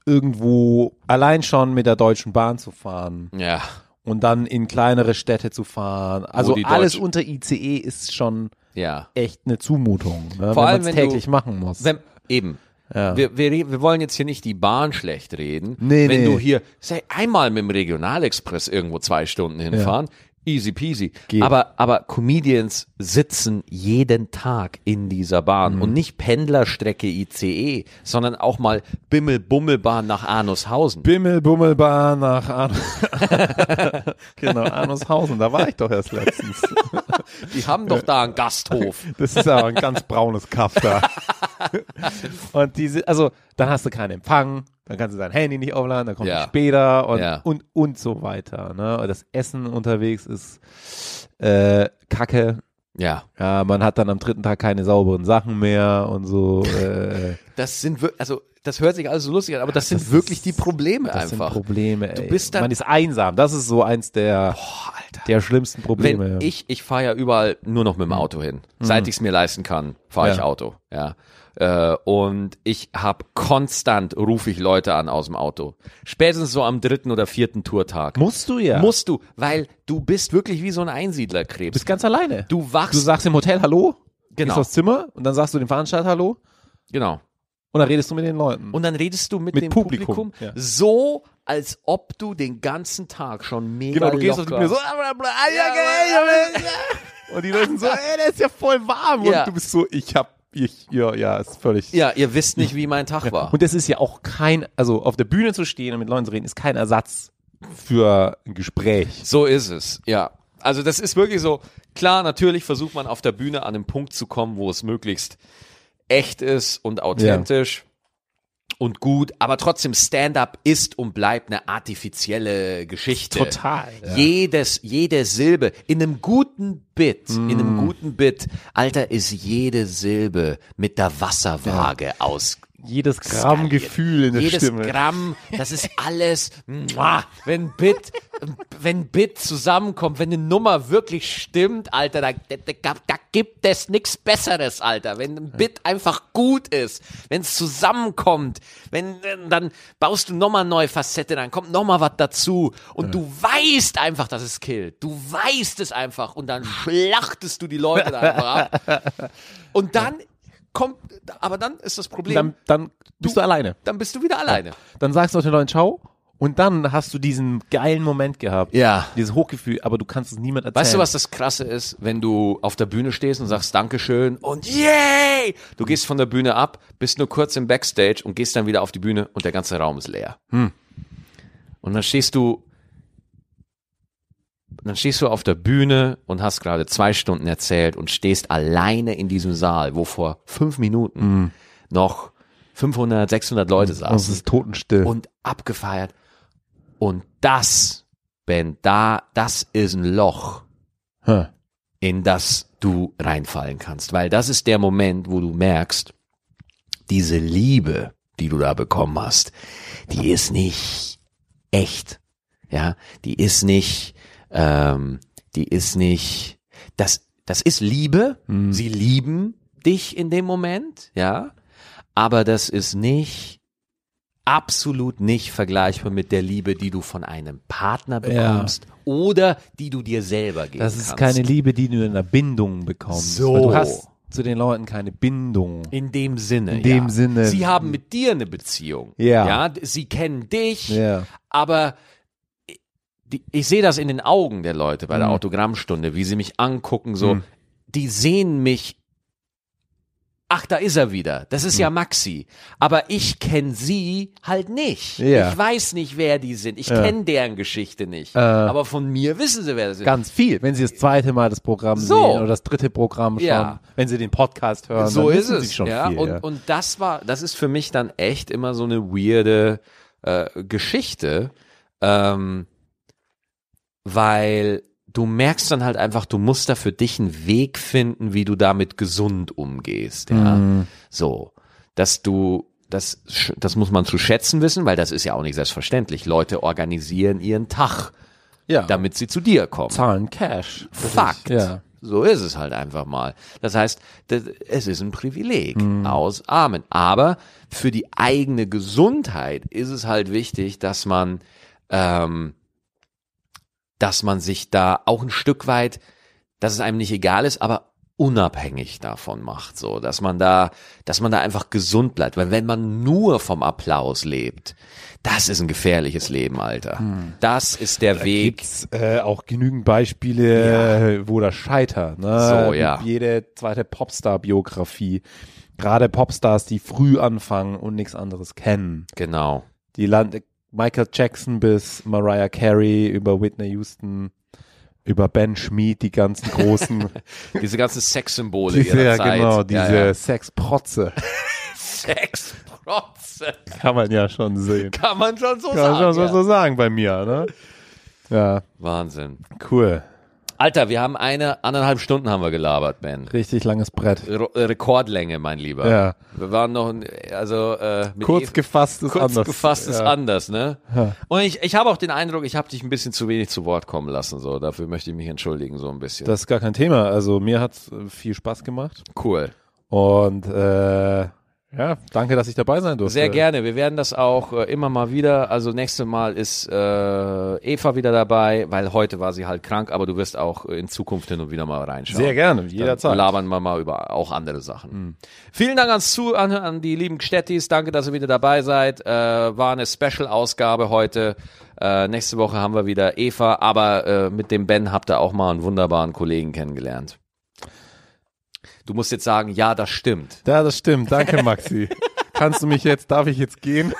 C: irgendwo allein schon mit der Deutschen Bahn zu fahren
A: Ja,
C: und dann in kleinere Städte zu fahren. Also
A: die
C: alles
A: Deutsche-
C: unter ICE ist schon
A: ja.
C: echt eine Zumutung, ne?
A: Vor allem,
C: wenn man
A: wenn
C: es täglich
A: du-
C: machen muss.
A: Wenn, eben.
C: Ja.
A: Wir, wir, re- wir wollen jetzt hier nicht die Bahn schlecht reden.
C: Nee,
A: Wenn
C: nee.
A: du hier, sei einmal mit dem Regionalexpress irgendwo zwei Stunden hinfahren, easy peasy.
C: Geht.
A: Aber, aber Comedians sitzen jeden Tag in dieser Bahn und nicht Pendlerstrecke ICE, sondern auch mal Bimmel-Bummelbahn nach Arnushausen.
C: Bimmelbummelbahn nach Arn (laughs) genau, Arnushausen, da war ich doch erst letztens.
A: Die haben doch da einen (laughs) Gasthof.
C: Das ist aber ein ganz braunes Kaff da. (laughs) und diese, also dann hast du keinen Empfang, dann kannst du dein Handy nicht aufladen, dann kommt
A: Ja.
C: es später und,
A: Ja.
C: und und so weiter. Ne? Und das Essen unterwegs ist äh, Kacke.
A: Ja.
C: Ja, man hat dann am dritten Tag keine sauberen Sachen mehr und so. Äh,
A: Das sind, wir- also, das hört sich alles so lustig an, aber das sind wirklich die Probleme
C: das sind
A: einfach.
C: Probleme. Ey.
A: bist dann-
C: man ist einsam. Das ist so eins der,
A: Boah, Alter.
C: der schlimmsten
A: Wenn
C: Probleme.
A: ich, ich fahre ja überall nur noch mit dem Auto hin. Seit ich es mir leisten kann, fahre ich
C: Hm. Ja.
A: Auto. Ja. Äh, und ich habe konstant rufe ich Leute an aus dem Auto. Spätestens so am dritten oder vierten Tourtag.
C: Musst du ja.
A: Musst du, weil du bist wirklich wie so ein Einsiedlerkrebs.
C: bist ganz alleine.
A: Du wachst.
C: du sagst im Hotel Hallo,
A: Genau.
C: gehst aufs Zimmer und dann sagst du dem Veranstalter Hallo
A: genau.
C: und dann redest du mit den Leuten.
A: Und dann redest du mit,
C: Mit
A: dem Publikum,
C: Publikum, ja.
A: so, als ob du den ganzen Tag schon mega
C: Genau, du gehst auf die
A: locker.
C: Bühne so, ah, bla, bla, (laughs) ah, ja, geil, ja, ja. und die Leute sind so, ey, der ist ja voll warm
A: Ja.
C: und du bist so, ich hab ich, ja, ja, ist völlig.
A: Ja, ihr wisst nicht, wie mein Tag war.
C: Und das ist ja auch kein, also auf der Bühne zu stehen und mit Leuten zu reden, ist kein Ersatz für ein Gespräch.
A: So ist es, ja. Also das ist wirklich so, klar, natürlich versucht man auf der Bühne an den Punkt zu kommen, wo es möglichst echt ist und authentisch und gut, aber trotzdem Stand-up ist und bleibt eine artifizielle Geschichte.
C: Total, ja.
A: Jedes, jede Silbe in einem guten Bit, in einem
C: Mm.
A: guten Bit, Alter, ist jede Silbe mit der Wasserwaage aus
C: Jedes Gramm
A: skaliert.
C: Gefühl in der
A: Jedes
C: Stimme.
A: Gramm, das ist alles. Mua. Wenn Bit, wenn Bit zusammenkommt, wenn eine Nummer wirklich stimmt, Alter, da, da, da, da gibt es nichts Besseres, Alter. Wenn ein Bit einfach gut ist, wenn es zusammenkommt, wenn dann baust du nochmal neue Facette, dann kommt nochmal was dazu und du weißt einfach, dass es killt. Du weißt es einfach und dann schlachtest du die Leute da einfach ab.
C: (laughs)
A: Und dann kommt, aber dann ist das Problem
C: Dann, dann bist du, alleine.
A: dann bist du wieder alleine.
C: Dann sagst du auch den Leuten Ciao und dann hast du diesen geilen Moment gehabt.
A: Ja.
C: Dieses Hochgefühl, aber du kannst es niemand erzählen.
A: Weißt du, was das Krasse ist, wenn du auf der Bühne stehst und sagst Dankeschön und Yay! Du gehst von der Bühne ab, bist nur kurz im Backstage und gehst dann wieder auf die Bühne und der ganze Raum ist leer. Und dann stehst du, dann stehst du auf der Bühne und hast gerade zwei Stunden erzählt und stehst alleine in diesem Saal, wo vor fünf Minuten noch 500, 600 Leute
C: Oh, es
A: saßen.
C: ist totenstill.
A: und abgefeiert. Und das, Ben, da, das ist ein Loch,
C: Hä.
A: in das du reinfallen kannst. Weil das ist der Moment, wo du merkst, diese Liebe, die du da bekommen hast, die ist nicht echt. Ja, die ist nicht, ähm, die ist nicht, das, das ist Liebe.
C: Mhm.
A: Sie lieben dich in dem Moment, ja. Aber das ist nicht, absolut nicht vergleichbar mit der Liebe, die du von einem Partner bekommst oder die du dir selber geben
C: das ist
A: kannst.
C: keine Liebe, die du in einer Bindung bekommst.
A: So.
C: Weil Du hast zu den Leuten keine Bindung.
A: In dem Sinne.
C: In dem
A: ja.
C: Sinne.
A: Sie haben mit dir eine Beziehung.
C: Ja.
A: ja d- sie kennen dich,
C: Ja.
A: aber i- die, ich sehe das in den Augen der Leute bei der
C: Mhm.
A: Autogrammstunde, wie sie mich angucken, so. Die sehen mich. Ach, da ist er wieder. Das ist ja
C: Mhm.
A: Maxi. Aber ich kenne sie halt nicht.
C: Ja. Äh.
A: Ich weiß nicht, wer die sind. Ich kenne deren Geschichte nicht. Aber von mir wissen sie, wer das ist.
C: Ganz viel. Wenn sie das zweite Mal das Programm
A: So.
C: sehen oder das dritte Programm schon,
A: Ja.
C: wenn sie den Podcast hören,
A: so
C: dann
A: ist
C: wissen
A: es.
C: sie schon
A: ja?
C: viel.
A: und,
C: ja.
A: und das war, das ist für mich dann echt immer so eine weirde äh, Geschichte, ähm, weil du merkst dann halt einfach, du musst da für dich einen Weg finden, wie du damit gesund umgehst. Ja?
C: Mhm.
A: So, dass du das, sch- das muss man zu schätzen wissen, weil das ist ja auch nicht selbstverständlich. Leute organisieren ihren Tag,
C: ja.
A: damit sie zu dir kommen.
C: zahlen Cash.
A: Fakt.
C: Ja.
A: So ist es halt einfach mal. Das heißt, das, es ist ein Privileg
C: Mhm.
A: aus Armen. Aber für die eigene Gesundheit ist es halt wichtig, dass man, ähm, dass man sich da auch ein Stück weit, dass es einem nicht egal ist, aber unabhängig davon macht, so, dass man da, dass man da einfach gesund bleibt, weil wenn man nur vom Applaus lebt, das ist ein gefährliches Leben, Alter. Das ist der Weg.
C: Hm. Gibt's äh, auch genügend Beispiele, äh, wo das scheitert. Ne?
A: So, ja.
C: Jede zweite Popstar-Biografie. Gerade Popstars, die früh anfangen und nichts anderes kennen.
A: Genau.
C: Die Land Michael Jackson bis Mariah Carey über Whitney Houston, über Ben Schmid, die ganzen
A: (laughs)
C: großen.
A: Diese ganzen Sexsymbole
C: diese,
A: ihrer
C: ja,
A: Zeit.
C: genau, diese
A: Ja, ja.
C: Sexprotze.
A: Sexprotze.
C: (laughs) Kann man ja schon sehen.
A: Kann man schon so
C: Kann man
A: sagen.
C: schon so-
A: ja.
C: so sagen bei mir, ne? Ja,
A: Wahnsinn.
C: cool.
A: Alter, wir haben eine, anderthalb Stunden haben wir gelabert, Ben.
C: Richtig langes Brett.
A: R Rekordlänge, mein Lieber.
C: Ja.
A: Wir waren noch, also äh, mit
C: Kurz
A: Eva-
C: gefasst ist
A: kurz
C: anders.
A: gefasst ist
C: ja.
A: anders, ne? Und ich, ich habe auch den Eindruck, ich habe dich ein bisschen zu wenig zu Wort kommen lassen, so. Dafür möchte ich mich entschuldigen, so ein bisschen.
C: Das ist gar kein Thema. Also mir hat viel Spaß gemacht.
A: cool.
C: Und äh, ja, danke, dass ich dabei sein durfte.
A: Sehr gerne. Wir werden das auch äh, immer mal wieder. Also nächstes Mal ist äh, Eva wieder dabei, weil heute war sie halt krank, aber du wirst auch äh, in Zukunft hin und wieder mal reinschauen.
C: Sehr gerne,
A: Dann
C: jederzeit. Mhm.
A: labern wir mal über auch andere Sachen. Vielen Dank ans Zu an, an die lieben Gstettis. Danke, dass ihr wieder dabei seid. Äh, war eine Special-Ausgabe heute. Äh, nächste Woche haben wir wieder Eva, aber äh, mit dem Ben habt ihr auch mal einen wunderbaren Kollegen kennengelernt. Du musst jetzt sagen, ja, das stimmt.
C: Ja, das stimmt. Danke, Maxi. (laughs) Kannst du mich jetzt, darf ich
A: (laughs)
C: jetzt gehen?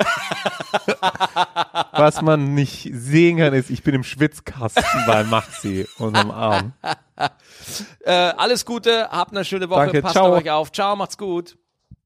C: Was man nicht sehen kann, ist, ich bin im Schwitzkasten bei Maxi und am Arm.
A: Äh, alles Gute, habt eine schöne Woche,
C: Danke,
A: passt
C: ciao.
A: auf euch auf. Ciao, macht's gut.